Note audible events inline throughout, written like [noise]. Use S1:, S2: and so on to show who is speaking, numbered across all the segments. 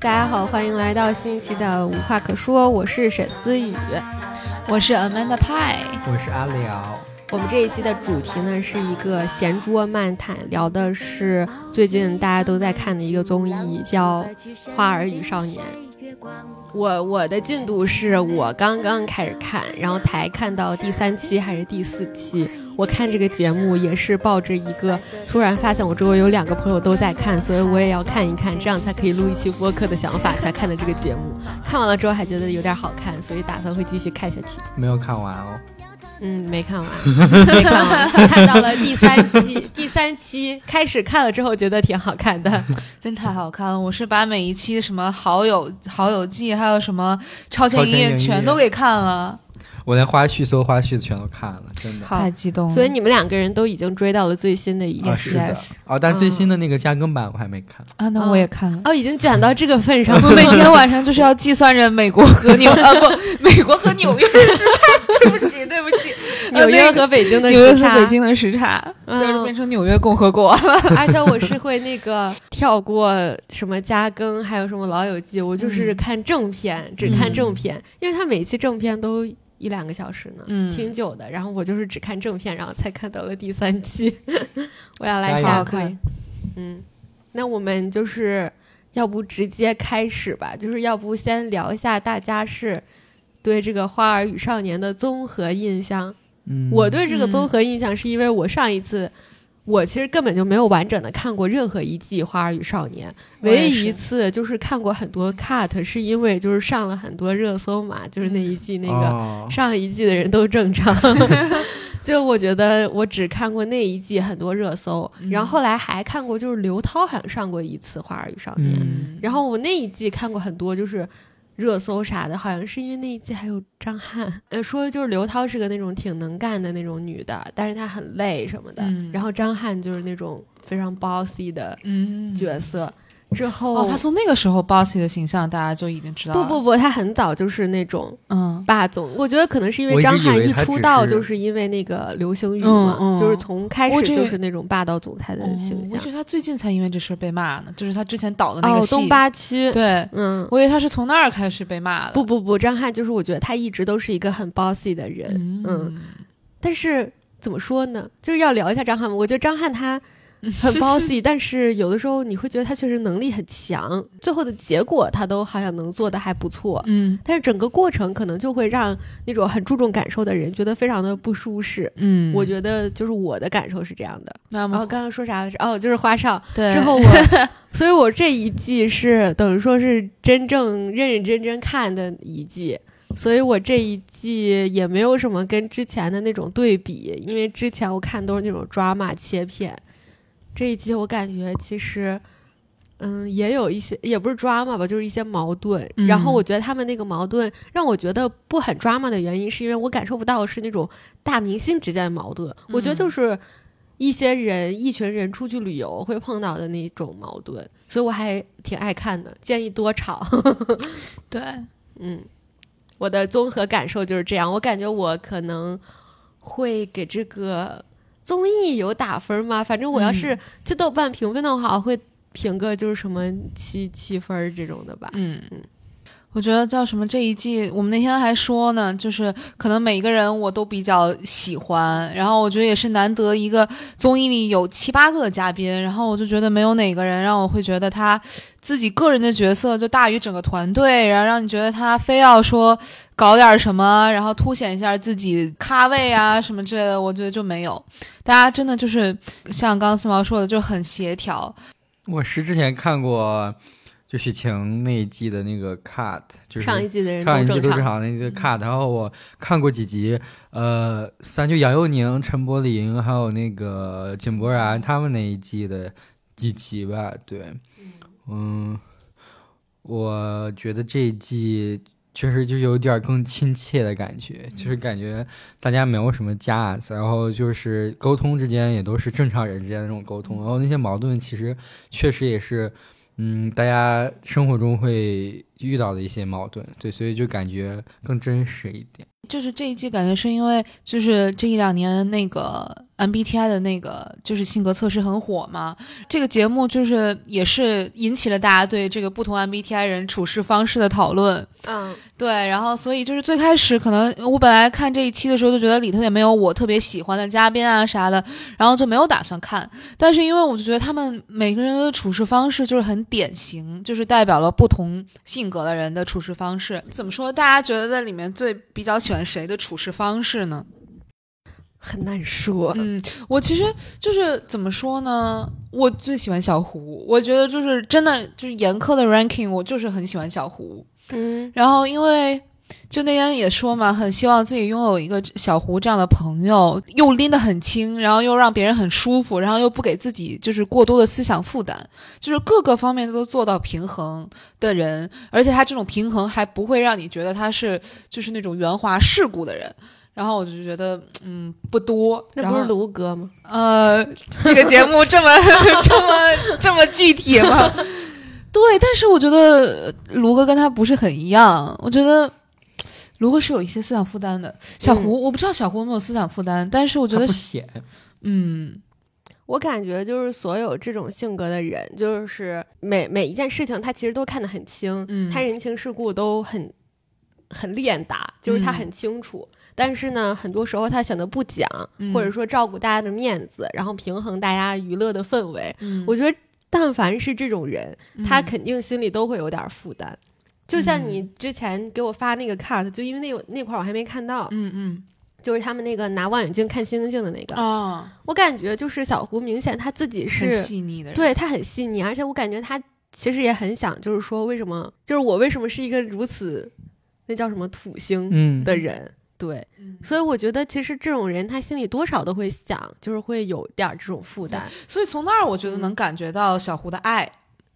S1: 大家好，欢迎来到新一期的《无话可说》，我是沈思雨，
S2: 我是 Amanda Pie。
S3: 我是阿辽，
S1: 我们这一期的主题呢是一个闲桌漫谈，聊的是最近大家都在看的一个综艺，叫《花儿与少年》。我我的进度是我刚刚开始看，然后才看到第三期还是第四期。我看这个节目也是抱着一个突然发现我周围有两个朋友都在看，所以我也要看一看，这样才可以录一期播客的想法才看的这个节目。看完了之后还觉得有点好看，所以打算会继续看下去。
S3: 没有看完哦。
S1: 嗯，没看完， [laughs] 没看完，看到了第三 [laughs] 期，第三期开始看了之后觉得挺好看的。
S2: 真太好看了！我是把每一期什么好友好友记，还有什么超前
S3: 超
S2: 营
S3: 前
S2: 业
S3: 营
S2: 全
S3: 业
S2: 都给看了，
S3: 我连花絮搜花絮全都看了，真的。
S1: 好
S2: 太激动了。
S1: 所以你们两个人都已经追到了最新的一
S3: 啊，
S1: 期
S3: 是的
S2: yes，yes，
S3: 哦，但最
S1: 嗯
S3: 新的那个加更版我还没看。
S2: 啊，那我也看了。
S1: 哦，已经卷到这个份上 [laughs]
S2: 我
S1: 了。
S2: 每天晚上就是要计算着美国 [laughs] 和纽呃不，美国和纽约的时差。对不起，对不起，
S1: 哦纽约和北京的
S2: [laughs] 纽约
S1: 时
S2: 和
S1: 差，
S2: 北京的时差，
S1: 嗯
S2: 就是变成纽约共和国。
S1: [laughs] 而且我是会那个跳过什么加更，还有什么老友记，我就是看正片，只看正片，因为它每期正片都一两个小时呢，
S2: 嗯
S1: 挺久的。然后我就是只看正片，然后才看到了第三期， [laughs] 我要
S3: 加
S1: 来
S3: 油
S1: 下
S2: 好
S1: 跪
S2: 看。
S1: 嗯，那我们就是要不直接开始吧，就是要不先聊一下大家是。对这个《花儿与少年》的综合印象，
S3: 嗯，
S1: 我对这个综合印象是因为我上一次，我其实根本就没有完整的看过任何一季《花儿与少年》，
S2: 我也
S1: 唯一
S2: 是
S1: 一次就是看过很多 cut，是因为就是上了很多热搜嘛，就是
S2: 嗯
S1: 那一季那个、
S3: 哦
S1: 上一季的人都正常。 [laughs] 就我觉得我只看过那一季很多热搜，然后
S2: 嗯
S1: 后来还看过就是刘涛好像上过一次《花儿与少年》
S3: 嗯
S1: 然后我那一季看过很多，就是热搜啥的，好像是因为那一季还有张翰，呃，说就是刘涛是个那种挺能干的那种女的，但是她很累什么的，
S2: 嗯
S1: 然后张翰就是那种非常 bossy 的
S2: 嗯，
S1: 角色。之后，
S2: 哦，他从那个时候 bossy 的形象大家就已经知道
S1: 不
S2: 了。
S1: 不，不，他很早就是那种
S2: 嗯
S1: 霸总，我觉得可能是因
S3: 我
S1: 为
S3: 一直
S1: 张
S3: 以
S1: 翰
S3: 为
S1: 一
S3: 他
S1: 出
S3: 只
S1: 道
S3: 是
S1: 就是因为那个流星雨嘛，
S2: 嗯嗯
S1: 就是从开
S2: 我
S1: 始
S2: 这
S1: 就是那种霸道总裁的形
S2: 哦我
S1: 象
S2: 觉。得他最近才因为这事儿被骂呢，就是他之前导的那
S1: 哦
S2: 个，戏。
S1: 东八区，
S2: 对，
S1: 嗯，
S2: 我以为他是从那儿开始被骂的。
S1: 不，不不，张翰就是我觉得他一直都是一个很 bossy 的人，
S2: 嗯
S1: 嗯但是怎么说呢，就是要聊一下张翰。我觉得张翰他
S2: [laughs]
S1: 很 bossy，但是有的时候你会觉得他确实能力很强，最后的结果他都好像能做的还不错。
S2: 嗯
S1: 但是整个过程可能就会让那种很注重感受的人觉得非常的不舒适。
S2: 嗯，
S1: 我觉得就是我的感受是这样的。
S2: 那
S1: 然
S2: 么、
S1: 后刚刚说啥来着？哦，就是花少。
S2: 对
S1: 之后
S2: [laughs]
S1: 我，所以我这一季是等于说是真正认认真真看的一季，所以我这一季也没有什么跟之前的那种对比，因为之前我看都是那种 drama 切片，这一季我感觉其实。嗯，也有一些，也不是 drama 吧，就是一些矛盾。然后
S2: 嗯
S1: 我觉得他们那个矛盾让我觉得不很 drama 的原因，是因为我感受不到是那种大明星之间的矛盾。我觉得
S3: 嗯
S1: 就是一些人、一群人出去旅游会碰到的那种矛盾，所以我还挺爱看的，建议多吵。
S2: 对，
S1: 嗯， [laughs] 我的综合感受就是这样。我感觉我可能会给这个综艺有打分吗？反正我要
S3: 嗯
S1: 是去豆瓣评分的话，我会评个就是什么七七分儿这种的吧。
S2: 嗯
S1: 嗯。
S2: 我觉得叫什么这一季，我们那天还说呢，就是可能每一个人我都比较喜欢，然后我觉得也是难得一个综艺里有七八个嘉宾，然后我就觉得没有哪个人让我会觉得他自己个人的角色就大于整个团队，然后让你觉得他非要说搞点什么，然后凸显一下自己咖位啊什么之类的，我觉得就没有，大家真的就是像刚刚四毛说的，就很协调，
S3: 我是之前看过，就许晴那一季的那个 cut，就是
S1: 上一季的人
S3: 嗯上一季
S1: 正
S3: 都是
S1: 常。嗯
S3: 好那个 cut，然后我看过几集，呃，三就杨佑宁、陈柏霖还有那个井柏然他们那一季的几集吧，对，嗯，我觉得这一季确实就有点儿更亲切的感觉，就是
S1: 嗯
S3: 感觉大家没有什么架子，然后就是沟通之间也都是正常人之间的那种沟通，
S1: 嗯
S3: 然后那些矛盾其实确实也是，嗯，大家生活中会遇到的一些矛盾，对，所以就感觉更真实一点。
S2: 就是这一季感觉是因为就是这一两年那个 MBTI 的那个就是性格测试很火嘛，这个节目就是也是引起了大家对这个不同 MBTI 人处事方式的讨论。
S1: 嗯，
S2: 对，然后所以就是最开始可能我本来看这一期的时候就觉得里头也没有我特别喜欢的嘉宾啊啥的，然后就没有打算看。但是因为我就觉得他们每个人的处事方式就是很典型，就是代表了不同性格的人的处事方式。怎么说？大家觉得在里面最比较喜欢谁的处事方式呢？
S1: 很难说。
S2: 嗯，我其实就是怎么说呢？我最喜欢小胡，我觉得就是真的就是严苛的 ranking，我就是很喜欢小胡。
S1: 嗯
S2: 然后因为就那天也说嘛，很希望自己拥有一个小胡这样的朋友，又拎得很轻，然后又让别人很舒服，然后又不给自己就是过多的思想负担，就是各个方面都做到平衡的人，而且他这种平衡还不会让你觉得他是就是那种圆滑世故的人。然后我就觉得，嗯，不多。
S1: 那
S2: 然
S1: 不
S2: 后
S1: 是卢哥吗？
S2: 呃，这个节目这么 [laughs] 这么这么具体吗？ [laughs] 对，但是我觉得呃卢哥跟他不是很一样，我觉得。卢哥是有一些思想负担的，小胡、我不知道小胡有没有思想负担，但是我觉
S3: 他
S2: 得
S3: 不，显，
S2: 嗯，
S1: 我感觉就是所有这种性格的人，就是每每一件事情，他其实都看得很清，
S2: 嗯
S1: 他人情世故都很很练达，就是他
S2: 嗯
S1: 很清楚。但是呢，很多时候他选择不讲，
S2: 嗯
S1: 或者说照顾大家的面子，然后平衡大家娱乐的氛围。
S2: 嗯
S1: 我觉得，但凡是这种人，他
S2: 嗯
S1: 肯定心里都会有点负担。就像你之前给我发那个 cut，就因为那那块儿我还没看到，
S2: 嗯嗯
S1: 就是他们那个拿望远镜看星星的那个，
S2: 啊，
S1: 我感觉就是小胡明显他自己
S2: 很
S1: 是
S2: 细腻的人，
S1: 对他很细腻，而且我感觉他其实也很想，就是说为什么，就是我为什么是一个如此那叫什么土星
S3: 嗯，
S1: 的人。对，
S2: 嗯，
S1: 所以我觉得其实这种人他心里多少都会想，就是会有点儿这种负担。
S2: 所以从那儿我觉得能感觉到小胡的爱，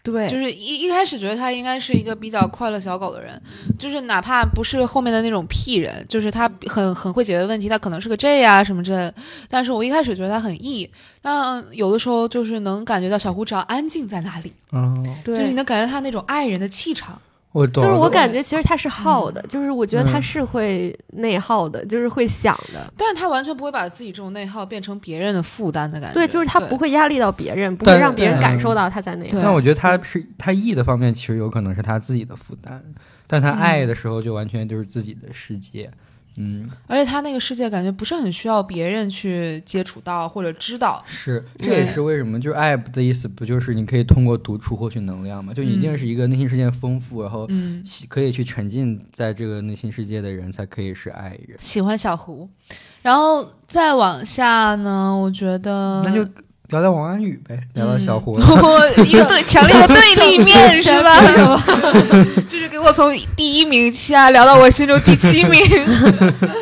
S1: 对
S2: 就是一一开始觉得他应该是一个比较快乐小狗的人，就是哪怕不是后面的那种屁人，就是他很很会解决问题，他可能是个 J 呀、什么之类的。但是我一开始觉得他很 E，但有的时候就是能感觉到小胡只要安静在那里，
S3: 嗯，
S1: 对
S2: 就是你能感觉他那种爱人的气场。
S3: 我懂
S1: 就
S3: 了。
S1: 是我
S2: 懂
S1: 感觉其实他是耗的，就是我觉得他
S3: 嗯
S1: 是会内耗的，就是会想的。
S2: 但是他完全不会把自己这种内耗变成别人的负担的感觉。
S1: 对，就是他不
S2: 对
S1: 会压力到别人，不会
S3: 但
S1: 让别人感
S3: 嗯
S1: 受到他在内耗。
S2: 对
S3: 但我觉得他是他 E 的方面，其实有可能是他自己的负担，但他爱的时候就完全就是自己的世界。嗯，
S2: 而且他那个世界感觉不是很需要别人去接触到或者知道。
S3: 是，这
S2: 对
S3: 也是为什么就是爱的意思，不就是你可以通过独处获取能量嘛？就一定
S2: 嗯
S3: 是一个内心世界丰富，然后
S2: 嗯，
S3: 喜可以去沉浸在这个内心世界的人，才可以是爱人。
S2: 喜欢小胡，然后再往下呢，我觉得
S3: 那就聊聊王安宇呗，聊聊小胡。
S2: 我一个 [laughs] 对强烈的对立面是 [laughs] 吧？就是给我从第一名下聊到我心中第七名。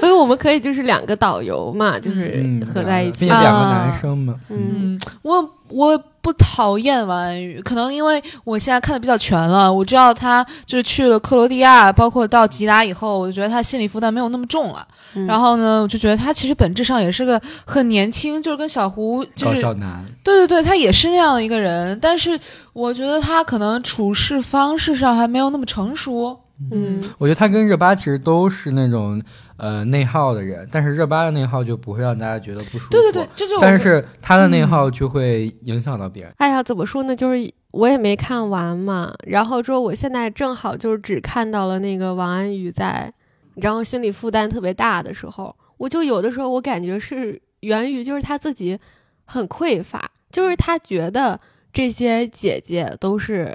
S1: 所以我们可以就是两个导游嘛，就是
S3: 嗯，
S1: 合在一起
S3: 并。且两个
S2: 啊
S3: 男生嘛，
S1: 嗯，
S2: 嗯， [laughs] 我我不讨厌王安宇，可能因为我现在看的比较全了，我知道他就是去了克罗地亚，包括到吉达以后，我就觉得他心理负担没有那么重了。
S1: 嗯
S2: 然后呢，我就觉得他其实本质上也是个很年轻，就是跟小胡就
S3: 搞
S2: 是
S3: 笑男，
S2: 对对对，他也是那样的一个人，但是我觉得他可能处事方式上还没有那么成熟。
S1: 嗯，
S3: 我觉得他跟热巴其实都是那种呃内耗的人，但是热巴的内耗就不会让大家觉得不舒服。
S2: 对对对，这就是我
S3: 但
S1: 嗯
S3: 是他的内耗就会影响到别人。
S1: 哎呀，怎么说呢？就是我也没看完嘛，然后之后我现在正好就是只看到了那个王安宇在，然后心理负担特别大的时候，我就有的时候我感觉是源于就是他自己很匮乏，就是他觉得这些姐姐都是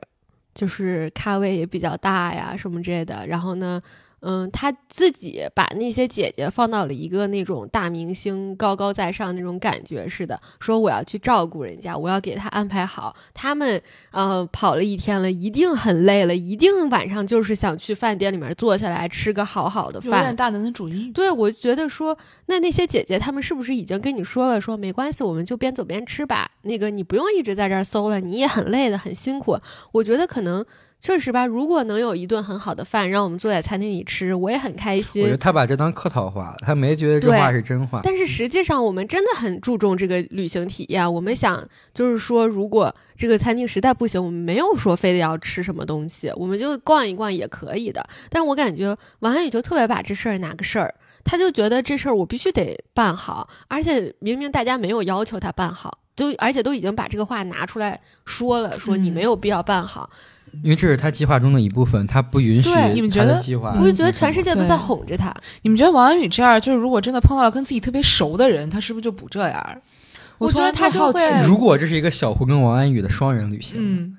S1: 就是咖位也比较大呀什么之类的，然后呢。嗯，他自己把那些姐姐放到了一个那种大明星高高在上那种感觉似的，说我要去照顾人家，我要给他安排好。他们呃跑了一天了，一定很累了，一定晚上就是想去饭店里面坐下来吃个好好的
S2: 有点
S1: 饭。
S2: 大男子主
S3: 嗯
S2: 义。
S1: 对，我觉得说，那那些姐姐她们是不是已经跟你说了说，没关系，我们就边走边吃吧。那个你不用一直在这儿搜了，你也很累的，很辛苦。我觉得可能确实吧，如果能有一顿很好的饭让我们坐在餐厅里吃，我也很开
S3: 我觉
S1: 心
S3: 得。他把这当客套话了，他没觉得这话是真话。
S1: 但是实际上，我们真的很注重这个旅行体验。我们想，就是说，如果这个餐厅实在不行，我们没有说非得要吃什么东西，我们就逛一逛也可以的。但我感觉王安宇就特别把这事儿拿个事儿，他就觉得这事儿我必须得办好，而且明明大家没有要求他办好，就而且都已经把这个话拿出来说了，说你
S2: 嗯
S1: 没有必要办好，
S3: 因为这是他计划中的一部分，他不允许
S1: 对
S2: 你们觉
S3: 他的
S2: 得
S3: 计划嗯
S1: 我就觉得全世界都
S2: 对
S1: 在哄着他。
S2: 你们觉得王安宇这样，就是如果真的碰到了跟自己特别熟的人，他是不是就不这样？
S1: 我觉
S2: 突
S1: 得
S2: 然
S1: 他就
S2: 好奇
S1: 会，
S3: 嗯如果这是一个小胡跟王安宇的双人旅行，
S2: 嗯，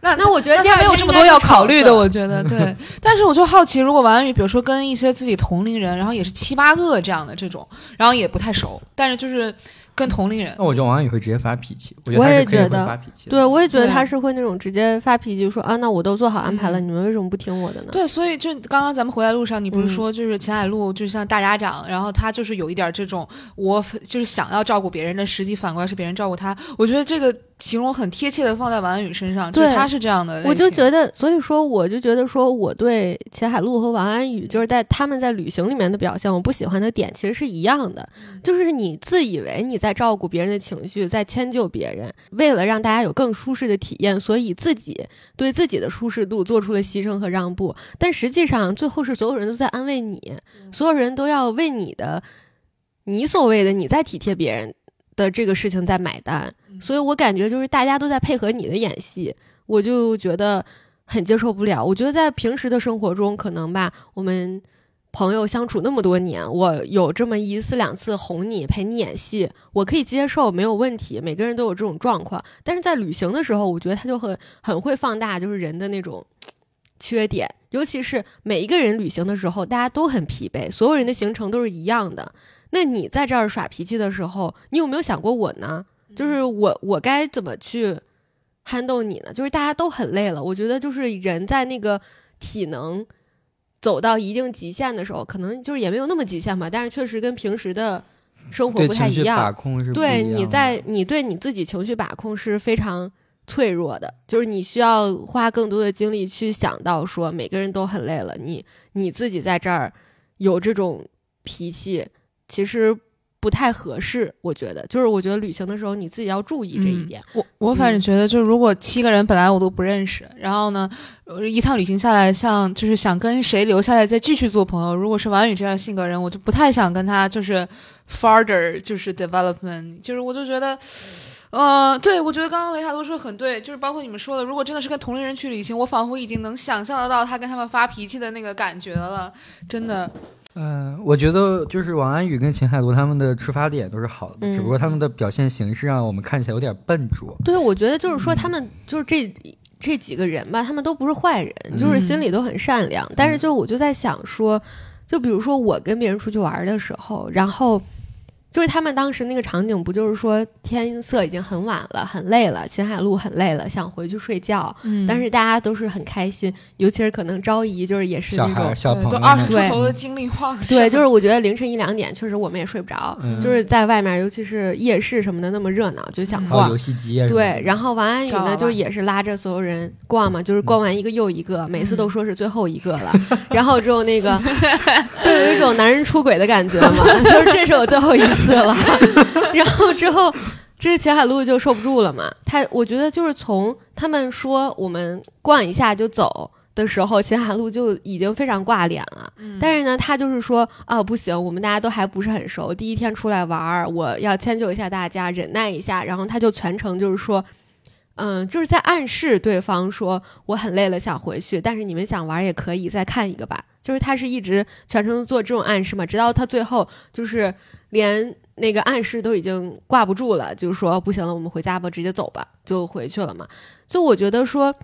S2: 那
S1: 那我觉得第
S2: 他
S1: 二
S2: 没有
S1: 天
S2: 这
S1: 应
S2: 么
S1: 该
S2: 多
S1: 是
S2: 要
S1: 吵
S2: 考虑
S1: 死
S2: 的，
S1: 了
S2: 我觉得 [laughs] 对。但是我就好奇，如果王安宇，比如说跟一些自己同龄人，然后也是七八个这样的这种，然后也不太熟，但是就是跟同龄人
S3: 那，我觉得王安宇会直接发脾气。我觉
S1: 我
S3: 得他
S1: 也
S3: 是可以
S1: 觉
S3: 会
S1: 得
S3: 发脾气的。
S1: 对，我也觉得
S2: 对
S1: 他是会那种直接发脾气说啊，那我都做好安排了，
S2: 嗯
S1: 你们为什么不听我的呢？
S2: 对，所以就刚刚咱们回来路上，你不是
S1: 嗯
S2: 说就是秦海璐就像大家长，然后他就是有一点这种我就是想要照顾别人的，实际反过来是别人照顾他。我觉得这个形容很贴切的放在王安宇身上，就是
S1: 对
S2: 他是这样的类型，
S1: 我就觉得，所以说，我就觉得说，我对秦海璐和王安宇，就是在他们在旅行里面的表现，我不喜欢的点其实是一样的，
S2: 嗯
S1: 就是你自以为你在照顾别人的情绪，在迁就别人，为了让大家有更舒适的体验，所以自己对自己的舒适度做出了牺牲和让步，但实际上最后是所有人都在安慰你，
S2: 嗯
S1: 所有人都要为你的，你所谓的你在体贴别人。的这个事情在买单，
S2: 嗯
S1: 所以我感觉就是大家都在配合你的演戏，我就觉得很接受不了。我觉得在平时的生活中，可能吧，我们朋友相处那么多年，我有这么一次两次哄你、陪你演戏，我可以接受，没有问题。每个人都有这种状况，但是在旅行的时候，我觉得他就很很会放大，就是人的那种。缺点，尤其是每一个人旅行的时候，大家都很疲惫，所有人的行程都是一样的。那你在这儿耍脾气的时候，你有没有想过我呢？就是我，我该怎么去 handle 你呢？就是大家都很累了，我觉得就是人在那个体能走到一定极限的时候，可能就是也没有那么极限吧，但是确实跟平时的生活
S3: 对
S1: 不太
S3: 情
S1: 一
S3: 绪把
S1: 样。
S3: 控是不
S1: 对
S3: 一样
S1: 你
S3: 的
S1: 在你对你自己情绪把控是非常脆弱的，就是你需要花更多的精力去想到说每个人都很累了，你你自己在这儿有这种脾气，其实不太合适。我觉得，就是我觉得旅行的时候你自己要注意这
S3: 嗯
S1: 一点。
S2: 我我反正觉得，就是如果七个人本来我都不认识，然后呢，呃一趟旅行下来，像就是想跟谁留下来再继续做朋友，如果是王宇这样性格人，我就不太想跟他就是 further 就是 development，就是我就觉得。呃，对，我觉得刚刚雷卡都说得很对，就是包括你们说的，如果真的是跟同龄人去旅行，我仿佛已经能想象得到他跟他们发脾气的那个感觉了，真的。
S3: 嗯、我觉得就是王安宇跟秦海璐他们的出发点都是好的，
S1: 嗯
S3: 只不过他们的表现形式让我们看起来有点笨拙。
S1: 对，我觉得就是说他们就是这。这几个人吧，他们都不是坏人，就是心
S2: 嗯
S1: 里都很善良。但是，就我就在想说，就比如说我跟别人出去玩的时候，然后就是他们当时那个场景，不就是说天色已经很晚了，很累了，秦海璐很累了，想回去睡觉。
S2: 嗯
S1: 但是大家都是很开心，尤其是可能昭仪就是也是
S3: 小
S1: 那
S3: 孩儿、
S1: 种，
S3: 小朋友
S2: 都
S3: 们，
S2: 二十出
S1: 对
S2: 头的精力旺盛，
S1: 对，就是我觉得凌晨一两点确实我们也睡不着，
S3: 嗯
S1: 就是在外面，尤其是夜市什么的那么热闹，就想
S2: 嗯
S3: 还有
S1: 逛
S3: 游。戏机啊什么的，
S1: 对，然后王安宇
S2: 抓娃娃
S1: 呢，就也是拉着所有人逛嘛，就是逛完一个又一个，每次都说是最后一个了，然后之后那个就有一种男人出轨的感觉嘛，就是这是我最后一次了， [laughs] 然后之后。这秦海璐就受不住了嘛，他我觉得就是从他们说我们逛一下就走的时候，秦海璐就已经非常挂脸了。但是呢，他就是说啊，不行，我们大家都还不是很熟，第一天出来玩儿，我要迁就一下大家，忍耐一下。然后他就全程就是说，嗯，就是在暗示对方说我很累了，想回去，但是你们想玩也可以，再看一个吧。就是他是一直全程做这种暗示嘛，直到他最后就是连那个暗示都已经挂不住了，就是说不行了，我们回家吧，直接走吧，就回去了嘛。就我觉得说。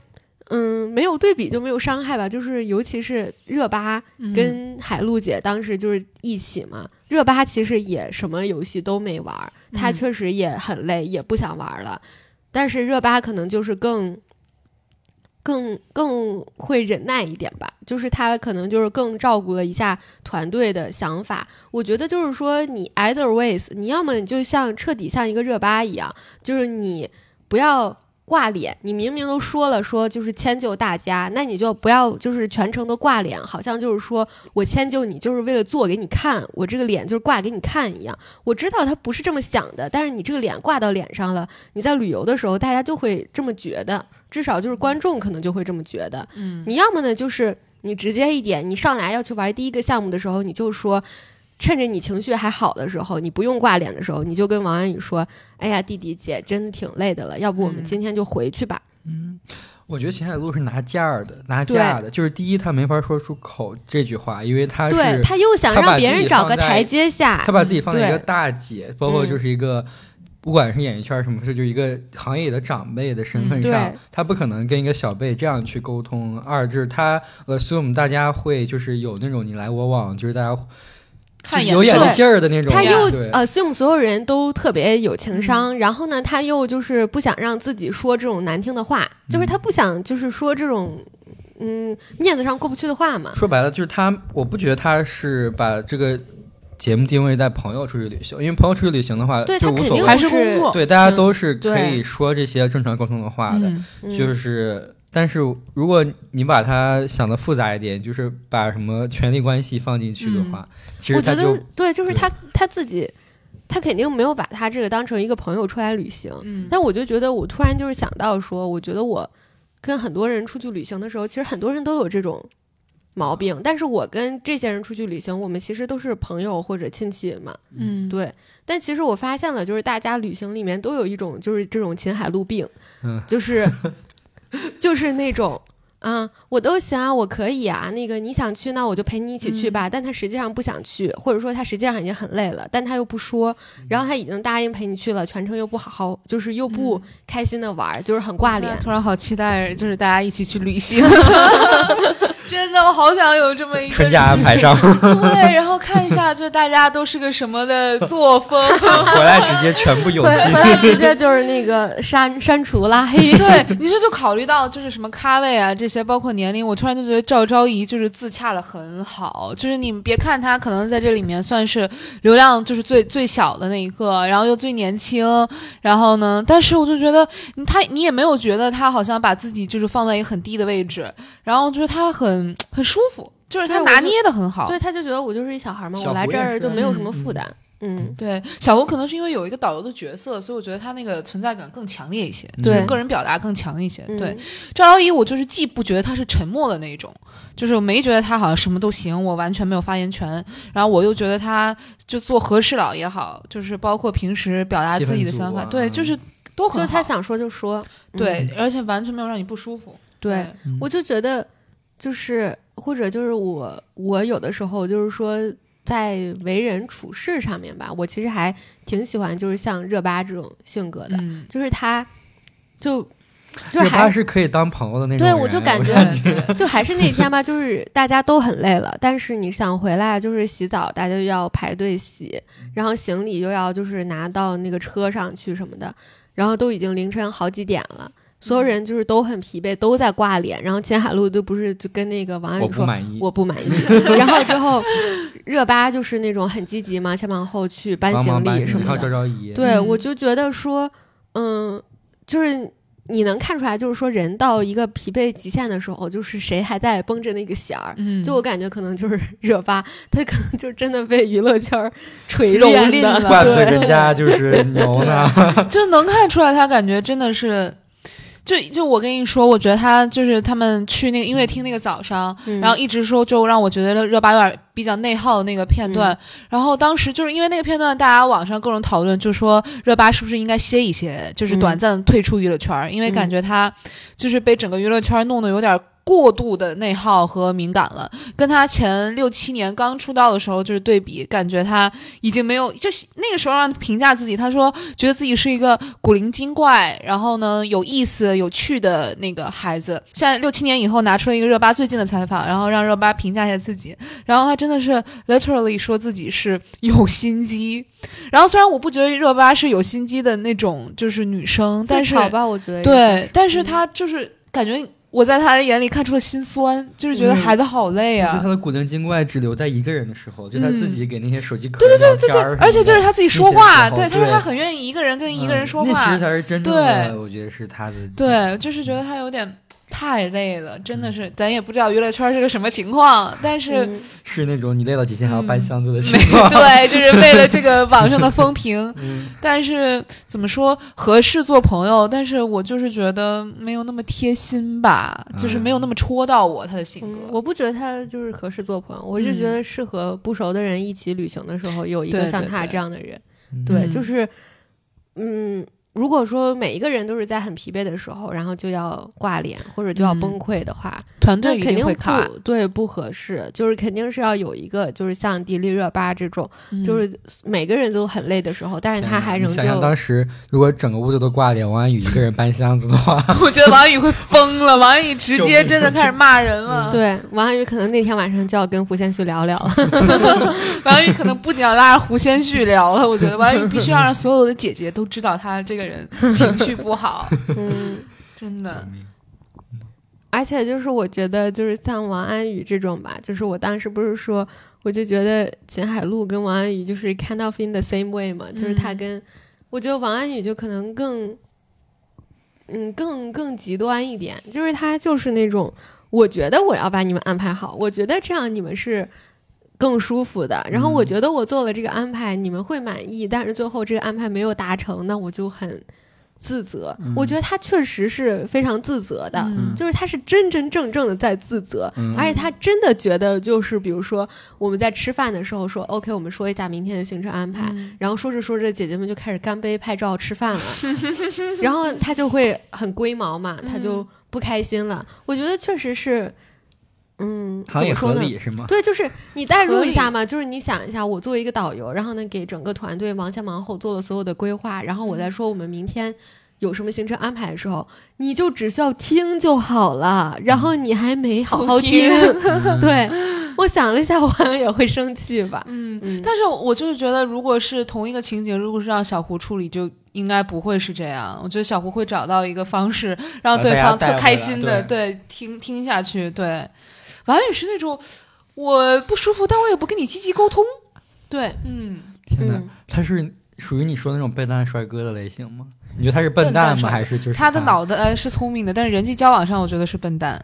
S1: 嗯，没有对比就没有伤害吧，就是尤其是热巴，
S2: 嗯
S1: 跟海璐姐当时就是一起嘛。热巴其实也什么游戏都没玩儿，
S2: 嗯
S1: 她确实也很累，也不想玩儿了。但是热巴可能就是更。更更会忍耐一点吧，就是她可能就是更照顾了一下团队的想法。我觉得就是说，你 either ways，你要么你就像彻底像一个热巴一样，就是你不要挂脸，你明明都说了说就是迁就大家，那你就不要就是全程都挂脸，好像就是说我迁就你就是为了做给你看，我这个脸就是挂给你看一样。我知道他不是这么想的，但是你这个脸挂到脸上了，你在旅游的时候大家就会这么觉得，至少就是观众可能就会这么觉得。
S2: 嗯
S1: 你要么呢就是你直接一点，你上来要去玩第一个项目的时候，你就说。趁着你情绪还好的时候，你不用挂脸的时候，你就跟王安宇说：“哎呀，弟弟姐真的挺累的了，要不我们
S2: 嗯
S1: 今天就回去吧。
S3: 我觉得秦海璐是拿价儿的，拿价儿的，就是第一，他没法说出口这句话，因为他是
S1: 对，他又想
S3: 他把
S1: 让别
S3: 自己
S1: 人找
S3: 放
S1: 个
S3: 在
S1: 台阶下
S3: 他，把自己放在一个
S1: 对嗯
S3: 大姐，包括就是一个，不管是演艺圈儿什么事，就一个行业的长辈的身
S1: 嗯
S3: 份
S1: 对
S3: 上，他不可能跟一个小辈这样去沟通。二就是他，呃，所以我们大家会就是有那种你来我往，就是大家
S2: 看
S3: 就是有
S2: 颜
S3: 眼
S2: 色
S3: 力劲儿的那种。
S1: 他又呃
S3: 对嗯
S1: assume 所有人都特别有情商，然后呢，他又就是不想让自己说这种难听的话，
S3: 嗯
S1: 就是他不想就是说这种嗯面子上过不去的话嘛。
S3: 说白了就是他，我不觉得他是把这个节目定位在朋友出去旅行，因为朋友出去旅行的话
S1: 对
S3: 就
S1: 他肯
S3: 呃无所
S1: 定
S3: 谓，
S2: 还是工作
S3: 对大家
S1: 行
S3: 都是可
S1: 对
S3: 以说这些正常沟通的话的。
S2: 嗯
S1: 嗯
S3: 就是，但是如果你把它想的复杂一点，就是把什么权力关系放进去的话，其
S1: 嗯我
S3: 实
S1: 觉
S3: 它
S1: 得
S3: 就
S1: 对，就是
S3: 对
S1: 他他自己，他肯定没有把他这个当成一个朋友出来旅行。
S2: 嗯
S1: 但我就觉得，我突然就是想到说，我觉得我跟很多人出去旅行的时候，其实很多人都有这种毛病，但是我跟这些人出去旅行，我们其实都是朋友或者亲戚嘛。
S2: 嗯，
S1: 对，但其实我发现了，就是大家旅行里面都有一种就是这种秦海璐病，
S3: 嗯
S1: 就是就是那种。啊、我都行啊，我可以啊。那个你想去，那我就陪你一起去
S3: 嗯
S1: 吧。但他实际上不想去，或者说他实际上已经很累了，但他又不说，
S3: 嗯
S1: 然后他已经答应陪你去了，全程又不好好，就是又
S3: 嗯
S1: 不开心的玩儿，就是很挂脸。
S2: 啊突然好期待，就是大家一起去旅行。真的，我好想有这么一个
S3: 纯家安排上， [laughs]
S2: 对，然后看一下，就是大家都是个什么的作风。
S3: 回来直接全部有
S1: 回
S3: 机。
S1: 回来 [laughs] 直接就是那个删删除拉黑。
S2: 对，你这就考虑到就是什么咖位啊这些，包括年龄，我突然就觉得赵昭仪就是自洽的很好。就是你们别看她可能在这里面算是流量就是最最小的那一个，然后又最年轻，然后呢，但是我就觉得你她你也没有觉得她好像把自己就是放在一个很低的位置，然后就是她很很舒服，就是她
S1: 对我
S2: 拿
S1: 就
S2: 捏的很好。
S1: 对，他就觉得我就是一小孩嘛，
S3: 小
S1: 我来
S3: 胡
S1: 这
S3: 也
S1: 儿
S3: 是
S1: 就没有什么
S3: 嗯
S1: 负担。嗯
S2: 对，小红可能是因为有一个导游的角色，所以我觉得她那个存在感更强烈一些，
S3: 嗯
S1: 对
S2: 个人表达更强一些。
S1: 嗯
S2: 对，赵昭仪，我就是既不觉得她是沉默的那一种，就是我没觉得她好像什么都行，我完全没有发言权。然后我又觉得她就做和事佬也好，就是包括平时表达
S3: 气
S2: 自己
S3: 氛
S2: 的
S3: 组
S2: 想法，
S3: 啊
S2: 对，就是都
S1: 就
S2: 很
S1: 是
S2: 好。
S1: 他想说就说。嗯
S2: 对，而且完全没有让你不舒服。
S1: 对，我就觉得就是或者就是我我有的时候就是说在为人处事上面吧，我其实还挺喜欢就是像热巴这种性格的， [laughs]
S2: 嗯，
S1: 就是他就就
S3: 热巴
S1: 还是
S3: 是可以当朋友的那种
S1: 对
S3: 人。
S1: 我就感觉
S2: 对对
S3: [laughs]
S1: 就还是那天吧，就是大家都很累了，但是你想回来就是洗澡，大家又要排队洗，
S3: 嗯
S1: 然后行李又要就是拿到那个车上去什么的，然后都已经凌晨好几点了。所有人就是都很疲惫，都在挂脸。然后秦海璐就不是就跟那个王安
S3: 我
S1: 宇
S3: 不
S1: 说
S3: 满意，
S1: 我不满
S3: [laughs]
S1: 意。然后之后，热巴就是那种很积极嘛，前往后去搬
S3: 帮忙
S1: 行
S3: 搬
S1: 李什
S3: 然
S1: 么
S3: 后
S1: 的
S3: 赵。昭仪，
S1: 对，
S2: 嗯
S1: 我就觉得说，嗯，就是你能看出来，就是说人到一个疲惫极限的时候，就是谁还在绷着那个弦儿。
S2: 嗯，
S1: 就我感觉可能就是 [laughs] 热巴，她可能就真的被娱乐圈儿锤
S2: 蹂
S1: 炼
S2: 躏
S1: 的
S2: 了
S3: 怪不得人家
S2: [laughs]
S3: 就是牛呢。
S2: 就能看出来，他感觉真的是，就就我跟你说，我觉得他就是他们去那个音乐厅那个早上，
S1: 嗯
S2: 然后一直说就让我觉得热巴有点比较内耗的那个片段，
S1: 嗯
S2: 然后当时就是因为那个片段，大家网上各种讨论，就说热巴是不是应该歇一歇，就是
S1: 嗯
S2: 短暂地退出娱乐圈儿，因为感觉她就是被整个娱乐圈儿弄得有点。过度的内耗和敏感了，跟她前六七年刚出道的时候就是对比，感觉她已经没有，就是那个时候让评价自己，她说觉得自己是一个古灵精怪，然后呢有意思、有趣的那个孩子。现在六七年以后拿出了一个热巴最近的采访，然后让热巴评价一下自己，然后她真的是 literally 说自己是有心机。然后虽然我不觉得热巴是有心机的那种就是女生，但是
S1: 好吧，我觉得也
S2: 对，但是
S1: 嗯
S2: 她就是感觉我在她的眼里看出了心酸，就是觉得
S1: 嗯
S2: 孩子好累
S3: 就
S2: 啊。
S3: 他的古灵精怪只留在一个人的时候，就他自己给那些手机壳
S2: 嗯对对
S3: 聊
S2: 对
S3: 天
S2: 对，
S3: 儿什么的
S2: 而且就是她自己说
S3: 那
S2: 话，
S3: 些时候
S2: 对，她说
S3: 对
S2: 她很愿意一个人跟一个人说
S3: 嗯那
S2: 话，
S3: 其实才是真正的，我觉得是他自己。
S2: 对，就是觉得她有点太累了，真的是，咱也不知道娱乐圈是个什么情况，但是、
S1: 嗯
S3: 是那种你累到极限还要搬箱子的
S2: 嗯
S3: 情
S2: 没
S3: 况。，
S2: 对，就是为了这个网上的风评
S3: [laughs]
S2: [laughs]
S3: 嗯，
S2: 但是怎么说合适做朋友，但是我就是觉得没有那么贴心吧，就是没有那么戳到我他的性
S1: 嗯
S2: 格。
S1: 我不觉得他就是合适做朋友，我是
S2: 嗯
S1: 觉得适合不熟的人一起旅行的时候，有一个
S2: 对
S1: 像
S2: 对
S1: 他
S2: 对
S1: 这样的人。
S3: 嗯
S1: 对，
S2: 嗯
S1: 就是，嗯，如果说每一个人都是在很疲惫的时候，然后就要挂脸或者就要
S2: 嗯
S1: 崩溃的话，
S2: 团
S1: 那
S2: 队一
S1: 肯
S2: 定
S1: 定
S2: 会卡，
S1: 不对不合适，就是肯定是要有一个就是像迪丽热巴这种，
S2: 嗯
S1: 就是每个人都很累的时候，但是他还
S3: 你
S1: 仍
S3: 想想
S1: 旧
S3: 当时，如果整个屋子都挂脸，王安宇一个人搬箱子的话，
S2: 嗯 [laughs] 我觉得王宇会疯了，王宇直接真的开始骂人了。，
S1: 对王安宇可能那天晚上就要跟胡先煦聊聊
S2: [laughs]
S1: 了。
S2: 王宇可能不仅要拉着胡先煦聊了，我觉得王宇必须要让所有的姐姐都知道他这个人情绪
S1: [laughs]
S2: 不好，
S1: 嗯，
S2: 真的。
S1: 而且就是我觉得就是像王安宇这种吧，就是我当时不是说，我就觉得秦海璐跟王安宇就是 kind of in the same way 嘛，就是他
S2: 嗯
S1: 跟、我觉得王安宇就可能更，嗯，更更极端一点，就是他就是那种我觉得我要把你们安排好，我觉得这样你们是。更舒服的，然后我
S3: 嗯
S1: 觉得我做了这个安排，你们会满意，但是最后这个安排没有达成，那我就很自责。我觉得他确实是非常自责的，
S2: 嗯
S1: 就是他是真真正正的在自责，
S3: [laughs] 嗯
S2: 哎
S1: 而且他真的觉得就是，比如说我们在吃饭的时候说，OK，我们说一下明天的行程安排，
S2: 嗯
S1: 然后说着说着，姐姐们就开始干杯、拍照、吃饭
S3: [laughs]
S1: 了，然后他就会很龟毛嘛，他
S3: 嗯
S1: 就不开心了。我觉得确实是，嗯，
S3: [laughs] 好像
S1: 怎
S3: 也
S1: 么
S3: 合
S1: 说呢？
S2: [laughs]
S3: 理是吗？
S1: 对，就是你代入一下嘛，就是你想一下，我作为一个导游，然后呢给整个团队忙前忙后做了所有的规划，然后我再说我们明天有什么行程安排的时候，你就只需要听就好了，然后你还没好好
S2: 偷
S1: 听
S2: 嗯听。
S1: [laughs]
S2: [laughs]
S3: 嗯
S1: 对，我想了一下，我好像也会生气吧。
S2: 嗯，
S1: 嗯，
S2: 但是我就是觉得，如果是同一个情节，如果是让小胡处理，就应该不会是这样。我觉得小胡会找到一个方
S3: [laughs]
S2: 式，让对方特开心的，
S3: 把大家带回来
S2: 对听听下去。对，王宇是那种我不舒服，但我也不跟你积极沟通。
S1: 对，
S2: 嗯，
S3: 天哪，
S1: 嗯
S3: 他是属于你说的那种笨蛋帅哥的类型吗？你觉得他是笨蛋
S2: 笨蛋
S3: 吗？
S2: 帅哥
S3: 还是就是啊
S2: 他嗯的脑袋是聪明的，但是人际交往上，我觉得是笨蛋。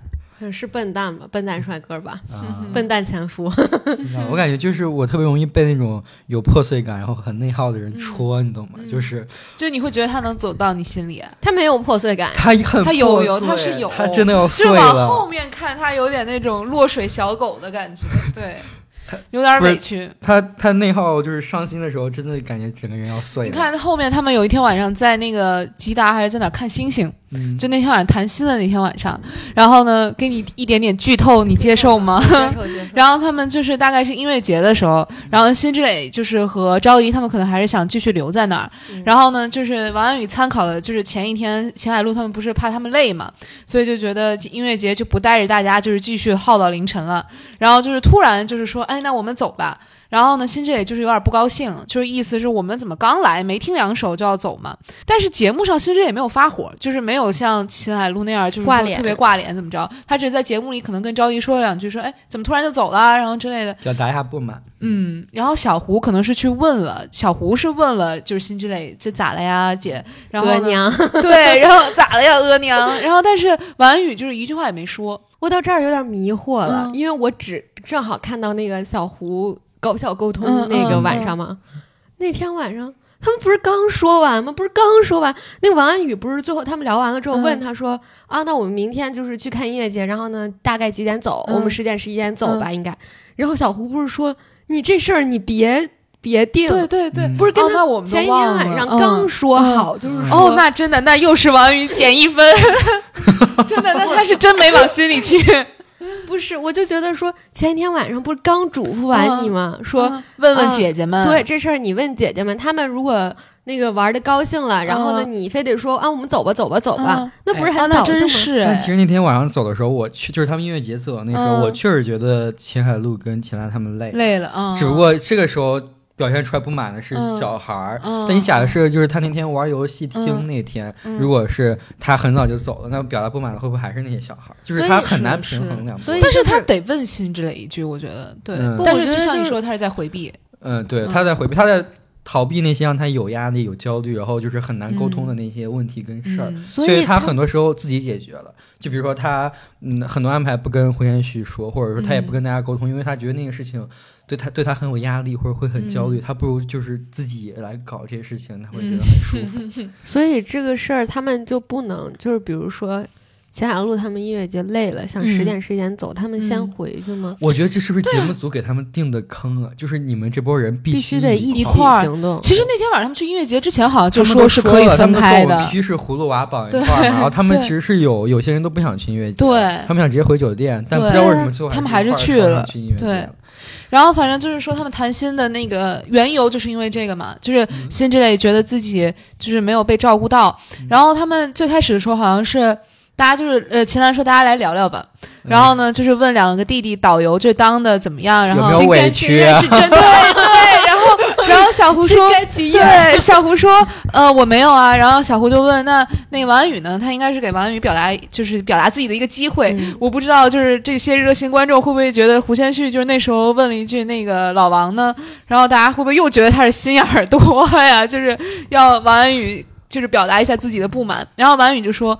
S1: 嗯是笨蛋吧，笨蛋帅哥吧，
S2: 嗯
S3: 啊
S1: 笨蛋前夫。 [laughs]
S3: 我感觉就是我特别容易被那种有破碎感，然后很内耗的
S2: 嗯
S3: 人戳，你懂吗？就是
S2: 就是你会觉得他能走到你心里，啊
S1: 他没有破碎感，
S3: 他很
S2: 他有
S3: 破
S2: 有他
S3: 碎
S2: 是有
S3: 他真的要
S2: 就
S3: 碎
S2: 是往后
S3: 了。
S2: 面看，他有点那种落水小狗的感觉，
S3: [laughs]
S2: 对，有点
S3: 不是
S2: 委屈。
S3: 他他内耗就是伤心的时候，真的感觉整个人要碎了。
S2: 你，看后面他们有一天晚上在那个吉达还是在哪儿看星星，
S3: 嗯，
S2: 就那天晚上谈心的那天晚上，然后呢给你一点点剧透，你接受吗？ [laughs]
S1: 接受接受。
S2: 然后他们就是大概是音乐节的时候，然后辛志磊就是和赵丽他们可能还是想继续留在那儿。
S1: 嗯
S2: 然后呢，就是王安宇参考了，就是前一天秦海璐他们不是怕他们累嘛，所以就觉得音乐节就不带着大家就是继续耗到凌晨了。然后就是突然就是说，哎，那我们走吧。然后呢，辛志磊就是有点不高兴，就是意思是我们怎么刚来没听两首就要走嘛？但是节目上辛志磊没有发火，就是没有像秦海璐那样就是说
S1: 挂脸
S2: 特别挂脸怎么着，他只是在节目里可能跟赵丽说了两句说，哎怎么突然就走了，然后之类的。
S3: 表达一下不满。
S2: 嗯，然后小胡可能是去问了，小胡是问了，就是辛之类这咋了呀，姐？然后
S1: 额
S2: 呢
S1: 娘，
S2: [laughs] 对，然后咋了呀，额 [laughs] 娘？然后但是王安宇就是一句话也没说，
S1: 我到这儿有点迷惑了，
S2: 嗯
S1: 因为我只正好看到那个小胡搞笑沟通
S2: 嗯
S1: 那个晚上嘛，那天晚上他们不是刚说完吗？不是刚说完，那个王安宇不是最后他们聊完了之后
S2: 嗯
S1: 问他说、啊，那我们明天就是去看音乐节，然后呢大概几点走？
S2: 嗯
S1: 我们十点十一点走吧，应该。然后小胡不是说你这事儿你别别定，
S2: 对对对，
S3: 嗯
S1: 不是跟
S2: 哦
S1: 他
S2: 那我们都
S1: 前一
S2: 忘
S1: 天
S2: 了
S1: 晚上
S2: 嗯
S1: 刚说好，就是说
S2: 哦，那真的，那又是王安宇减一 [laughs] 分，真的，那他是真没往心里 [laughs] 去。
S1: 不是，我就觉得说前一天晚上不是刚嘱咐完你吗？说。
S2: 嗯问问
S1: 嗯
S2: 姐姐们，
S1: 对，这事儿你问姐姐们，她们如果那个玩的高兴了，然后呢，
S2: 嗯
S1: 你非得说啊，我们走吧，走吧，走吧，
S2: 嗯
S1: 哦那不是
S2: 啊，
S1: 很
S2: 那
S1: 扫兴吗？
S2: 真是
S3: 但
S2: 哎，
S3: 其实那天晚上走的时候，我去就是他们音乐节走的那时候，
S2: 嗯
S3: 我确实觉得秦海璐跟秦岚他们累，
S2: 累了啊，嗯
S3: 只不过这个时候表现出来不满的是
S2: 嗯
S3: 小孩儿。
S2: 嗯
S3: 但你假设就是他那天玩游戏厅那天，如果是他很早就走了，那表达不满的会不会还是那些小孩儿？就是
S1: 所以
S3: 他
S1: 是
S3: 很难
S2: 是
S3: 平衡两边。
S1: 所以
S2: 但是
S1: 就
S2: 他
S1: 是
S2: 得问辛之类一句，我觉得对
S3: 嗯不。
S2: 但
S1: 我
S2: 是
S1: 觉
S2: 就
S1: 得
S2: 像
S1: 就
S2: 你
S1: 是
S2: 说，他是在回避。
S3: 嗯，对，
S2: 嗯
S3: 他在回避，他在逃避那些让他有压力、有焦虑，然后就是很难沟通的那些问题跟事儿。
S2: 嗯
S3: 所
S2: 以他
S3: 他很多时候自己解决了，就比如说他嗯很多安排不跟胡彦旭说，或者说他也不跟大家沟通，因为他觉得那个事情对他对他很有压力或者会很焦虑，他不如就是自己来搞这些事情，他会觉得很舒服。
S1: 所以这个事儿他们就不能，就是比如说秦海璐他们音乐节累了，想十
S2: 嗯
S1: 点十一点走，他们先
S2: 嗯
S1: 回去吗？
S3: 我觉得这是不是节目组给他们定的坑啊？就是你们这波人
S1: 必
S3: 须
S1: 得
S3: 一
S1: 起
S2: 一块儿
S1: 行 [laughs] 动。
S2: 其实那天晚上他们去音乐节之前，好像就
S3: 他们都
S2: 是
S3: 说
S2: 可以
S3: 了
S2: 分开
S3: 他们说我们
S2: 的
S3: 必。须是葫芦娃绑一块
S2: 对
S3: 儿嘛。然后他们
S2: 对
S3: 其实是有有些人都不想去音乐节，
S2: 对
S3: 他们想直接回酒店，但不
S2: 对
S3: 知道为什么最后
S2: 他们
S3: 还
S2: 还是
S3: 去
S2: 去了
S3: 去音乐节
S2: 对然后反正就是说他们谈心的那个缘由，就是因为这个嘛，就是
S3: 嗯
S2: 辛芷蕾觉得自己就是没有被照顾到。然后他们最开始的时候好像是。大家就是呃，秦岚说大家来聊聊吧，
S3: 嗯
S2: 然后呢，就是问两个弟弟导游这当的怎么样，然后
S3: 有没有委屈啊
S1: 心甘情愿是真
S2: 对对，然后然后小胡说， [laughs]
S1: 情
S2: 对，小胡说，呃，我没有啊。然后小胡就问，那那个王安宇呢？他应该是给王安宇表达，就是表达自己的一个机会。
S1: 嗯
S2: 我不知道，就是这些热心观众会不会觉得胡先煦就是那时候问了一句那个老王呢？然后大家会不会又觉得他是心眼儿多呀？ [laughs] 就是要王安宇就是表达一下自己的不满。然后王安宇就说。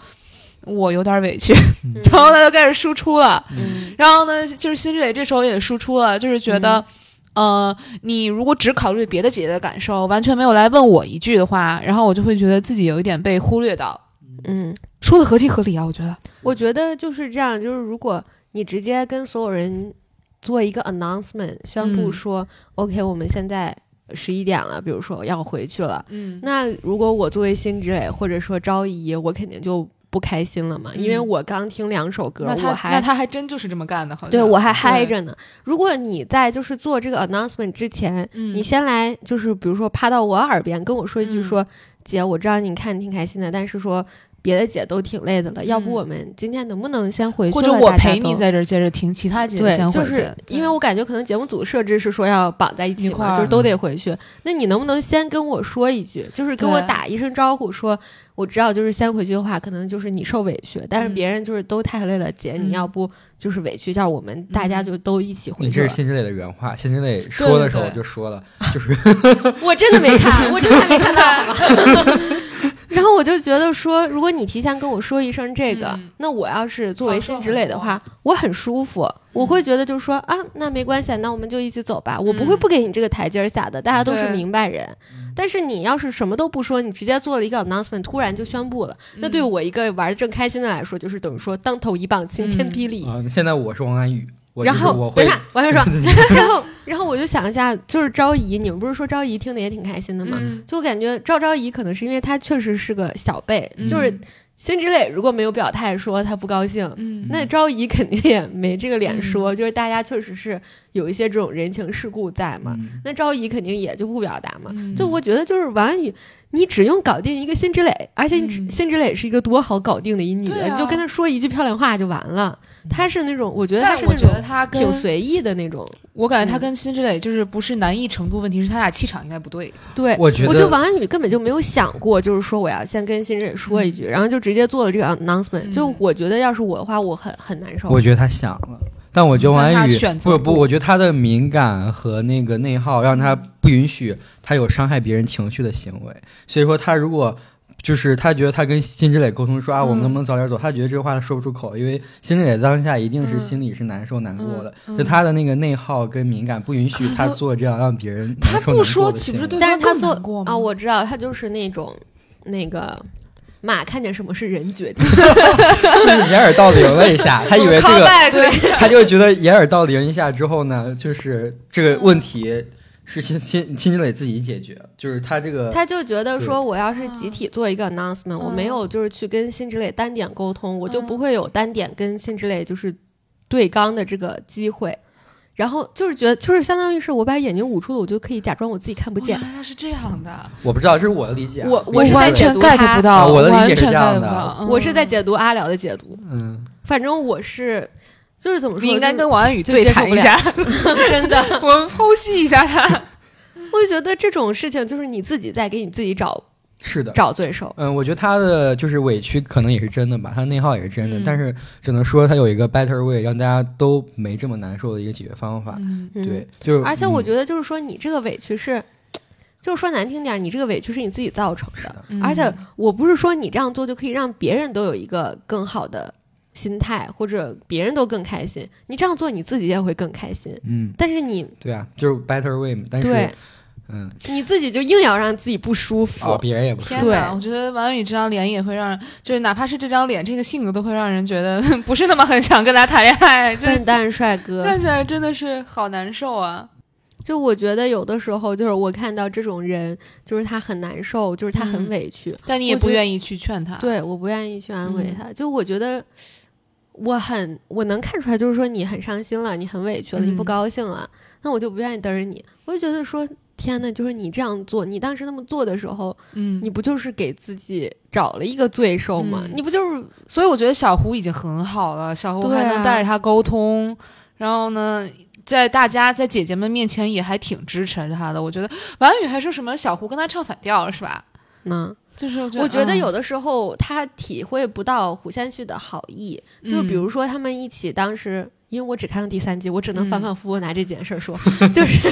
S2: 我有点委屈， [laughs] 然后他就开始输出了。
S1: 嗯
S2: 然后呢，就是辛芷蕾这时候也输出了，就是觉得，
S1: 嗯
S2: 呃，你如果只考虑别的姐姐的感受，完全没有来问我一句的话，然后我就会觉得自己有一点被忽略到。
S1: 嗯，
S2: 说的合情合理啊，我觉得。
S1: 我觉得就是这样，就是如果你直接跟所有人做一个 announcement，宣布
S2: 嗯
S1: 说、OK，我们现在十一点了，比如说要回去了，
S2: 嗯
S1: 那如果我作为辛芷蕾或者说昭仪，我肯定就不开心了嘛，因为
S2: 嗯
S1: 我刚听两首歌，
S2: 那
S1: 我
S2: 他那
S1: 还
S2: 他还真就是这么干的，好像。
S1: 对我还嗨
S2: 对。
S1: 着呢。如果你在就是做这个 announcement 之前，
S2: 嗯，
S1: 你先来就是比如说趴到我耳边跟我说一句
S2: 嗯
S1: 说，姐，我知道你看挺开心的，但是说。别的姐都挺累的了，要不
S2: 嗯
S1: 我们今天能不能先回去了？
S2: 或者我
S1: 大家
S2: 陪你
S1: 都
S2: 在这儿接着听，其他姐姐
S1: 对，
S2: 先回
S1: 就
S2: 去。
S1: 是因为我感觉可能节目组设置是说要绑在一起
S2: 一块
S1: 嘛，
S2: 儿嗯
S1: 就是都得回去。那你能不能先跟我说一句，就是跟我
S2: 对
S1: 打一声招呼说，我知道就是先回去的话，可能就是你受委屈，但是
S2: 嗯
S1: 别人就是都太累了，姐，
S2: 嗯
S1: 你要不就是委屈一下，我们大家就都一起回
S3: 你
S1: 去
S3: 这
S1: 了
S3: 是。辛芷蕾的原话，辛芷蕾说的时候
S2: 对对对
S3: 就说了，就是
S1: 我真的没看，我真的还没看到好吗。
S2: [laughs]
S1: 然后我就觉得说，如果你提前跟我说一声这个，
S2: 嗯
S1: 那我要是作为
S2: 好受
S1: 辛芷蕾的话，我很舒服，
S2: 嗯
S1: 我会觉得就说啊，那没关系，那我们就一起走吧，我不会不给你这个台阶儿下的，大家都是
S2: 嗯对
S1: 明白人。但是你要是什么都不说，你直接做了一个 announcement，突然就宣布了，
S2: 嗯
S1: 那对我一个玩的正开心的来说，就是等于说当头一棒晴天霹雳。
S3: 啊，现在我是王安宇，我就
S1: 然
S3: 是
S1: 后
S3: 我
S1: 等
S3: 会
S1: 一下，我还
S3: [laughs]
S1: 说，然后然后我就想一下，就是昭仪，你们不是说昭仪听的也挺开心的吗？
S2: 嗯
S1: 就我感觉赵昭仪可能是因为她确实是个小辈，
S2: 嗯
S1: 就是辛芷蕾如果没有表态说她不高兴，
S2: 嗯
S1: 那昭仪肯定也没这个脸说，就是大家确实是有一些这种人情世故在嘛，
S3: 嗯
S1: 那昭仪肯定也就不表达嘛。
S2: 嗯
S1: 就我觉得就是王安宇，你只用搞定一个辛芷蕾，而且你只
S2: 嗯
S1: 辛芷蕾是一个多好搞定的一女
S2: 对
S1: 人，
S2: 啊嗯
S1: 你就跟她说一句漂亮话就完了。她是那种，我觉得她
S2: 但
S1: 是
S2: 我
S1: 那
S2: 觉得
S1: 种
S2: 他跟
S1: 挺随意的那种。
S2: 我感觉他
S1: 嗯
S2: 跟辛芷蕾就是不是难易程度问题，是他俩气场应该不对。
S1: 对，
S3: 我觉得
S1: 我觉得王安宇根本就没有想过，就是说我要先跟新人说一句，
S3: 嗯
S1: 然后就直接做了这个 announcement、
S2: 嗯
S1: 就我觉得要是我的话，我很很难
S2: 哦
S1: 受。
S3: 我觉得他想了，但我觉得王
S2: 但他
S3: 安宇
S2: 选择
S3: 不不，
S2: 不嗯
S3: 我觉得他的敏感和那个内耗让他不允许他有伤害别人情绪的行为，所以说他如果。就是他觉得他跟辛芷蕾沟通说
S2: 嗯
S3: 啊，我们能不能早点走？他觉得这话说不出口，因为辛芷蕾当下一定是
S1: 嗯
S3: 心里是难受、难过的，
S2: 嗯
S3: 就他的那个内耗跟敏感不允许
S2: [laughs]
S3: 他
S2: 可
S3: 做这样让别人
S2: 他
S3: 难受
S2: 不
S3: 难
S2: 说
S3: 过的
S2: 岂不
S3: 行
S2: 是
S3: 为
S2: 对
S1: 但是他
S2: 观众
S1: 做
S2: 难过吗
S1: 啊，我知道他就是那种那个马看见什么是人决定，
S3: [laughs] 就是掩耳盗铃了一下，他以为这
S2: Call
S3: 个
S2: back 了一
S3: [laughs]
S2: 下
S1: [laughs]
S3: 他就觉得掩耳盗铃一下之后呢，就是这个问题是辛辛辛芷蕾自己解决，就是他这个
S1: 他就觉得
S3: 对
S1: 说我要是集体做一个 announcement，、我没
S2: 嗯
S1: 有就是去跟辛芷蕾单点沟通，我就不会有单点跟辛芷蕾就是对刚的这个机会。然后就是觉得，就是相当于是我把眼睛捂住了，我就可以假装我自己看不见
S2: 原。来他是这样的，
S3: 我不知道，这是我的理解啊、
S1: 我
S3: 不
S1: 我是在
S2: 完
S1: 解
S2: 全
S1: 读
S2: get
S1: 他
S2: 不到，
S3: 啊我的理
S2: 完
S3: 解是
S2: 全
S3: 这样
S2: get 不
S3: 的
S2: 到嗯
S1: 我是在解读阿辽的解读，
S3: 嗯，
S1: 反正我是，就是怎么说，
S2: 你应该
S1: 就是
S2: 跟王安宇对谈一下，
S1: [laughs]
S2: 真的， [laughs] 我们剖析一下他。
S1: 我就觉得这种事情就是你自己在给你自己找
S3: 是的。
S1: 找罪受。
S3: 嗯，我觉得他的就是委屈可能也是真的吧，他内耗也是真的，
S2: 嗯
S3: 但是只能说他有一个 better way，让大家都没这么难受的一个解决方法。
S2: 嗯
S1: 嗯、
S3: 对，，就是
S1: 而且我
S3: 得
S1: 觉得就是说你这个委屈是。就是说难听点儿，你这个委屈是你自己造成的。
S2: 嗯
S1: 而且我不是说你这样做就可以让别人都有一个更好的心态，或者别人都更开心。你这样做你自己也会更开心。
S3: 嗯，
S1: 但是你
S3: 对啊，就是 better way 嘛。但
S1: 对
S3: 是，嗯，
S1: 你自己就硬要让自己不舒服，
S3: 哦，别人也不
S2: 天
S3: 是，
S1: 对
S2: 哪，我觉得王宇这张脸也会让人，就是哪怕是这张脸，这个性格都会让人觉得 [laughs] 不是那么很想跟他谈恋爱，就是
S1: 笨蛋帅哥。
S2: 看起来真的是好难受啊。
S1: 就我觉得有的时候，就是我看到这种人，就是他很难受，就是他很
S2: 嗯啊
S1: 委屈。
S2: 但你也
S1: 我觉
S2: 不
S1: 得
S2: 愿意去劝他，，
S1: 对，我不愿意去安
S2: 嗯
S1: 慰他。就我觉得，我很我能看出来，就是说你很伤心了，你很委屈了，你不
S2: 嗯
S1: 高兴了，那我就不愿意跟着你。我就觉得说，天呐，就是你这样做，你当时那么做的时候，
S2: 嗯
S1: 你，不就是给自己找了一个罪受吗？
S2: 嗯
S1: 你不就是
S2: 所以我觉得小胡已经很好了，小胡
S1: 对
S2: 还
S1: 啊
S2: 能带着他沟通，然后呢，在大家在姐姐们面前也还挺支持他的。我觉得王宇还说什么小胡跟他唱反调是吧？
S1: 呢？
S2: 就是我觉得
S1: 我觉得
S2: 嗯
S1: 有的时候他体会不到虎山旭的好意，就
S2: 嗯
S1: 比如说他们一起当时。因为我只看到第三季，我只能
S2: 嗯
S1: 反反复复拿这件事儿
S2: [laughs]
S1: 说，就是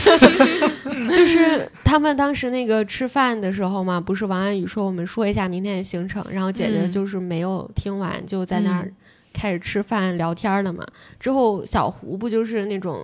S1: 就是他们当时那个吃饭的时候嘛，不是王安宇说我们说一下明天的行程，然后姐姐
S2: 嗯
S1: 就是没有听完，就在那儿
S2: 嗯
S1: 开始吃饭聊天了嘛。之后小胡不就是那种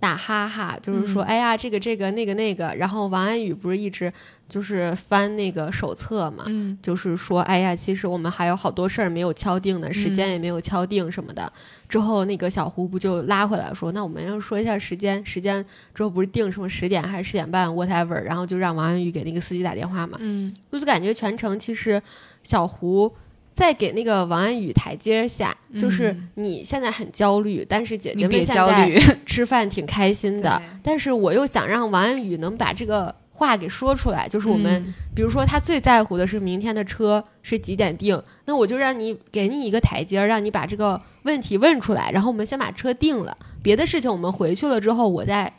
S1: 打哈哈，就是说、
S2: 嗯
S1: 哎呀这个这个那个那个，然后王安宇不是一直就是翻那个手册嘛，
S2: 嗯
S1: 就是说，哎呀，其实我们还有好多事儿没有敲定呢，时
S2: 嗯
S1: 间也没有敲定什么的。之后那个小胡不就拉回来说，那我们要说一下时间，时间之后不是定什么十点还是十点半，whatever，然后就让王安宇给那个司机打电话嘛。
S2: 嗯
S1: 我就感觉全程其实小胡在给那个王安宇台阶下，就是
S2: 嗯
S1: 你现在很焦虑，但是姐姐
S2: 你
S1: 们
S2: 别
S1: 现
S2: 焦
S1: 在
S2: 虑，嗯
S1: 吃饭挺开心的
S2: 对，
S1: 但是我又想让王安宇能把这个话给说出来，就是我们。
S2: 嗯
S1: 比如说他最在乎的是明天的车是几点定，那我就让你给你一个台阶儿，让你把这个问题问出来，然后我们先把车定了，别的事情我们回去了之后我再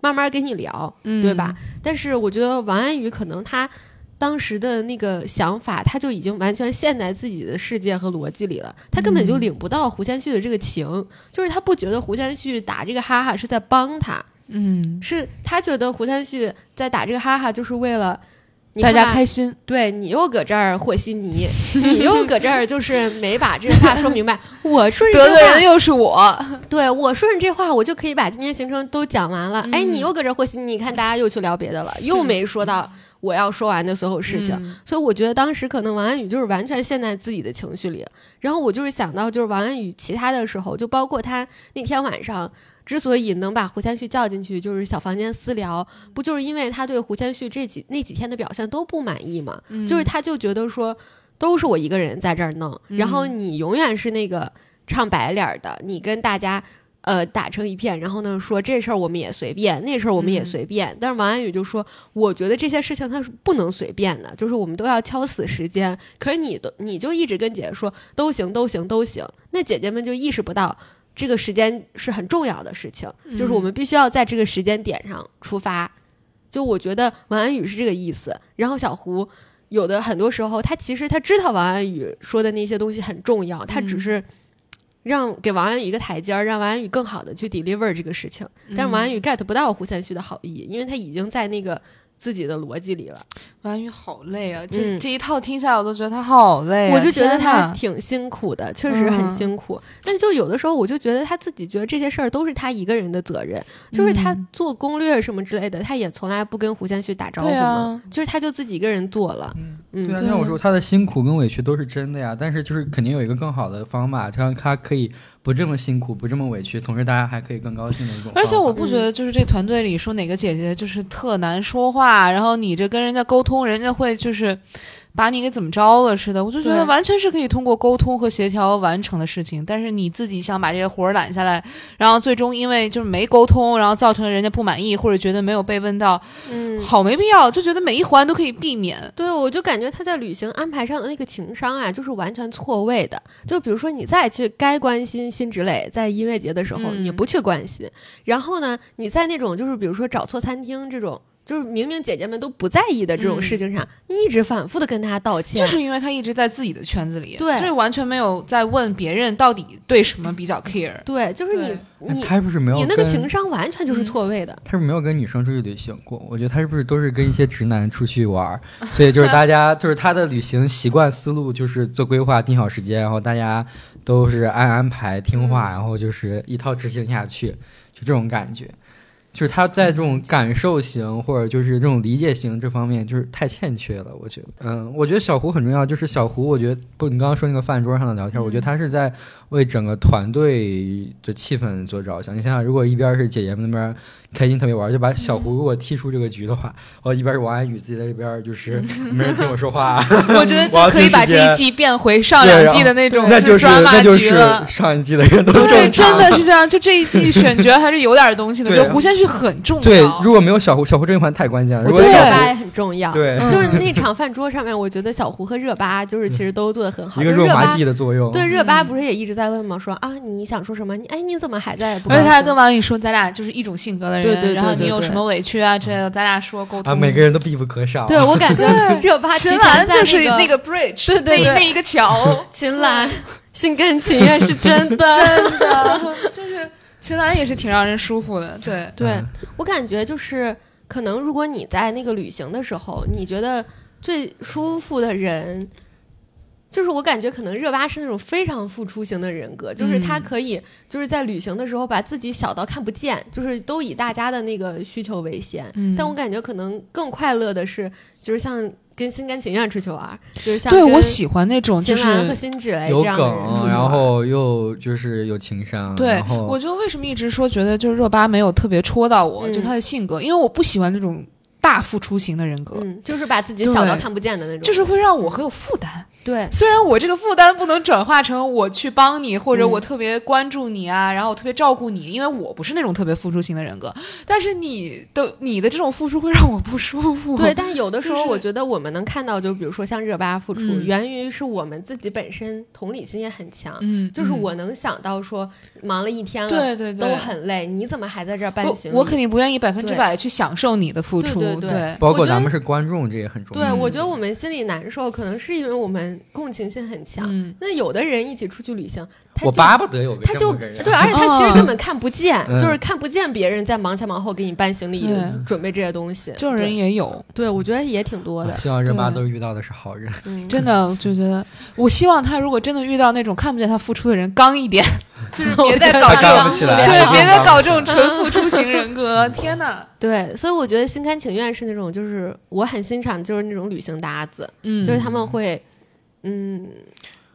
S1: 慢慢跟你聊，
S2: 嗯
S1: 对吧？？但是我觉得王安宇可能他。当时的那个想法，他就已经完全陷在自己的世界和逻辑里了，他根本就
S2: 嗯
S1: 领不到胡先煦的这个情，就是他不觉得胡先煦打这个哈哈是在帮他，
S2: 嗯，
S1: 是他觉得胡先煦在打这个哈哈，就是为了你
S2: 大
S1: 看啊
S2: 家
S1: 吧
S2: 开心，
S1: 对你又搁这儿和稀泥，你又搁这儿就是没把这话说明白。我顺着
S2: 得
S1: 这
S2: 罪人
S1: 话，
S2: 又是我，
S1: 对我顺着这话，我就可以把今天行程都讲完了。哎，
S2: 嗯
S1: 你又搁这儿和稀泥，你看大家又去聊别的了，又没说到我要说完的所有事情。
S2: 嗯
S1: 所以我觉得当时可能王安宇就是完全陷在自己的情绪里，然后我就是想到就是王安宇其他的时候，就包括他那天晚上之所以能把胡先煦叫进去，就是小房间私聊，不就是因为他对胡先煦这几那几天的表现都不满意嘛？
S2: 嗯
S1: 就是他就觉得说都是我一个人在这儿弄，
S2: 嗯
S1: 然后你永远是那个唱白脸儿的，你跟大家。呃，打成一片，然后呢，说这事儿我们也随便，那事儿我们也
S2: 嗯
S1: 随便。但是王安宇就说，我觉得这些事情他是不能随便的，就是我们都要敲死时间。可是你都你就一直跟姐姐说都行都行都行，那姐姐们就意识不到这个时间是很重要的事情，
S2: 嗯
S1: 就是我们必须要在这个时间点上出发。就我觉得王安宇是这个意思，然后小胡有的很多时候，他其实他知道王安宇说的那些东西很重要，他
S2: 嗯
S1: 只是让给王安宇一个台阶儿，让王安宇更好的去 deliver 这个事情。
S2: 嗯
S1: 但是王安宇 get 不到胡先煦的好意，因为他已经在那个自己的逻辑里了。
S2: 王安宇好累啊，这
S1: 嗯
S2: 这一套听下来我都觉得他好累啊，
S1: 我就觉得
S2: 天
S1: 他
S2: 哪
S1: 挺辛苦的，确实很
S2: 嗯
S1: 辛苦。但就有的时候，我就觉得他自己觉得这些事儿都是他一个人的责任，就是他
S2: 嗯
S1: 做攻略什么之类的，他也从来不跟胡先煦打招呼
S2: 对
S1: 嘛，
S2: 啊
S1: 就是他就自己一个人做了。嗯
S3: 对啊，
S2: 对
S3: 像我说他的辛苦跟委屈都是真的呀，但是就是肯定有一个更好的方法，让他可以不这么辛苦，不这么委屈，同时大家还可以更高兴的一种方法。
S2: 而且
S1: 嗯
S2: 我不觉得，就是这团队里说哪个姐姐就是特难说话，然后你这跟人家沟通，人家会就是把你给怎么着了似的。我就觉
S1: 对
S2: 得完全是可以通过沟通和协调完成的事情。但是你自己想把这些活儿揽下来，然后最终因为就是没沟通，然后造成了人家不满意或者觉得没有被问到，
S1: 嗯，
S2: 好没必要，就觉得每一环都可以避免。
S1: 对，我就感觉他在旅行安排上的那个情商啊，就是完全错位的。就比如说，你再去该关心辛芷蕾，在音乐节的时候，
S2: 嗯
S1: 你不去关心，然后呢，你在那种就是比如说找错餐厅这种就是明明姐姐们都不在意的这种事情上，你一直反复的跟她道歉，
S2: 嗯就是因为他一直在自己的圈子里，
S1: 对
S2: 就是完全没有在问别人到底对什么比较 care。
S1: 对，就是
S2: 对
S1: 你你
S3: 他是不是没有
S1: 你那个
S3: 跟嗯
S1: 情商完全就是错位的。
S3: 他是没有跟女生出去旅行过，我觉得他是不是都是跟一些直男出去玩儿？所以就是大家就是他的旅行习惯思路就是做规划、定好时间，然后大家都是按安排听话，然后就是一套执行下去，就这种感觉。就是他在这种感受型或者就是这种理解型这方面，就是太欠缺了。我觉得，嗯，我觉得小胡很重要。就是小胡，我觉得不，你刚刚说那个饭桌上的聊天，
S2: 嗯
S3: 我觉得他是在为整个团队的气氛做着想。你想想，如果一边是姐姐们那边开心特别玩，就把小胡如果踢出这个局的话，我一边是王安宇自己在这边就是
S1: 嗯
S3: 没人听我
S1: [laughs]
S3: 说话， [laughs]
S2: 我觉得就
S3: 我要
S2: 可以把
S3: 听时
S2: 这
S3: 间
S2: 一季变回上
S3: 对
S2: 两
S3: 然
S2: 季的
S3: 后
S2: 那种
S3: 那就是
S2: 抓马
S3: 那就
S2: 局
S3: 是
S2: 了。
S3: 上一季的人都
S2: 对，
S3: 正
S2: 真
S3: 常。
S2: 的是这样。就这一季选角还是有点东西的，
S3: 对
S2: 就胡先煦很重要。
S3: 对，如果没有小胡，小胡这一款太关键了。
S1: 我
S3: 如
S1: 觉
S3: 果
S1: 得热
S3: 小
S2: 对
S1: 巴
S3: 胡
S1: 也很重要，
S3: 对
S2: 嗯
S1: 就是那场饭桌上面，我觉得小胡和热巴就是其实都做的很好，
S3: 嗯一个
S1: 就是
S3: 润
S1: 热
S3: 滑
S1: 巴
S3: 剂的作用，啊
S1: 对热巴
S2: 嗯
S1: 不是也一直在问吗？说啊，你想说什么？你哎，你怎么还在不高
S2: 而
S1: 兴？
S2: 且他还跟王宇说，咱俩就是一种性格的人，
S1: 嗯对对对
S2: 然后你
S1: 对
S2: 有
S1: 对
S2: 什么委屈啊之类的，咱俩说沟通。
S3: 啊，每个人都必不可少。
S1: 对我感觉
S2: 对
S1: 热巴之
S2: 秦
S1: 前
S2: 岚
S1: 在
S2: 就是
S1: 那
S2: bridge，
S1: 对对对，
S2: 那那一个桥
S1: 秦
S2: [laughs]
S1: 岚心甘情愿是真的，
S2: 真的 [laughs] 就是秦岚也是挺让人舒服的。对，
S1: 对
S3: 嗯
S1: 我感觉就是，可能如果你在那个旅行的时候，你觉得最舒服的人，就是我感觉可能热巴是那种非常付出型的人格，就是他
S2: 嗯
S1: 可以就是在旅行的时候把自己小到看不见，就是都以大家的那个需求为先。
S2: 嗯
S1: 但我感觉可能更快乐的是，就是像跟心甘情愿出去玩儿，就是像
S2: 对我
S1: 跟
S2: 喜欢那种就
S1: 秦岚和
S2: 是。啊
S1: 辛芷蕾
S3: 有
S1: 这样的人出去
S3: 梗，
S1: 玩
S3: 然
S1: 儿
S3: 后又就是有情商，
S2: 对
S3: 然，后
S2: 我就为什么一直说觉得就是热巴没有特别戳到我，
S1: 嗯
S2: 就她的性格，因为我不喜欢那种大付出型的人格，
S1: 嗯，就是把自己小到
S2: 对
S1: 看不见的那种，
S2: 就是会让我很有负担。
S1: 对。
S2: 虽然我这个负担不能转化成我去帮你，或者
S1: 嗯
S2: 我特别关注你啊，然后我特别照顾你，因为我不是那种特别付出型的人格，但是你的你的这种付出会让我不舒服。
S1: 对，，但有的时候
S2: 就是
S1: 我觉得我们能看到，就比如说像热巴付出，
S2: 嗯
S1: 源于是我们自己本身同理心也很强。
S2: 嗯，
S1: 就是我能想到说，忙了一天
S2: 嗯，
S1: 了，
S2: 对对对，
S1: 都很累，你怎么还在这儿搬
S2: 我
S1: 行李？
S2: 我肯定不愿意百分之百去享受你的付出，
S1: 对对对
S3: 包括
S1: 我觉得
S3: 咱们是观众，这也很重
S1: 对，
S3: 要。
S1: 我
S2: 嗯
S1: 觉得我们心里难受，可能是因为我们共情性很强。
S2: 嗯，
S1: 那有的人一起出去旅行，他
S3: 我
S1: 就
S3: 巴不得有个
S1: 他
S3: 这
S1: 就
S3: 么个人，啊
S1: 对，而且他其实
S2: 哦
S1: 根本看不见，
S3: 嗯
S1: 就是看不见别人在忙前忙后给你搬行李
S2: 对、嗯
S1: 准备这些东西。
S2: 这种人
S1: 对
S2: 也有，
S1: 对，我觉得也挺多的
S3: 啊。希望热巴
S2: 对
S3: 都遇到的是好人。
S1: 嗯，
S2: 真的我就觉得，我希望他如果真的遇到那种看不见他付出的人，刚一点， [laughs] 就是别再搞
S3: 他
S2: 这
S3: 干
S2: 种
S3: 不起来
S2: 对，
S3: 他
S2: 别
S3: 干
S2: 再
S3: 不
S2: 搞
S3: 起
S2: 这种纯付出型人 [laughs] 格，天哪，
S1: 对，所以我觉得心甘情愿是那种，就是我很欣赏，就是那种旅行搭子，
S2: 嗯 [laughs]
S1: 就是他们会，嗯，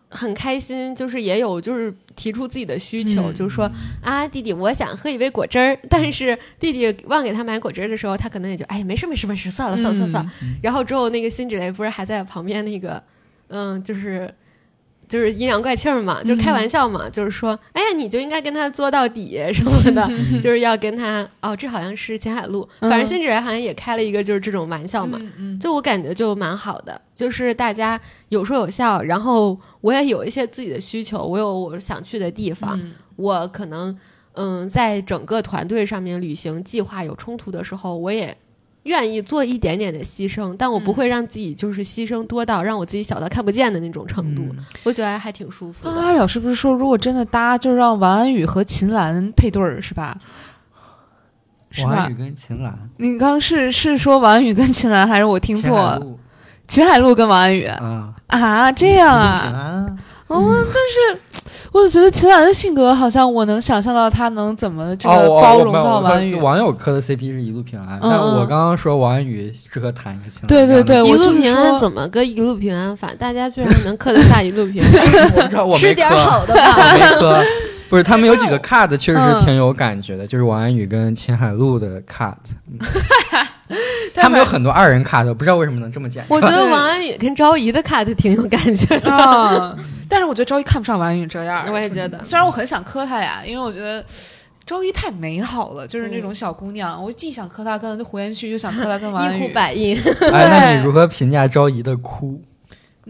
S1: 很开心，就是也有就是提出自己的需求，
S2: 嗯
S1: 就是说啊，弟弟，我想喝一杯果汁儿，但是弟弟忘给他买果汁儿的时候，他可能也就哎，没事没事没事，
S2: 嗯
S1: 算了算了算了算了。然后之后那个辛芷蕾不是还在旁边那个，嗯，就是。就是阴阳怪气儿
S2: 嗯
S1: 嘛，就是开玩笑嘛，就是说，哎呀，你就应该跟他作到底什么
S2: [laughs]
S1: 的，就是要跟他哦，这好像是秦海璐，
S2: 嗯
S1: 反正辛芷蕾好像也开了一个就是这种玩笑嘛，
S2: 嗯嗯，
S1: 就我感觉就蛮好的，就是大家有说有笑，然后我也有一些自己的需求，我有我想去的地方，
S2: 嗯
S1: 我可能嗯，在整个团队上面旅行计划有冲突的时候，我也愿意做一点点的牺牲，但我不
S2: 嗯
S1: 会让自己就是牺牲多到让我自己小到看不见的那种程度，
S3: 嗯
S1: 我觉得还挺舒服
S2: 刚
S1: 的。
S2: 刚阿了哎是不是说，如果真的搭，就让王安宇和秦岚配对儿，是吧？是
S3: 王
S2: 吧
S3: 安宇？跟秦岚
S2: 你刚是是说王安宇跟秦岚，还是我听错了？秦海璐跟王安宇
S3: 啊，
S2: 啊？这样啊？
S3: 啊，
S2: 哦，但是我觉得秦岚的性格好像我能想象到她能怎么这个
S3: 哦我
S2: 包
S3: 我
S2: 容
S3: 没有
S2: 到
S3: 我
S2: 王安宇。
S3: 网友磕的 CP 是一路平安，
S2: 嗯
S3: 但
S2: 嗯
S3: 我刚刚说王安宇适合谈一个秦岚，
S2: 对对对
S1: 一
S2: 我
S1: 路
S2: 就是
S1: 平安
S2: 说
S1: 怎么个一路平安法？大家居然能刻得下一路平安， [laughs]
S3: 我不知道我
S1: 吃
S3: 没
S1: 点
S3: 磕，
S1: 好的吧。 [laughs]
S2: [laughs]
S3: 我没磕。不是，他们有几
S2: 嗯
S3: 个 cut 确实是挺有感觉的，就是王安宇跟秦海璐的 cut，他们有很多二人 cut，我不知道为什么能这么简单。
S1: 我觉
S3: [laughs]
S1: 得王安宇跟昭仪的 cut 挺有感觉 [laughs] 的。
S2: 啊， [laughs] 但是我觉得周一看不上王安宇这样儿。
S1: 我也觉得
S2: 虽然我很想磕他俩，因为我觉得。周一太美好了，就是那种小姑娘，嗯 [laughs] 我既想磕她跟胡彦旭，又想磕她跟王安
S1: 一
S2: 宇。
S1: 呼百应，
S3: 哎，那你如何评价昭仪的哭？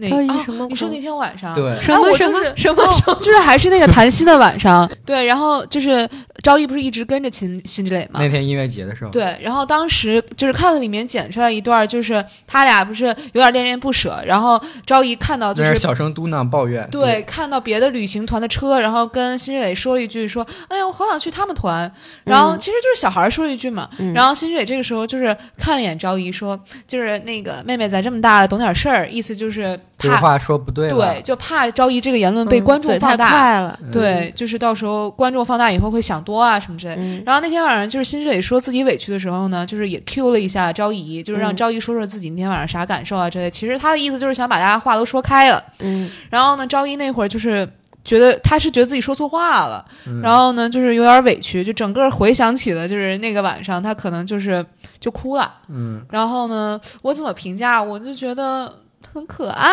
S2: 那
S1: 还有一
S2: 哦
S1: 什么
S2: 你说
S1: 狗
S2: 那天晚上
S3: 对，
S1: [laughs] 什
S2: 哎
S1: 么
S2: 我
S1: 什
S2: 就
S1: 么
S2: 是
S1: 什么
S2: 哦
S1: 什么
S2: [laughs] 就是还是那个谈心的晚上，对，然后就是昭义不是一直跟着秦辛芷蕾吗
S3: 那？天音乐节的时候，，
S2: 对，然后当时就是 cut 里面剪出来一段，就是他俩不是有点恋恋不舍，然后昭仪看到就
S3: 那
S2: 是
S3: 是小声嘟囔抱怨，
S2: 对，看到别的旅行团的车，然后跟辛芷蕾说了一句说：“哎呀，我好想去他们团。”然后
S1: 嗯
S2: 其实就是小孩儿说了一句嘛。
S1: 嗯
S2: 然后辛芷蕾这个时候就是看了一眼昭仪，说：“就是那个妹妹咱这么大了，懂点事儿。”意思就是
S3: 这个
S2: 怕
S3: 话说不对了，
S2: 对，就怕昭仪这个言论被
S1: 嗯
S2: 观众
S1: 嘴
S2: 放
S1: 太
S2: 大。
S1: 快了，
S3: 嗯
S2: 对，就是到时候观众放大以后会想多啊什么之类的。
S1: 嗯
S2: 然后那天晚上就是辛芷蕾说自己委屈的时候呢，就是也 Q 了一下昭仪，就是让
S1: 嗯
S2: 昭仪说说自己那天晚上啥感受啊之类的。其实她的意思就是想把大家话都说开了。
S1: 嗯
S2: 然后呢，昭一那会儿就是觉得她是觉得自己说错话了，
S3: 嗯，
S2: 然后呢就是有点委屈，就整个回想起了就是那个晚上，她可能就是就哭了。
S3: 嗯，
S2: 然后呢，我怎么评价？我就觉得。很可爱，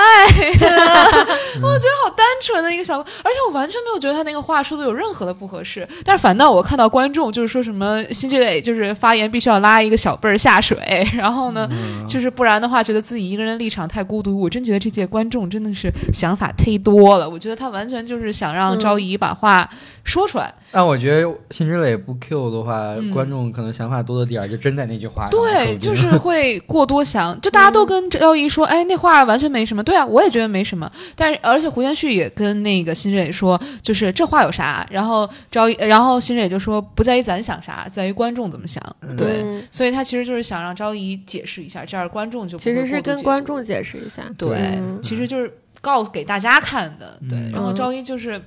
S2: [laughs] 我觉得好单纯的一个小，而且我完全没有觉得她那个话说的有任何的不合适，但是反倒我看到观众就是说什么辛芷蕾就是发言必须要拉一个小辈儿下水，然后呢，
S3: 嗯
S2: 就是不然的话，觉得自己一个人立场太孤独。我真觉得这届观众真的是想法忒多了。我觉得他完全就是想让
S1: 嗯
S2: 昭仪把话说出来。
S3: 但我觉得辛芷蕾不 Q 的话，
S2: 嗯
S3: 观众可能想法多了点儿，就真在那句话上说
S2: 对，
S3: 不定
S2: 就是会过多想，就大家
S1: 嗯
S2: 都跟昭仪说，哎，那话完全没什么。对啊，我也觉得没什么。但是，而且胡先煦也跟那个辛芷蕾说，就是这话有啥？然后昭仪，然后辛芷蕾就说，不在于咱想啥，在于观众怎么想。对，
S1: 嗯
S2: 所以他其实就是想让昭仪解释一下，这样观众就不
S1: 其
S2: 会
S1: 实是
S2: 过度
S1: 跟
S2: 解
S1: 观
S2: 读
S1: 众解释一下，
S2: 对，
S1: 嗯
S2: 其实就是告诉给大家看的。对，
S3: 嗯
S2: 然后赵一就是。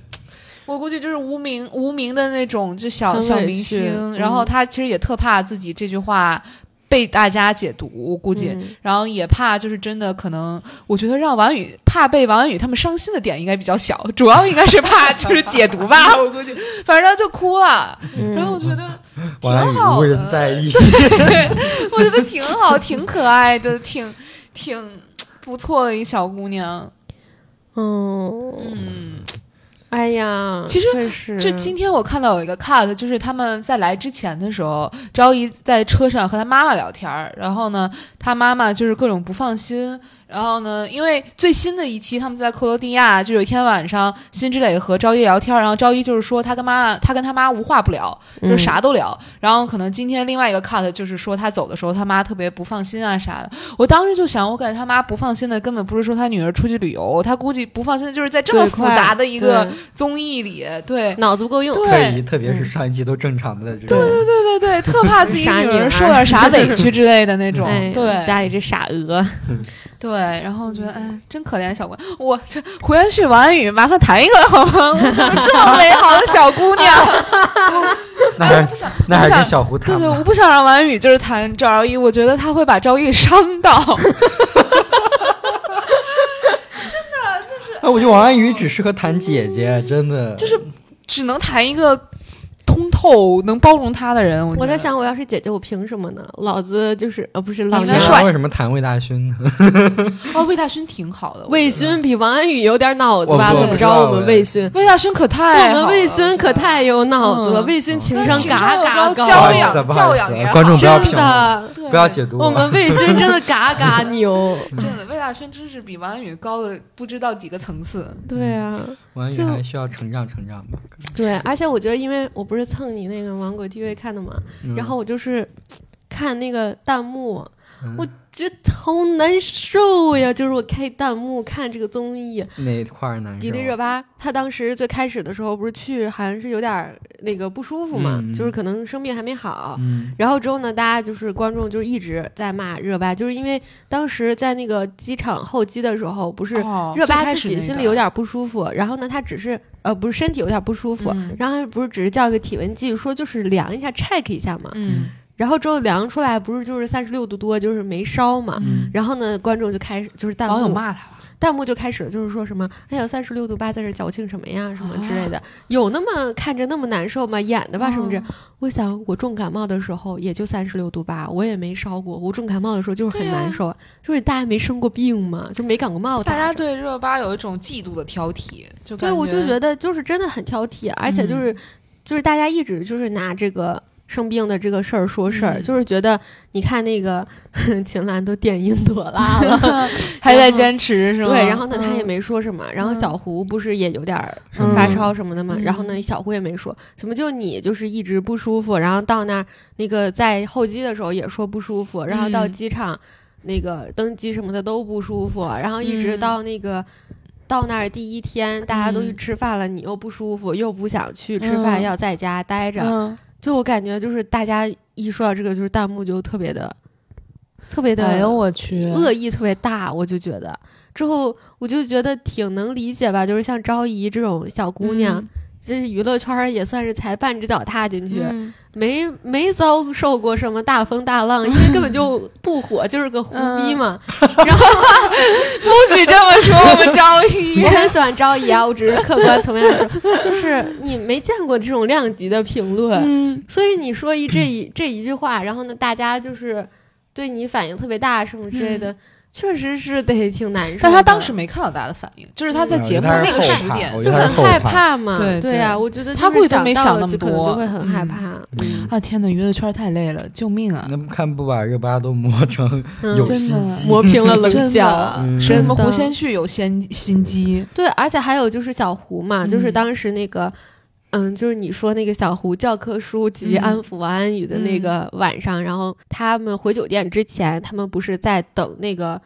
S2: 我估计就是无名无名的那种，就小
S1: 很
S2: 小
S1: 委
S2: 明
S1: 屈
S2: 星，
S1: 嗯
S2: 然后他其实也特怕自己这句话被大家解读，我估计，
S1: 嗯
S2: 然后也怕就是真的可能，我觉得让王安宇怕被王安宇他们伤心的点应该比较小，主要应该
S1: [laughs]
S2: 是怕就是解读吧，我估计，反正他就哭了，
S1: 嗯
S2: 然后我觉得
S1: [laughs]
S3: 王安
S2: 挺好
S3: 宇
S2: 的
S3: 无人在意，
S2: 对，我觉得挺好，挺可爱的，挺挺不错的一小姑娘。
S1: 嗯，
S2: 嗯，
S1: 哎呀，
S2: 其实
S1: 确实
S2: 就今天我看到有一个 cut，就是他们在来之前的时候，昭仪在车上和她妈妈聊天儿，然后呢，她妈妈就是各种不放心。然后呢，因为最新的一期他们在克罗地亚，就有一天晚上，辛芷蕾和昭仪聊天儿，然后昭仪就是说她跟妈妈，她跟她妈无话不聊，就是
S1: 嗯
S2: 啥都聊。然后可能今天另外一个 cut 就是说他走的时候，他妈特别不放心啊啥的。我当时就想，我感觉他妈不放心的根本不是说他女儿出去旅游，他估计不放心的就是在这么
S1: 最
S2: 复
S1: 快
S2: 杂的一个
S1: 对
S2: 综艺里，对
S1: 脑子不够用，
S2: 对
S3: 特别特别是上一期都正常的这种，
S2: 对对对，特怕自己
S1: 傻
S2: 女
S1: 女
S2: 儿
S1: 儿
S2: 受点啥委屈之类的那种，
S1: 哎，
S2: 对
S1: 家里这傻鹅，
S2: 对。然后我觉得，哎，真可怜小关，我这胡彦旭、王安宇，麻烦谈一个好吗？ [laughs] 我怎么这么美好的小姑娘，
S3: [laughs] 那
S2: 哎，我
S3: 还
S2: 不想，
S3: 那还
S2: 我
S3: 是
S2: 想
S3: 跟小胡
S2: 对
S3: 谈
S2: 对，
S3: 吧
S2: 我。不想让婉宇就是谈赵一，我觉得他会把赵一伤到。 [laughs]
S3: 哎，我觉得王安宇只适合谈姐姐，真的。
S2: 就是只能谈一个通透、能包容他的人。我觉
S1: 我
S2: 得
S1: 在，想，我要是姐姐，我凭什么呢？老子就是呃，不是
S2: 老
S1: 老
S2: 你
S1: 子
S2: 才
S3: 那
S2: 帅
S3: 为什么谈魏大勋呢？
S2: 哦，魏大勋挺好的。
S1: 魏勋比王安宇有点脑子吧？
S2: 我不
S1: 怎么
S3: 知
S1: 着？
S3: 道
S1: 我们
S3: 哎
S1: 魏勋，
S2: 魏大勋可太
S1: 我
S2: 好
S1: 们
S2: 了
S1: 魏勋可太有脑子了，
S2: 嗯
S1: 魏勋情
S2: 他
S1: 商
S2: 情
S1: 嘎
S2: 商
S1: 嘎
S2: 有
S1: 高，
S2: 高教
S3: 不好意
S2: 养
S3: 思不
S2: 教
S3: 好意
S2: 养也
S3: 思，
S2: 好
S3: 观众不要
S1: 真
S3: 评论，
S1: 的。
S2: 对
S3: 不要解读啊
S1: 我们魏勋真的嘎嘎
S2: [laughs]
S1: 牛，
S2: 真的魏大勋真是比王安宇高了不知道几个层次。
S1: 对啊，
S3: 王安宇
S1: 就
S3: 还需要成长成长吧。
S1: 对，而且我觉得，因为我不是蹭你那个芒果 TV 看的嘛，
S3: 嗯
S1: 然后我就是看那个弹幕，
S3: 嗯
S1: 我觉得好难受呀！就是我开弹幕看这个综艺，
S3: 哪块儿难受？
S1: 迪丽热巴，她当时最开始的时候不是去，好像是有点儿那个不舒服嘛，
S3: 嗯
S1: 就是可能生病还没好。
S3: 嗯，
S1: 然后之后呢，大家就是观众就是一直在骂热巴，就是因为当时在那个机场候机的时候，不是
S2: 哦
S1: 热
S2: 最
S1: 巴
S2: 开
S1: 自
S2: 始
S1: 己
S2: 那
S1: 心
S2: 个
S1: 里有点不舒服，然后呢，她只是呃不是身体有点不舒服，
S2: 嗯
S1: 然后她不是只是叫个体温计，说就是量一下 check 一下嘛，
S2: 嗯
S1: 然后之后量出来不是就是三十六度多，就是没烧嘛。
S2: 嗯，哦
S1: 然后呢，观众就开始就是弹
S2: 网友
S1: 幕，
S2: 骂他了。
S1: 弹幕就开始就是说什么，哎呀，三十六度八在这矫情什么呀，什么之类的，
S2: 哦
S1: 有那么看着那么难受吗？演的吧，什么之类。我想我重感冒的时候也就三十六度八，我也没烧过。我重感冒的时候就是很
S2: 对啊
S1: 难受，啊、就是大家没生过病嘛，就没感过冒咋着。
S2: 大家对热巴有一种嫉妒的挑剔，就
S1: 对，
S2: 感嗯
S1: 我就觉得就是真的很挑剔，而且就是、就是大家一直就是拿这个生病的这个事儿说事儿，[laughs]
S2: 嗯
S1: 就是觉得你看那个秦岚都电音朵拉了，
S2: [laughs] 还还在坚持是吗？
S1: 对，然后呢，他也
S2: 嗯
S1: 没说什么。然后小胡不是也有点儿
S2: 嗯
S1: 发烧什么的嘛，
S2: 嗯
S1: 然后呢，小胡也没说，怎么就你就是一直不舒服，然后到那儿那个在候机的时候也说不舒服，然后到
S2: 嗯
S1: 机场、那个登机什么的都不舒服，然后一直
S2: 嗯
S1: 到那个。到那儿第一天，大家都去
S2: 嗯
S1: 吃饭了，你又不舒服，又不想去吃饭，
S2: 嗯
S1: 要在家待着。
S2: 嗯，
S1: 就我感觉，就是大家一说到这个，就是弹幕就特别的、特别的
S2: 哎呦我去，
S1: 嗯恶意特别大，我就觉得之后我就觉得挺能理解吧，就是像昭仪这种小
S2: 嗯
S1: 姑娘，这娱乐圈儿也算是才半只脚踏进去，
S2: 嗯
S1: 没没遭受过什么大风大浪，因为根本就不火，就是个胡
S2: 嗯
S1: 逼
S2: [laughs]
S1: 嘛。然后
S2: 不许这么说，我们招一
S1: [laughs] 我很喜欢昭仪啊，我只是客观层面上说，就是你没见过这种量级的评论，
S2: 嗯
S1: 所以你说一这一这一句话，然后呢，大家就是对你反应特别大什么之类的，确实是得挺难受的。
S2: 嗯但他当时没看到大家的反应，就是他在节目
S3: 嗯
S2: 那个时点
S3: 我觉
S1: 就
S3: 得他
S1: 很
S3: 是后怕
S1: 害怕嘛，
S2: 对
S1: 对呀、
S2: 对
S1: 我觉得
S2: 他
S1: 就是
S2: 会都没
S1: 到
S2: 想
S1: 了
S2: 那么
S1: 就可能
S2: 多
S1: 就会很害
S2: 嗯
S1: 怕，
S3: 嗯
S2: 啊天呐，娱乐圈太累了，救命啊！
S3: 那不看不把热巴都磨成 [laughs]
S1: 嗯
S3: 有
S2: 真
S3: 心
S2: 的
S3: 机，
S1: [laughs] 磨平了棱
S2: 真
S1: 角。
S2: 的，
S3: 嗯
S2: 什么
S1: 真的
S2: 胡先煦有先心机，
S1: 对，而且还有就是小胡嘛，
S2: 嗯
S1: 就是当时那个。嗯，就是你说那个小胡教科书及
S2: 嗯
S1: 安抚安语的那个晚上，然后他们回酒店之前，他们不是在等那个，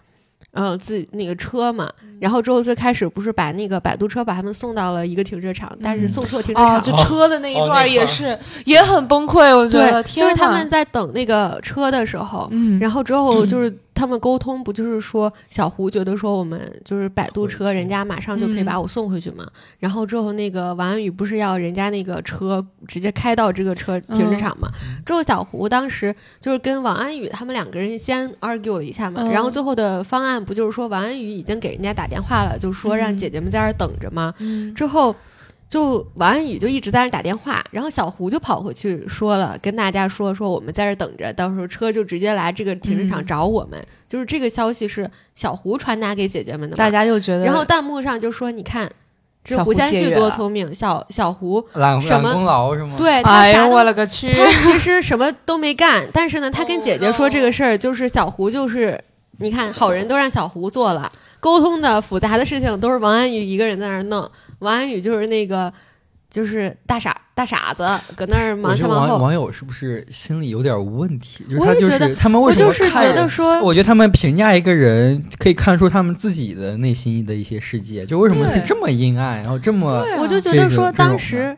S1: 嗯，自己那个车嘛，
S2: 嗯
S1: 然后之后最开始不是把那个摆渡车把他们送到了一个停车场，但是
S3: 嗯
S1: 送错停车场
S2: 啊，
S1: 了，
S2: 就车的那一
S3: 哦
S2: 段
S3: 那
S2: 也
S3: 块儿
S2: 是、也很崩溃，我觉
S1: 对
S2: 得，
S1: 就
S2: 天
S1: 是他
S2: 呐
S1: 们在等那个车的时候，
S2: 嗯，
S1: 然后之后就是他们沟通，不就是说小胡觉得说我们就是摆渡车，人家马上就
S2: 嗯
S1: 可以把我送回去嘛。然后之后那个王安宇不是要人家那个车直接开到这个车停车场嘛？
S2: 嗯
S1: 之后小胡当时就是跟王安宇他们两个人先 argue 了一下嘛，
S2: 嗯
S1: 然后最后的方案不就是说王安宇已经给人家打电话了，就说让
S2: 嗯
S1: 姐姐们在这儿等着嘛。
S2: 嗯
S1: 之后，就王安宇就一直在那儿打电话，然后小胡就跑回去说了，跟大家说说我们在这儿等着，到时候车就直接来这个停车场
S2: 嗯
S1: 找我们。就是这个消息是小胡传达给姐姐们的嘛，
S2: 大家就觉得，
S1: 然后弹幕上就说：“你看，这
S2: 小
S1: 胡
S2: 胡
S1: 先
S2: 解
S1: 煦
S2: 约
S1: 多
S2: 了
S1: 聪明，小小胡
S3: 揽
S1: 什
S3: 揽
S1: 么
S3: 功劳是吗？，
S1: 对他
S2: 哎
S1: 啥
S2: 呦
S1: 都
S2: 我了个去，
S3: [laughs]
S1: 他其实什么都没干，但是呢，他
S2: 哦
S1: 跟姐姐说这个事儿，就是小胡就是，你看好人都让小胡做了，沟通的复杂的事情都是王安宇一个人在那儿弄，王安宇就是那个就是大傻大傻子，搁那儿
S3: 我
S1: 忙
S3: 觉
S1: 前
S3: 得
S1: 忙
S3: 网
S1: 后。
S3: 网友是不是心里有点问题？就是
S1: 我
S3: 他
S1: 也
S3: 就
S1: 觉得
S3: 是他们
S1: 我
S3: 为什
S1: 就
S3: 么
S1: 是
S3: 看
S1: 觉得
S3: 人
S1: 说，
S3: 我觉得他们评价一个人，可以看出他们自己的内心的一些世界，就为什么
S2: 对
S3: 是这么阴暗，然后这么
S2: 对啊
S1: 我就觉
S3: 这
S1: 得
S3: 种
S1: 说，
S3: 这种
S1: 当时，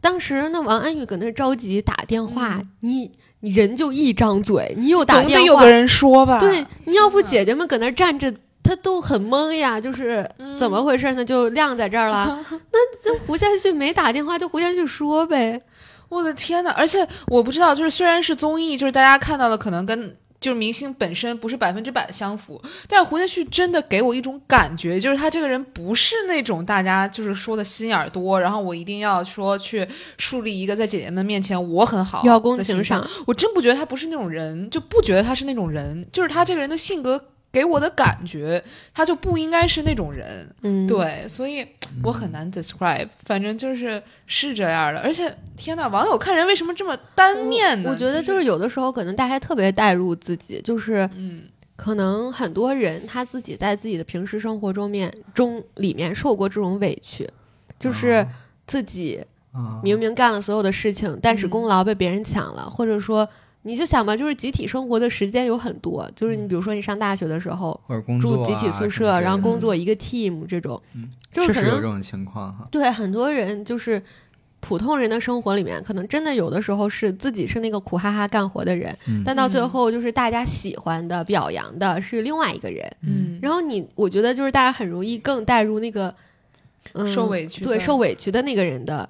S1: 当时那王安宇搁那儿着急打电话，你你人就一张嘴，你有打
S2: 嗯总
S1: 电
S2: 得
S1: 话，
S2: 有个人说吧，
S1: 对，你要不姐姐们搁那儿站着，她都很懵呀，就是
S2: 嗯
S1: 怎么回事呢？就晾在这儿了。
S3: 嗯
S1: 那这胡先煦没打电话，就胡先煦说呗。
S2: 我的天呐！而且我不知道，就是虽然是综艺，就是大家看到的可能跟就是明星本身不是百分之百相符，但是胡先煦真的给我一种感觉，就是他这个人不是那种大家就是说的心眼儿多，然后我一定要说去树立一个在姐姐们面前我很
S3: 哦
S2: 好
S1: 邀功
S2: 的
S1: 请
S2: 形象
S1: 赏。，
S2: 我真不觉得他不是那种人，就不觉得他是那种人，就是他这个人的性格给我的感觉，他就不应该是那种人。
S1: 嗯，
S2: 对，所以我很难 describe，反正就是是这样的。而且，天呐，网友看人为什么这么单面呢？
S1: 我觉得
S2: 就
S1: 就是有的时候可能大家特别带入自己，就是
S2: 嗯，
S1: 可能很多人他自己在自己的平时生活中面中里面受过这种委屈，
S3: 哦
S1: 就是自己
S3: 啊
S1: 明明干了所有的事情，但
S3: 嗯
S1: 是功劳被别人抢了，或者说你就想吧，就是集体生活的时间有很多，就是你比如说你上大学的时候
S3: 或者嗯工作
S1: 住
S3: 啊
S1: 集体宿
S3: 什
S1: 舍，
S3: 么之类的
S1: 然后工作一个 team 这种，
S3: 嗯
S1: 就是可
S3: 确实有这
S1: 能
S3: 种情况哈。
S1: 对很多人就是。普通人的生活里面，可能真的有的时候是自己是那个苦哈哈干活的人，
S3: 嗯
S1: 但到最后就是大家喜欢的、表扬的是另外一个人。
S2: 嗯，
S1: 然后你，我觉得就是大家很容易更带入那个、嗯、
S2: 受委屈的，嗯
S1: 对受委屈的那个人的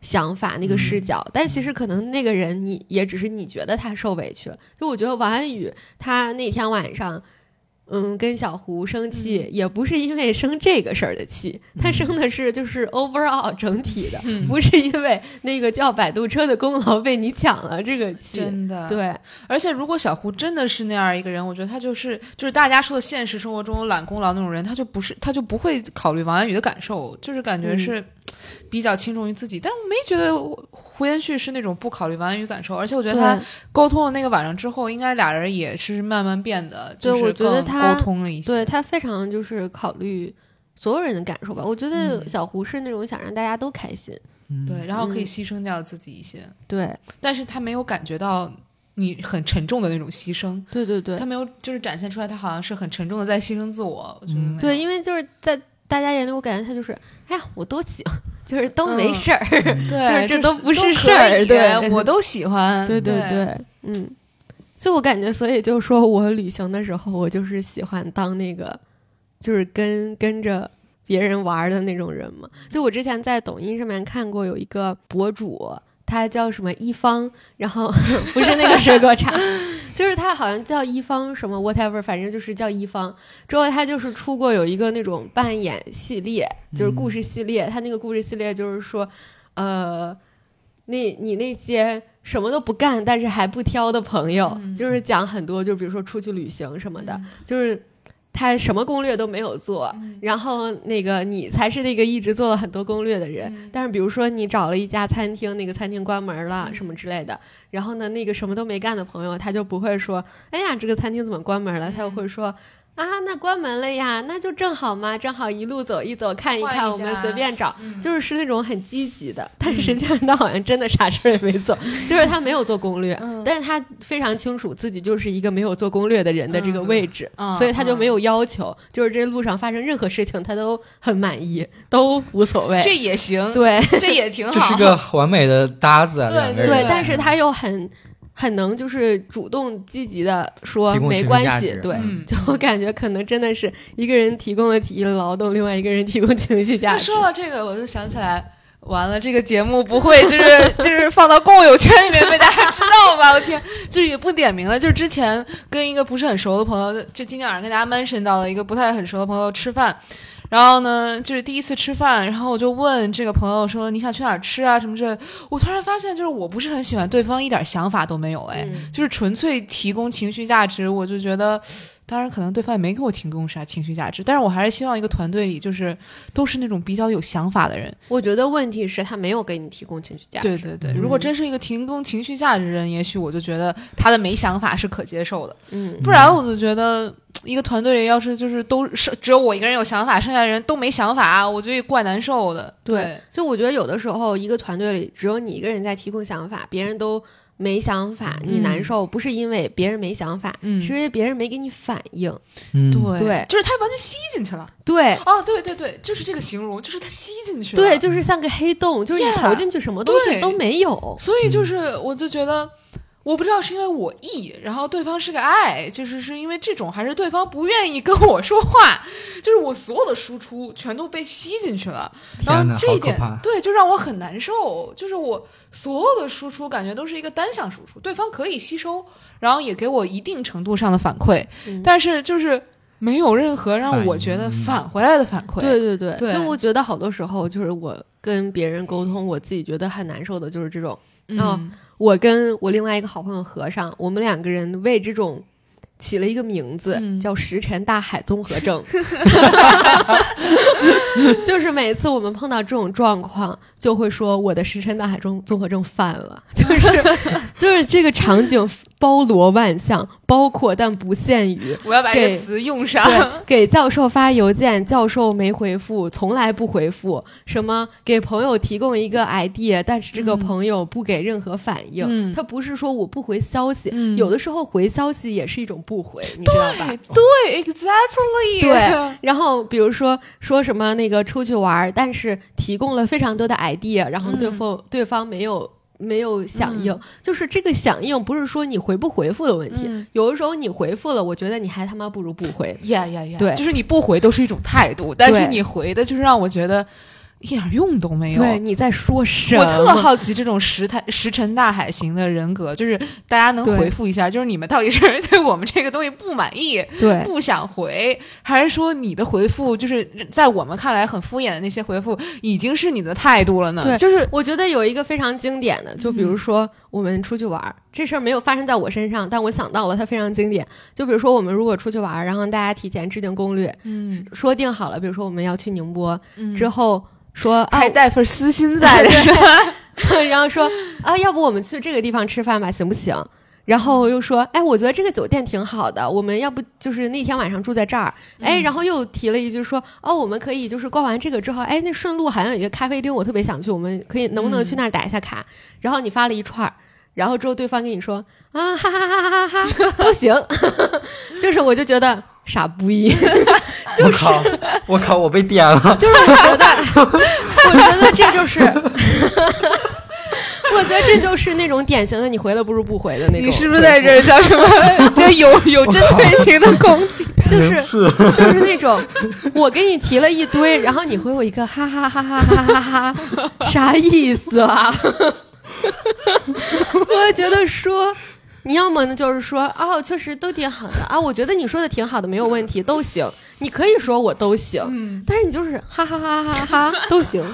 S1: 想法、那个视角。但其实可能那个人你也只是你觉得他受委屈了。就我觉得王安宇他那天晚上。嗯，跟小胡生气、
S2: 嗯
S1: 也不是因为生这个事儿的气，他生的是就是 overall 整体的，
S2: 嗯
S1: 不是因为那个叫摆渡车的功劳被你抢了这个气。
S2: 真的。
S1: 对，
S2: 而且如果小胡真的是那样一个人，我觉得他就是就是大家说的现实生活中有揽功劳那种人，他就不是他就不会考虑王安宇的感受，就是感觉
S1: 嗯
S2: 是。比较轻重于自己，但我没觉得胡延煦是那种不考虑完与感受，而且我觉得他沟通了那个晚上之后，应该俩人也是慢慢变得，
S1: 对
S2: 就是
S1: 我觉得
S2: 更
S1: 他
S2: 沟通了一些，
S1: 对他非常就是考虑所有人的感受吧。我觉得
S2: 嗯
S1: 小胡是那种想让大家都开心，
S3: 嗯
S2: 对，然后可以
S1: 嗯
S2: 牺牲掉自己一些，
S1: 对
S2: 但是他没有感觉到你很沉重的那种牺牲，
S1: 对对对
S2: 他没有就是展现出来，他好像是很沉重的在牺牲自我，我觉得
S3: 嗯
S2: 没有
S1: 对，因为就是在大家眼里，我感觉他就是，哎呀，我都行，就是
S2: 嗯
S1: 都没事儿。
S3: 嗯
S1: [laughs]
S2: 对，
S1: 就是这
S2: 这
S1: 都不是
S2: 可
S1: 事儿
S2: 以
S1: 对
S2: 我都喜欢，
S1: 对
S2: 对
S1: 对对，嗯，就我感觉，所以就说我旅行的时候，我就是喜欢当那个，就是跟跟着别人玩儿的那种人嘛。就我之前在抖音上面看过有一个博主，他叫什么一方，然后 [laughs] 不是那个水果茶，就是他好像叫一方什么 whatever，反正就是叫一方。之后他就是出过有一个那种扮演系列，就是故事系列。他那个故事系列就是说，呃，那你那些什么都不干但是还不挑的朋友，
S2: 嗯
S1: 就是讲很多，就比如说出去旅行什么的，
S2: 嗯
S1: 就是他什么攻略都没有做，
S2: 嗯
S1: 然后那个你才是那个一直做了很多攻略的人。
S2: 嗯
S1: 但是比如说你找了一家餐厅，那个餐厅关门了
S2: 嗯
S1: 什么之类的，然后呢，那个什么都没干的朋友，他就不会说，哎呀，这个餐厅怎么关门了？
S2: 嗯
S1: 他就会说。啊，那关门了呀，那就正好嘛，正好一路走一走，看一
S2: 换
S1: 看，
S2: 一
S1: 我们
S2: 家
S1: 随便找，
S2: 嗯
S1: 就是是那种很积极的，但实际上他好像真的啥事儿也没 [laughs] 做，就是他没有做攻略，
S2: 嗯
S1: 但是他非常清楚自己就是一个没有做攻略的人的这个
S2: 嗯
S1: 位置，
S2: 嗯
S1: 所以他就没有要求，就是这路上发生任何事情他都很满 [laughs] 意，都无所谓。
S2: 这也行，
S1: 对
S2: 这也挺好，
S3: 这是个完美的搭子啊，
S2: 对
S3: 两个
S2: 对
S3: 人。
S1: 对，但是他又很很能就是主动积极的说
S3: 提供
S1: 没
S3: 情绪
S1: 关
S3: 价
S1: 系
S3: 值，
S1: 对。
S2: 嗯
S1: 就我感觉可能真的是一个人提供了体力劳动，另外一个人提供情绪价
S2: 那
S1: 值。
S2: 说到这个，我就想起来，完了，这个节目不会就是
S1: [laughs]
S2: 就是放到共有圈里面被大家知道吧？我天，就是也不点名了。就是之前跟一个不是很熟的朋友，就今天晚上跟大家 mention 到了一个不太很熟的朋友吃饭。然后呢，就是第一次吃饭，然后我就问这个朋友说你想去哪儿吃啊什么这，我突然发现就是我不是很喜欢对方一点想法都没有，哎，
S1: 嗯
S2: 就是纯粹提供情绪价值，我就觉得，当然可能对方也没给我提供啥情绪价值，但是我还是希望一个团队里就是都是那种比较有想法的人。
S1: 我觉得问题是他没有给你提供情绪价值。
S2: 对对对，如果真是一个提供情绪价值的人，也许我就觉得他的没想法是可接受的，
S1: 嗯，
S2: 不然我就觉得一个团队里要是就是都是只有我一个人有想法，剩下的人都没想法，我觉得也怪难受的。
S1: 对，就我觉得有的时候一个团队里只有你一个人在提供想法，别人都没想法，你
S2: 嗯
S1: 难受不是因为别人没想法，
S2: 嗯
S1: 是因为别人没给你反应。
S3: 嗯，
S2: 对
S1: 对
S2: 就是他完全吸进去了。
S1: 对
S2: 哦，对对对，就是这个形容，就是他吸进去了。
S1: 对，就是像个黑洞，就是你
S2: Yeah，
S1: 投进去什么东西
S2: 对
S1: 都没有。
S2: 所以就是，
S3: 嗯
S2: 我就觉得，我不知道是因为我 E，然后对方是个 I，就是是因为这种，还是对方不愿意跟我说话，就是我所有的输出全都被吸进去了，然
S3: 天哪
S2: 后这一
S3: 好可
S2: 点
S3: 怕
S2: 对就让我很难受，就是我所有的输出感觉都是一个单向输出，对方可以吸收，然后也给我一定程度上的反馈，
S1: 嗯
S2: 但是就是没有任何让我觉得
S3: 反应嗯
S2: 返回来的反馈，
S1: 对对对，
S2: 对
S1: 就我觉得好多时候就是我跟别人沟通，我自己觉得很难受的就是这种。
S2: 嗯，
S1: 哦我跟我另外一个好朋友和尚，我们两个人为这种起了一个名字，
S2: 嗯
S1: 叫“石沉大海综合症” 。就是每次我们碰到这种状况，就会说我的石沉大海综综合症犯了， [laughs] 就是就是这个场景包罗万象，包括但不限于。
S2: 我要把这
S1: 对
S2: 个词用上，
S1: 对，给教授发邮件，教授没回复，从来不回复。什么给朋友提供一个 idea，但是这个
S2: 嗯
S1: 朋友不给任何反应。
S2: 嗯
S1: 他不是说我不回消息，
S2: 嗯
S1: 有的时候回消息也是一种不回，你知道吧
S2: 哎？对，exactly，
S1: 对然后比如说说什么那个出去玩儿，但是提供了非常多的 idea，然后对
S2: 嗯
S1: 方、对方没有没有响应，
S2: 嗯
S1: 就是这个响应不是说你回不回复的问题，
S2: 嗯
S1: 有的时候你回复了，我觉得你还他妈不如不回。
S2: 呀呀呀！
S1: 对
S2: 就是你不回都是一种态度，但
S1: 对
S2: 是你回的就是让我觉得一点用都没有。
S1: 对，你在说什么？
S2: 我特好奇这种石太石沉大海型的人格，就是大家能
S1: 对
S2: 回复一下，就是你们到底是 [laughs] 对我们这个东西不满意，
S1: 对
S2: 不想回，还是说你的回复就是在我们看来很敷衍的那些回复，已经是你的态度了呢？
S1: 对嗯
S2: 就是
S1: 我觉得有一个非常经典的，就比如说我们出去玩儿，这事儿没有发生在我身上，但我想到了，它非常经典。就比如说，我们如果出去玩，然后大家提前制定攻略，
S2: 嗯，
S1: 说定好了，比如说我们要去宁波，
S2: 嗯
S1: 之后说啊
S2: 还，带份私心在的
S1: [laughs]
S2: 是吧？
S1: 然后说啊，要不我们去这个地方吃饭吧，行不行？然后又说，哎，我觉得这个酒店挺好的，我们要不就是那天晚上住在这儿？哎，
S2: 嗯
S1: 然后又提了一句说，哦，我们可以就是逛完这个之后，哎，那顺路好像有一个咖啡厅，我特别想去，我们可以能不能去那儿打一下卡？然后你发了一串儿，然后之后对方跟你说啊，哈哈哈哈哈哈，不行， [laughs] 就是我就觉得傻不一，
S3: 我靠，我靠，我被点
S1: [laughs]
S3: 了。
S1: 就是我觉
S2: [laughs]
S1: 得，我觉得这就是， [laughs] 我觉得这就是那种典型的你回了不如不回的那种。
S2: 你是不是在
S1: [laughs]
S2: 这儿叫什么？ [laughs] 这有有针对性的攻击？
S1: 就是 [laughs] 就是那种，我给你提了一堆，然后你回我一个哈哈哈哈哈哈哈哈，啥意思啊？ [laughs] 我觉得说，你要么呢就是说，哦，确实都挺好的啊，我觉得你说的挺好的，没有问题，都行，你可以说我都行，但是你就是哈哈哈哈哈哈都行，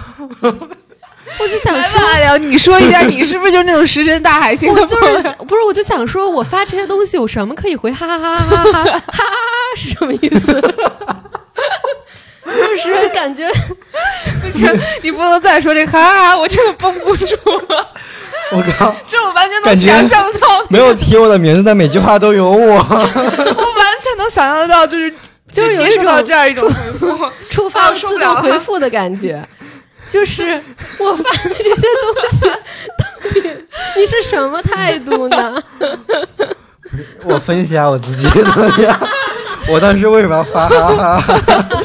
S1: 我就
S2: 哎
S1: 想说。
S2: 妈呀！你说一下，你是不是就是那种石沉大海型
S1: 我
S2: 的？
S1: 就是不是，我就想说，我发这些东西有什么可以回？哈哈哈哈哈哈哈哈是什么意思？就是感觉
S2: 你不能再说这哈哈，我真的绷不 [laughs] 住了，
S3: 我靠，
S2: 这我完全能
S3: 感觉
S2: 想象到，
S3: 没有提我的名字，但每句话都有我。 [laughs]
S2: 我完全能想象得到，就是
S1: 就是有
S2: 接
S1: 一
S2: 触到
S1: 种
S2: 这样一种回 [laughs] 复。
S1: 触发
S2: 啊受不
S1: 自
S2: 了
S1: 动
S2: 了
S1: 回复的感觉，就是我发的这些东西，到底你是什么态度呢？
S3: 我分析一下我自己的呀，我当时为什么要发哈哈哈？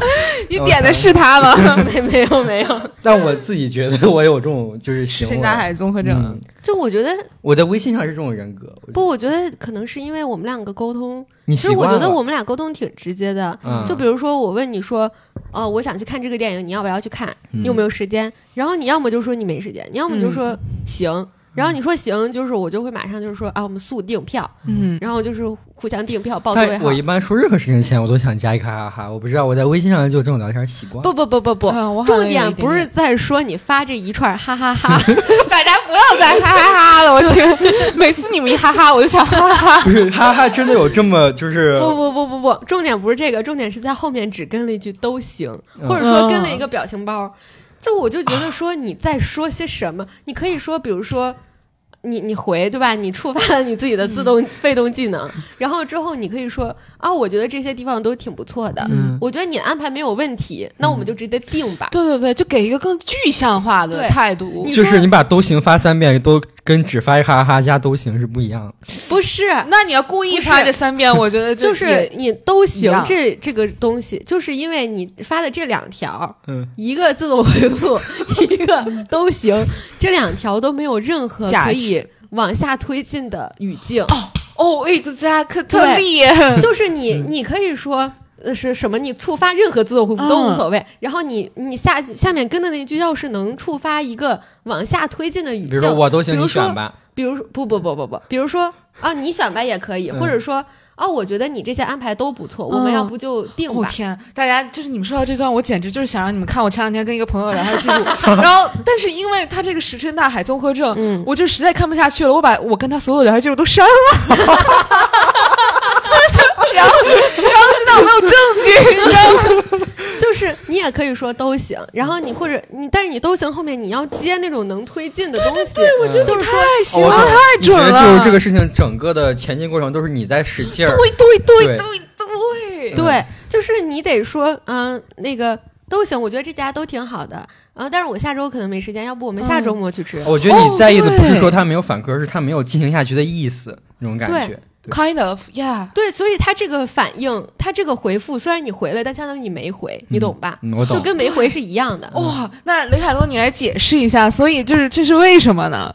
S2: 你点的是他吗？
S1: 没没有没有，
S3: 但我自己觉得我有这种就是
S2: 石
S3: 行为啊
S2: 沉。大海综合症。
S3: 嗯，
S1: 就我觉得
S3: 我在微信上是这种人格。我觉得
S1: 不，我觉得可能是因为我们两个沟通，
S3: 你
S1: 其实
S3: 习
S1: 我
S3: 惯
S1: 觉得
S3: 了
S1: 我们俩沟通挺直接的，
S3: 嗯
S1: 就比如说，我问你说，呃，我想去看这个电影，你要不要去看？你
S3: 嗯
S1: 有没有时间？然后你要么就说你没时间，你要么就说
S3: 嗯
S1: 行。然后你说行，就是我就会马上就是说啊，我们速订票，
S2: 嗯，
S1: 然后就是互相订票报座位
S3: 但
S1: 号
S3: 我。一般说任何事情前，我都想加一个哈哈哈。我不知道我在微信上就有这种聊天习惯。
S1: 不 [laughs] 不不不不，
S2: 嗯我好像
S1: 重
S2: 有
S1: 点
S2: 一
S1: 不
S2: 点
S1: 是在说你发这一串哈哈
S3: [laughs]
S1: 哈
S2: 大家不要再哈哈哈了，我天！每次你们一哈哈，我就想哈哈哈。
S3: 不是，哈哈，真的有这么
S2: 呃
S3: 就是
S1: 不不不不不，重点不是这个，重点是在后面只跟了一句都行，或者
S2: 嗯
S1: 说跟了一个表情包。就我就觉得说你在说些什么，你可以说，比如说。你你回对吧？你触发了你自己的自动、
S2: 嗯
S1: 被动技能，然后之后你可以说啊，我觉得这些地方都挺不错的，
S3: 嗯
S1: 我觉得你安排没有问题，那我们就直接定吧。
S2: [laughs] 嗯对对对，就给一个更具象化的
S1: 对
S2: 态度。
S1: 你
S3: 就是
S1: 说
S3: 你把都行发三遍，都跟只发一哈哈加都行是不一样的。
S1: 不是，
S2: 那你要故意
S1: 不是
S2: 发这三遍，我觉得
S1: 就
S2: 也
S1: 是你都
S2: 一
S1: 行
S2: 样
S1: 这这个东西，就是因为你发的这两条，
S3: 嗯，
S1: 一个自动回
S2: [laughs]
S1: 复，一个都行，这两条都没有任何
S2: 价
S1: 可
S2: 值
S1: 以往下推进的语境，
S2: 哦，exactly，嗯
S1: 就是你你可以说。呃，是什么？你触发任何自动回复
S2: 嗯
S1: 都无所谓。然后你你下下面跟的那句，要是能触发一个往下推进的语境，
S3: 比如说我都行，
S1: 比
S3: 你
S1: 如说
S3: 选吧。
S1: 比如说不不不不不，比如说啊，你选吧也可以，
S3: 嗯
S1: 或者说啊，我觉得你这些安排都不错，我们
S2: 嗯
S1: 要不就定
S2: 我
S1: 吧。
S2: 天！大家就是你们说到这段，我简直就是想让你们看我前两天跟一个朋友聊天
S1: [laughs]
S2: 记录，然后但是因为他这个石沉大海综合症，
S1: 嗯
S2: 我就实在看不下去了，我把我跟他所有聊天记录都删了。 [laughs] 然后，然后现在我没有证据，你知道吗？
S1: 就是你也可以说都行，然后你或者你，但是你都行后面你要接那种能推进的东西。对
S3: 我觉得
S1: 就是说，
S2: 太行
S3: 哦我
S2: 了，
S3: 懂
S2: 太
S3: 嗯你觉
S2: 准
S3: 得
S2: 了。
S3: 就是这个事情整个的前进过程都是你在使劲儿。嗯
S2: 对对对
S3: 对
S2: 对对，
S1: 对，就是你得说，嗯、那个都行，我觉得这家都挺好的，嗯、但是我下周可能没时间，要不我们下周末去吃。
S3: 我觉得你在意的不是
S2: 哦对
S3: 说他没有反馈，而是他没有进行下去的意思，那种感觉。对
S2: Kind of, yeah。
S1: 对，所以他这个反应，他这个回复，虽然你回了，但相当于你没回，你懂吧？
S3: 嗯，我
S1: 就
S3: 懂。哦
S1: 跟没回是一样的。
S3: 嗯
S2: 哇，那雷海东，你来解释一下，所以就是这是为什么呢？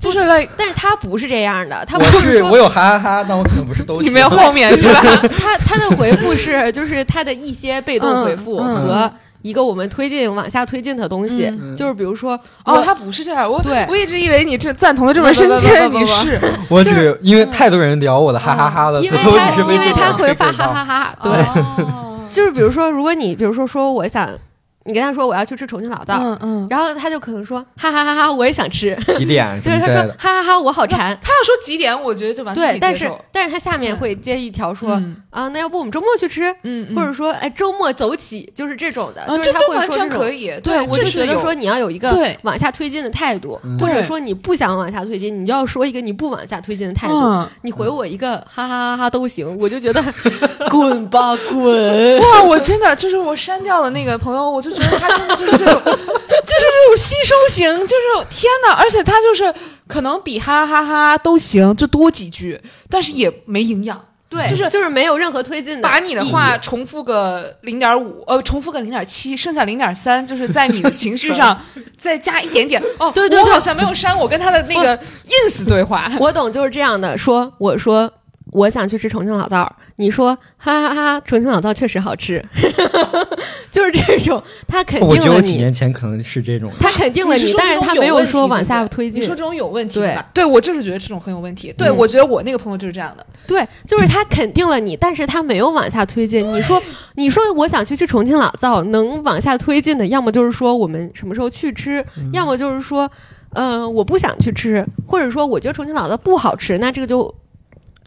S2: 就是 like
S1: 但是他不是这样的，他
S3: 我
S1: 不是
S3: 是
S1: 说
S3: 我有哈哈哈，但我可能不是都
S2: 你
S3: 行。
S2: 们要后
S3: [laughs]
S2: 面是吧？
S1: 他他的回复是，就是他的一些被动回复
S2: 嗯嗯
S1: 和一个我们推进往下推进的东西，
S2: 嗯
S1: 就是比如说
S2: 哦，
S1: 我
S2: 他不是这样，我
S1: 对
S2: 我一直以为你这赞同的这么深
S3: [laughs]
S2: 切，
S1: 不不不不不不
S2: 你是
S3: 我只因为太多人聊我的哈哈哈了，
S1: 因
S3: 呃所
S1: 为
S3: 以我
S1: 他
S3: 一直被
S1: 因为
S3: 这个
S1: 他
S3: 推
S1: 会发
S2: 嗯
S3: 给到
S1: 哈哈哈，对，
S2: [laughs] 对，
S1: 就是比如说，如果你比如说说我想你跟他说我要去吃重庆老灶，
S2: 嗯嗯，
S1: 然后他就可能说哈哈哈哈，我也想吃。
S3: 几点
S1: [laughs]
S3: 什
S1: 对，
S3: 么
S1: 他
S3: 之类
S1: 说
S3: 的
S1: 哈哈哈，我好馋。
S2: 他要说几点，我觉得嗯就完全可
S1: 对，
S2: 以
S1: 但
S2: 接
S1: 是
S2: 受
S1: 但是他下面会接一条说
S2: 嗯
S1: 啊，那要不我们周末去吃，
S2: 嗯，
S1: 或者说哎周末走起，就是这种的，
S2: 嗯
S1: 呃就是
S2: 这
S1: 他
S2: 都
S1: 会
S2: 完
S1: 说
S2: 全
S1: 这种
S2: 可以，
S1: 对，我
S2: 这
S1: 就是觉得
S2: 有
S1: 说你要有一个
S2: 对。
S1: 往下推进的态度，
S3: 嗯
S1: 或者
S2: 对
S1: 说你不想往下推进，你就要说一个你不往下推进的态度。 [laughs]
S2: 嗯，
S1: 你回我一个哈哈哈哈都行，我就觉
S2: [laughs]
S1: 得滚吧滚。
S2: 哇！我真的就是我删掉了那个朋友，我就觉得他真的就是
S1: [laughs]
S2: 这种，就是这种吸收型，就是天哪！而且他就是可能比哈哈哈都行，就多几句，但是也没营养，
S1: 对，
S2: 就是
S1: 就是没有任何推进的，
S2: 把你的话重复个零点五，呃，重复个零点七，剩下零点三，就是在你的情 [laughs] 绪上再加一点点。哦，
S1: 对对
S2: 我
S1: 对
S2: 好像没有删我跟他的那个 ins 对话。
S1: 我懂，就是这样的。说，我说我想去吃重庆老灶儿，你说哈哈哈哈，重庆老灶确实好吃， [laughs] 就是这种，他肯
S3: 我
S1: 定
S3: 觉得
S1: 了
S3: 我几
S1: 你，
S3: 年前可能是这种，
S1: 他肯定了
S2: 你是
S1: 你，
S2: 说
S1: 但
S2: 这
S1: 是
S2: 种
S1: 他
S2: 有
S1: 没有
S2: 问题
S1: 说
S2: 对
S1: 往
S2: 不
S1: 下
S2: 对
S1: 推
S2: 你
S1: 进
S2: 说。这种有问题
S1: 对
S2: 吧？对，我就是觉得这种很有问题。对，
S1: 嗯
S2: 我觉得我那个朋友就是这样的。
S1: 对，就是他肯定了你，但是他没有往下推进。 [laughs] 你说，你说我想去吃重庆老灶，能往下推进的，要么就是说我们什么时候去吃，要么就是说，呃，我不想去吃，或者说我觉得重庆老灶不好吃，那这个就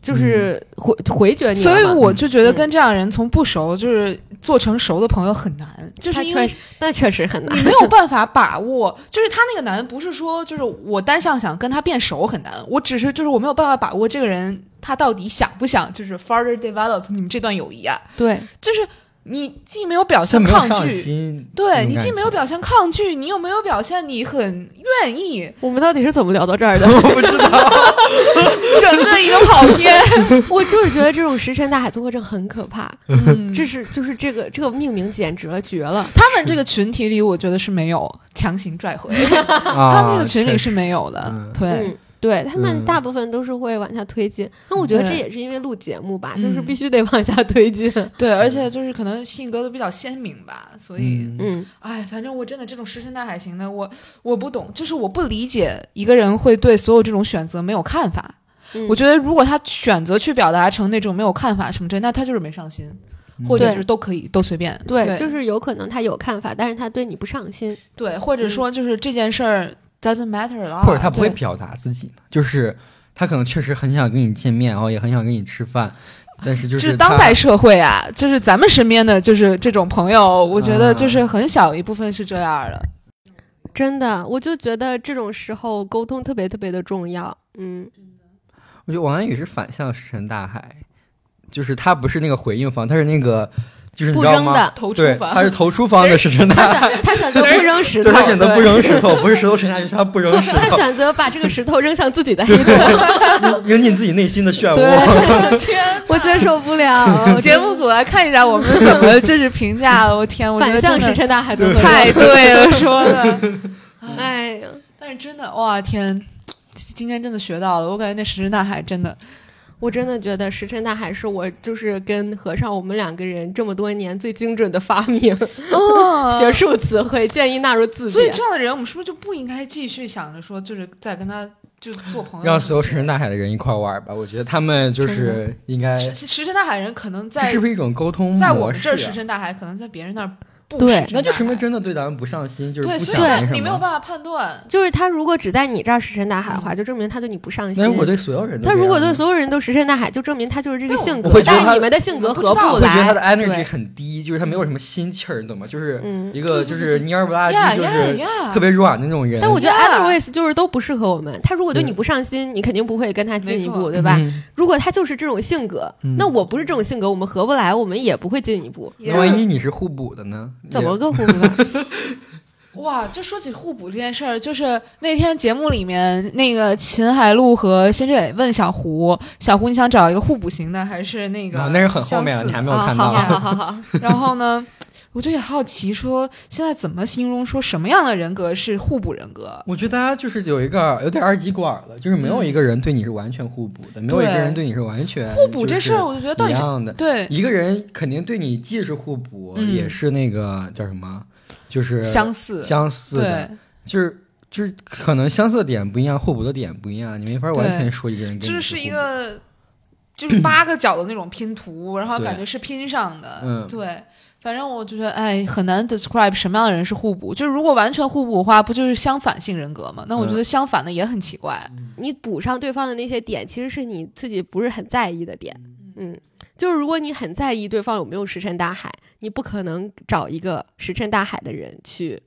S1: 就是回、回绝你了
S2: 所
S1: 嘛。
S2: 以我就觉得跟这样人从不熟就是做成熟的朋友很难，就是
S1: 他
S2: 因
S1: 确
S2: 为
S1: 实，那确实很难
S2: 你。没有办法把握，就是他那个难不是说就是我单向想跟他变熟很难，我只是就是我没有办法把握这个人他到底想不想就是 further develop 你们这段友谊啊，
S1: 对，
S2: 就是你既没有表
S3: 他
S2: 现
S3: 没有
S2: 抗
S3: 上
S2: 拒。
S3: 心，
S2: 对
S3: 应
S2: 你
S3: 该
S2: 既没有表现抗拒，你又没有表现你很愿意，
S1: 我们到底是怎么聊到这儿的？
S3: 我不知道，
S2: 整个一个跑偏。
S1: 我就是觉得这种石沉大海综合症很可怕，
S2: 嗯
S1: 这是就是这个这个命名简直了，绝了。
S2: 他们这个群体里，我觉得是没有强行拽回， [laughs] 他
S3: 他
S2: 们这个群里是没有的。
S3: 嗯
S2: 对，
S1: 嗯，对他们
S3: 嗯
S1: 大部分都是会往下推进。那我觉得这
S2: 对
S1: 也是因为录节目吧，
S2: 嗯
S1: 就是必须得往下推进。
S2: 对，而且就是可能性格都比较鲜明吧，所以，
S1: [laughs]
S3: 嗯
S1: 嗯，
S2: 哎，反正我真的这种石沉大海型的，我我不懂，就是我不理解一个人会对所有这种选择没有看法。
S1: 嗯
S2: 我觉得如果他选择去表达成那种没有看法什么之类，那他就是没上心，
S3: 嗯
S2: 或者
S1: 对
S2: 就是都可以都随便，
S1: 对，
S2: 对，
S1: 就是有可能他有看法，但是他对你不上心。
S2: 对，或
S1: 嗯
S2: 者说就是这件事儿 doesn't matter 了，
S3: 或者他不会
S2: 对
S3: 表达自己，就是他可能确实很想跟你见面，然后也很想跟你吃饭，但是就
S2: 就是是当代
S3: 他
S2: 社会啊，就是咱们身边的就是这种朋友，我觉得就
S3: 啊
S2: 是很小一部分是这样的。
S1: 真的，我就觉得这种时候沟通特别特别的重要。嗯，
S3: 我觉得王安宇是反向石沉大海，就是他不是那个回应方，他是那个就是你
S1: 不
S3: 知道
S1: 扔
S3: 吗？
S1: 的，
S2: 投出
S3: 对，
S2: 吧，
S3: 他是投出方的石沉大
S1: 他
S3: 海，
S1: 选他选择不扔石头，
S3: 对他选择不
S1: 对。
S3: 扔石头，不是石头沉下去，是他不扔石
S1: [laughs] 他
S3: 头，
S1: 选择把这个石头扔向自己的
S3: [laughs]
S1: 黑洞，
S3: 扔进自己内心的漩涡。
S1: 对，
S2: [laughs] 天
S1: 我接受不了。
S2: 节目组来看一下我们怎么就是评价了，我天，我觉
S1: 反
S2: 得
S1: 向
S2: 真
S1: 石
S2: 的
S1: 沉大海综合症，
S2: 太
S1: [laughs]
S2: 对了，说的。
S1: 哎呀，
S2: 但是真的，哇天，今天真的学到了，我感觉那石沉大海真的，
S1: 我真的觉得石沉大海是我就是跟和尚我们两个人这么多年最精准的发明、
S2: [laughs] 哦
S1: 学术词汇，建议纳入字典。
S2: 所以这样的人，我们是不是就不应该继续想着说，就是再跟他就做朋友？
S3: 让所有石沉大海的人一块玩吧，我觉得他们就是应该，
S2: 石石沉大海人，可能
S3: 这
S2: 在
S3: 是不是一种沟通模式、啊？
S2: 在我们这儿石沉大海，可能在别人那儿不
S1: 对
S2: 石沉大海
S3: 那就说明真的对咱们不上心，就是
S2: 对，
S3: 不
S2: 所
S3: 想那什
S2: 以
S3: 么。
S2: 你没有办法判断。
S1: 就是他如果只在你这儿石沉大海的话，就证明他对你不上心
S3: 那。我对所有人都
S1: 他
S3: 这
S1: 如果
S3: 样啊
S1: 对
S3: 吗
S1: 所有人都石沉大海，就证明他就是这个
S2: 但我
S1: 性
S3: 我
S1: 格
S3: 会，觉得
S1: 但是
S3: 他
S1: 你们的性格合
S2: 我
S1: 不
S3: 我觉得他
S1: 来。
S3: 的 energy
S1: 对
S3: 很低，就是他没有什么心气儿，你懂吗？就是
S1: 嗯
S3: 一个就是蔫儿不拉
S2: 呀
S3: 几，就
S2: 呀
S3: 是
S2: 呀！
S3: 特别软的那种人。
S1: 但我觉得
S2: Yeah
S1: anyways 就是都不适合我们。他如果对
S3: 对
S1: 你不上心，你肯定不会跟他进一
S2: 没
S1: 步，
S2: 错
S1: 对吧？
S3: 嗯
S1: 如果他就是这种性格，
S3: 嗯
S1: 那我不是这种性格，我们合不来，我们也不会进一步。
S2: 也
S3: 那万一你是互补的呢？
S1: 怎么
S3: 也？
S1: 个互补？
S2: 哇，这说起互补这件事儿，就是那天节目里面，那个秦海璐和辛志伟问小胡，小胡你想找一个互补型的还是那个、
S3: 啊那是很后面了，你还没有
S1: 啊，
S3: 看
S1: 好
S3: 到。
S1: 好好好
S3: [laughs]
S1: 好，
S2: 然后呢，我就也好奇说，现在怎么形容说什么样的人格是互补人格？
S3: 我觉得大家就是有一个有点二极管了，就是没有一个人对你是完全互补的，没有一个人对你是完全
S2: 互补这事儿，
S3: 就
S2: 我就觉得
S3: 是
S2: 到
S3: 一
S2: 底是
S3: 样的。
S2: 对
S3: 一个人肯定对你既是互补，
S2: 嗯
S3: 也是那个叫什么，就是
S2: 相似，
S3: 相似的。
S2: 对，
S3: 就是就是可能相似的点不一样，互补的点不一样，你没法完全说一个人跟你
S2: 这是
S3: 互
S2: 一
S3: 补
S2: 个就是八个角的那种拼图，然后感觉是拼上的，
S3: 嗯
S2: 对。反正我就觉得，哎，很难 describe 什么样的人是互补。就是如果完全互补的话，不就是相反性人格吗？那我觉得相反的也很奇怪。
S1: 你补上对方的那些点，其实是你自己不是很在意的点。嗯，就是如果你很在意对方有没有石沉大海，你不可能找一个石沉大海的人去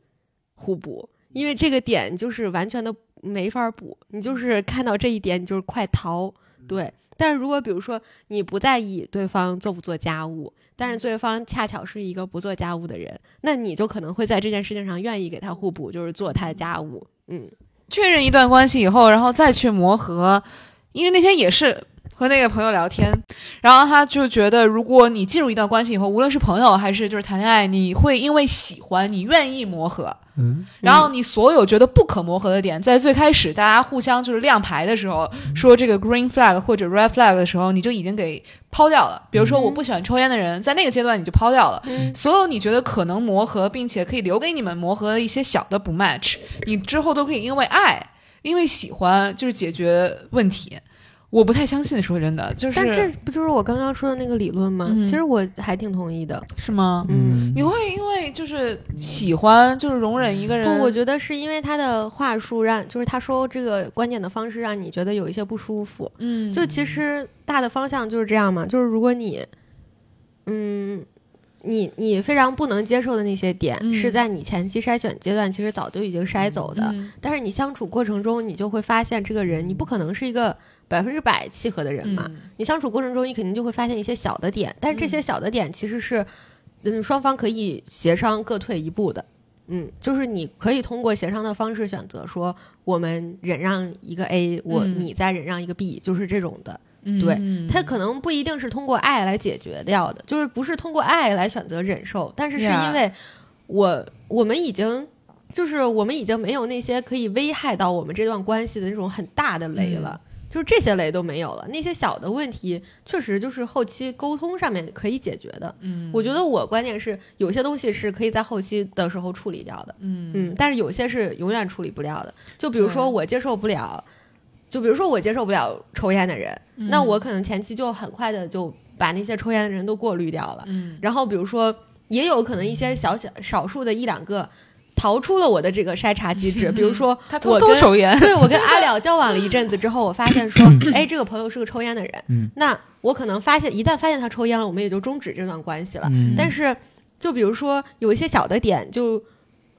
S1: 互补，因为这个点就是完全的没法补。你就是看到这一点，你就是快逃。对，但是如果比如说你不在意对方做不做家务，但是对方恰巧是一个不做家务的人，那你就可能会在这件事情上愿意给他互补，就是做他的家务。嗯，
S2: 确认一段关系以后，然后再去磨合，因为那天也是和那个朋友聊天，然后他就觉得，如果你进入一段关系以后，无论是朋友还是就是谈恋爱，你会因为喜欢，你愿意磨合，
S3: 嗯，
S2: 然后你所有觉得不可磨合的点，在最开始大家互相就是亮牌的时候，
S1: 嗯
S2: 说这个 green flag 或者 red flag 的时候，你就已经给抛掉了。比如说
S1: 嗯
S2: 我不喜欢抽烟的人，在那个阶段你就抛掉了。
S1: 嗯
S2: 所有你觉得可能磨合，并且可以留给你们磨合的一些小的不 match，你之后都可以因为爱，因为喜欢，就是解决问题。我不太相信，说真的，就是
S1: 但这不就是我刚刚说的那个理论吗？
S2: 嗯
S1: 其实我还挺同意的。
S2: 是吗？
S1: 嗯
S2: 你会因为就是喜欢，就是容忍一个人，
S1: 不，我觉得是因为他的话术让，就是他说这个观点的方式让你觉得有一些不舒服。
S2: 嗯，
S1: 就其实大的方向就是这样嘛，就是如果你，嗯，你你非常不能接受的那些点，
S2: 嗯
S1: 是在你前期筛选阶段其实早就已经筛走的，
S2: 嗯
S1: 但是你相处过程中，你就会发现这个人，你不可能是一个百分之百契合的人嘛。
S2: 嗯
S1: 你相处过程中，你肯定就会发现一些小的点，但是这些小的点其实是，嗯，双方可以协商各退一步的。嗯，就是你可以通过协商的方式选择说，我们忍让一个 A，我、
S2: 嗯
S1: 你再忍让一个 B，就是这种的。
S2: 嗯
S1: 对
S2: 嗯
S1: 它可能不一定是通过爱来解决掉的，就是不是通过爱来选择忍受，但是是
S2: Yeah
S1: 因为我我们已经就是我们已经没有那些可以危害到我们这段关系的那种很大的雷了。
S2: 嗯
S1: 就是这些雷都没有了，那些小的问题确实就是后期沟通上面可以解决的。
S2: 嗯，
S1: 我觉得我观点是，有些东西是可以在后期的时候处理掉的。
S2: 嗯
S1: 嗯，但是有些是永远处理不了的。就比如说
S2: 对
S1: 我接受不了，就比如说我接受不了抽烟的人，那我可能前期就很快的就把那些抽烟的人都过滤掉了。
S2: 嗯
S1: 然后比如说，也有可能一些小小少数的一两个逃出了我的这个筛查机制，比如说
S2: 他偷
S1: 我
S2: 偷
S1: 跟
S2: 抽烟，
S1: 对我跟阿了交往了一阵子之后，我发现说，哎，这个朋友是个抽烟的人，
S3: 嗯
S1: 那我可能发现一旦发现他抽烟了，我们也就终止这段关系了。
S3: 嗯
S1: 但是，就比如说有一些小的点，就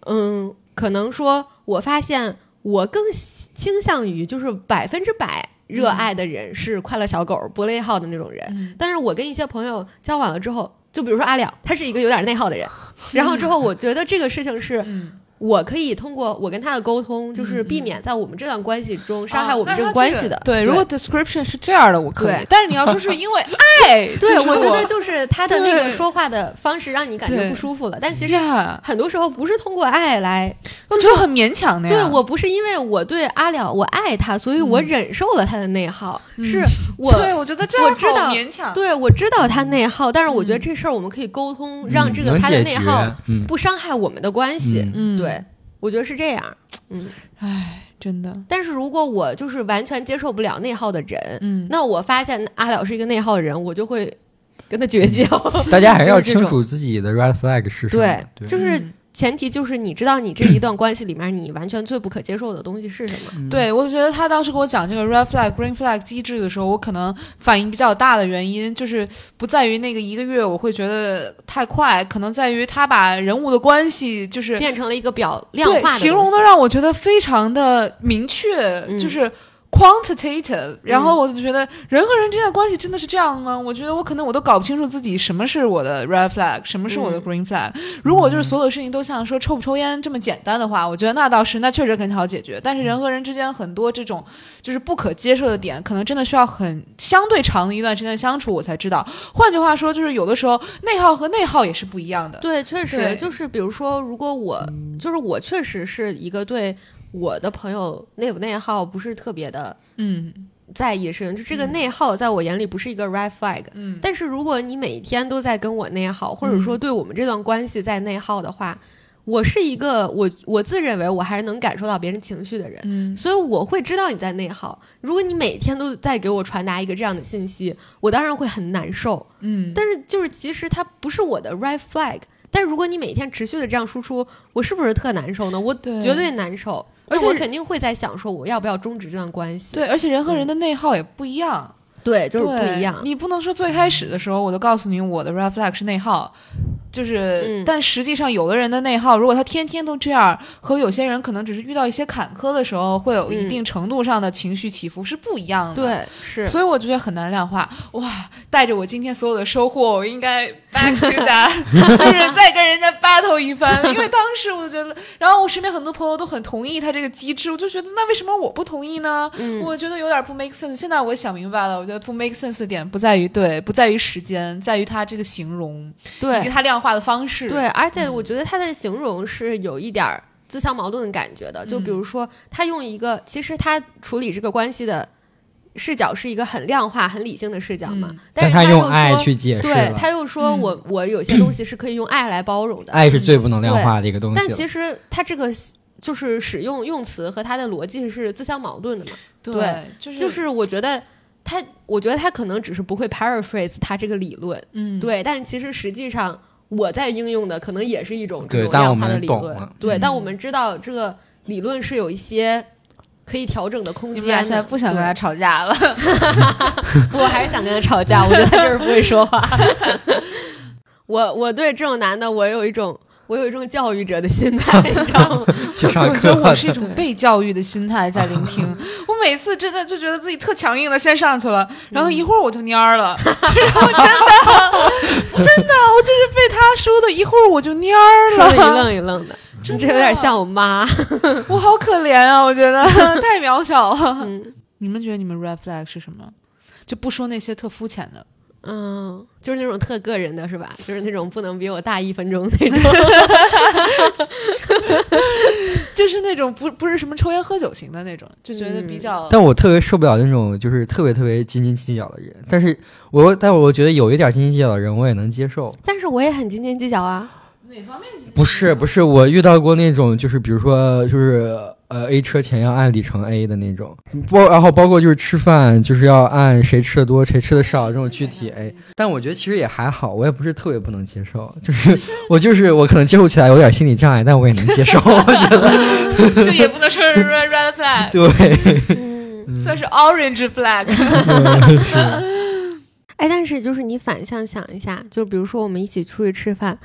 S1: 嗯，可能说我发现我更喜倾向于就是百分之百热爱的人是快乐小狗、伯雷号的那种人，
S2: 嗯
S1: 但是我跟一些朋友交往了之后，就比如说阿了，他是一个有点内
S2: [laughs]
S1: 耗的人，然后之后我觉得这个事情是
S2: 嗯，
S1: 我可以通过我跟他的沟通，就是
S2: 嗯
S1: 避
S2: 嗯
S1: 免在我们这段关系中伤害
S2: 哦
S1: 我们
S2: 那
S1: 这
S2: 他
S1: 个关系的。
S2: 对，如果 description 是这样的，我可以
S1: 对，
S2: 但是你要说是 [laughs] 因为爱，
S1: 对，
S2: 就是
S1: 我觉得就是他的那个
S2: 对
S1: 说话的方式让你感觉
S2: 对
S1: 不舒服了，但其
S2: 这
S1: 实
S2: 样，
S1: 很多时候不是通过爱来，
S2: 我觉得很勉强的呀。
S1: 对我不是因为我对阿了我爱他，所以我忍受了他的内耗，
S2: 嗯
S1: 是我
S2: 对我觉得这样
S1: 我知道
S2: 好勉强。
S1: 对我知道他内耗，但是我觉得
S2: 嗯
S1: 这事儿我们可以沟通，
S3: 嗯
S1: 让这个
S3: 能
S1: 他的
S3: 解
S1: 内
S3: 决
S1: 耗
S3: 嗯
S1: 不伤害我们的关系。
S3: 嗯
S2: 嗯，
S1: 对，，我觉得是这样。嗯，
S2: 唉，真的，
S1: 但是如果我就是完全接受不了内耗的人，
S2: 嗯，
S1: 那我发现阿了是一个内耗的人，我就会跟他绝交。
S2: [laughs]
S3: 大家还是要
S1: 就是这
S3: 清
S1: 种
S3: 楚自己的 red flag 是什么。嗯对，
S1: 就
S2: 嗯
S1: 是前提就是你知道你这一段关系里面你完全最不可接受的东西是什么。
S2: 对，我觉得他当时给我讲这个 red flag、green flag 机制的时候，我可能反应比较大的原因就是不在于那个一个月我会觉得太快，可能在于他把人物的关系就是
S1: 变成了一个表量
S2: 对
S1: 化的
S2: 形容
S1: 东
S2: 的
S1: 西
S2: 让我觉得非常的明确，
S1: 嗯
S2: 就是 quantitative。然后我就觉得人和人之间的关系真的是这样吗？我觉得我可能我都搞不清楚自己什么是我的 red flag，什么是我的
S1: 嗯
S2: green flag。如果就是所有事情都像说抽不抽烟这么简单的话，我觉得那倒是那确实很好解决。但是人和人之间很多这种就是不可接受的点，可能真的需要很相对长的一段时间相处，我才知道。换句话说，就是有的时候内耗和内耗也是不一样的。
S1: 对，确实
S2: 对
S1: 就是，比如说，如果我就是我，确实是一个对我的朋友内不内耗不是特别的
S2: 嗯
S1: 在意的事情，就这个内耗在我眼里不是一个 red flag。
S2: 嗯，
S1: 但是如果你每天都在跟我内耗，或者说对我们这段关系在内耗的话，我是一个我我自认为我还是能感受到别人情绪的人，
S2: 嗯，
S1: 所以我会知道你在内耗。如果你每天都在给我传达一个这样的信息，我当然会很难受。
S2: 嗯，
S1: 但是就是其实它不是我的 red flag，但如果你每天持续的这样输出，我是不是特难受呢？我
S2: 对
S1: 绝对难受，
S2: 而且
S1: 那我肯定会在想说我要不要终止这段关系。
S2: 对，而且人和人的内耗也不一样，
S1: 对，就是不
S2: 对
S1: 一样。
S2: 你不能说最开始的时候我就告诉你我的 red flag 是内耗，就是，
S1: 嗯
S2: 但实际上有的人的内耗，如果他天天都这样，和有些人可能只是遇到一些坎坷的时候，会有一
S1: 嗯
S2: 定程度上的情绪起伏是不一样的。。
S1: 对，是。
S2: 所以我觉得很难量化。哇，带着我今天所有的收获，我应该 back to that，就是 [laughs] 再跟人家 battle 一番。因为当时我就觉得，然后我身边很多朋友都很同意他这个机制，我就觉得那为什么我不同意呢？
S1: 嗯
S2: 我觉得有点不 make sense。现在我想明白了，我觉得不 make sense 的点不在于对，不在于时间，在于他这个形容以
S1: 对
S2: 及他量化的方式。
S1: 对，，而且我觉得他的形容是有一点儿自相矛盾的感觉的。就比如说，他用一个其实他处理这个关系的视角是一个很量化、很理性的视角嘛，
S2: 嗯
S1: 但是他
S3: 他
S1: 又
S3: 用
S1: 说
S3: 爱去解释
S1: 对，
S3: 了，
S1: 他又说
S2: 嗯
S1: 我、我有些东西是可以用爱来包容的，
S3: 爱是最不能量化的一个东西了。
S1: 嗯但其实他这个就是使用用词和他的逻辑是自相矛盾的嘛。对
S2: 对，就是
S1: 就是我觉得他，我觉得他可能只是不会 paraphrase 他这个理论，
S2: 嗯，
S1: 对，但其实实际上我在应用的可能也是一种这
S3: 对
S1: 种
S3: 但我
S1: 量化
S3: 们
S1: 的理
S3: 懂
S1: 论
S3: 了，
S1: 对，
S2: 嗯
S1: 但我们知道这个理论是有一些。可以调整的空
S2: 你
S1: 间
S2: 们
S1: 的。
S2: 俩现在不想跟他吵架了。
S1: 对，我还是想跟他吵架。我觉得他就是不会说话。 [laughs] 我我对这种男的，我有一种我有一种教育者的心态，你知道吗？
S3: 去上
S2: 我觉
S3: 课
S2: 得我是一种
S1: 对
S2: 被教育的心态在聆 [laughs] 听。我每次真的就觉得自己特强硬的先上去了，然后一会儿我就蔫儿 [laughs] 了，然后真的真的我就是被他说的，一会儿我就蔫
S1: [laughs]
S2: 儿
S1: 说的一
S2: 了，
S1: 愣一 [laughs] 愣的，
S2: 真的
S1: 这有点像我妈。
S2: 我好可怜 [laughs] 啊！我觉得太渺小了。
S1: 嗯
S2: 你们觉得你们 red flag 是什么？就不说那些特肤浅的，
S1: 嗯，就是那种特个人的是吧？就是那种不能比我大一分钟那种。
S2: [laughs] 就是那种不不是什么抽烟喝酒型的那种，就觉得比较、
S3: [laughs] 但我特别受不了那种就是特别特别斤斤计较的人，但是我但我觉得有一点斤斤计较的人我也能接受。
S1: [laughs] 但是我也很斤斤计较啊。
S2: 哪方面？
S3: 不是不是，我遇到过那种就是比如说就是呃 A 车前要按里程 A 的那种，包然后包括就是吃饭就是要按谁吃的多谁吃的少这种具体 A，但我觉得其实也还好，我也不是特别不能接受，就是
S1: [laughs]
S3: 我就是我可能接受起来有点心理障碍，但我也能
S1: [laughs]
S3: 接受，我觉得
S2: [laughs] 就也不能说是 red red flag，
S3: 对。
S1: [laughs] 嗯，
S2: 算是 orange flag。
S1: 哎，但是就是你反向想一下，就比如说我们一起出去吃饭，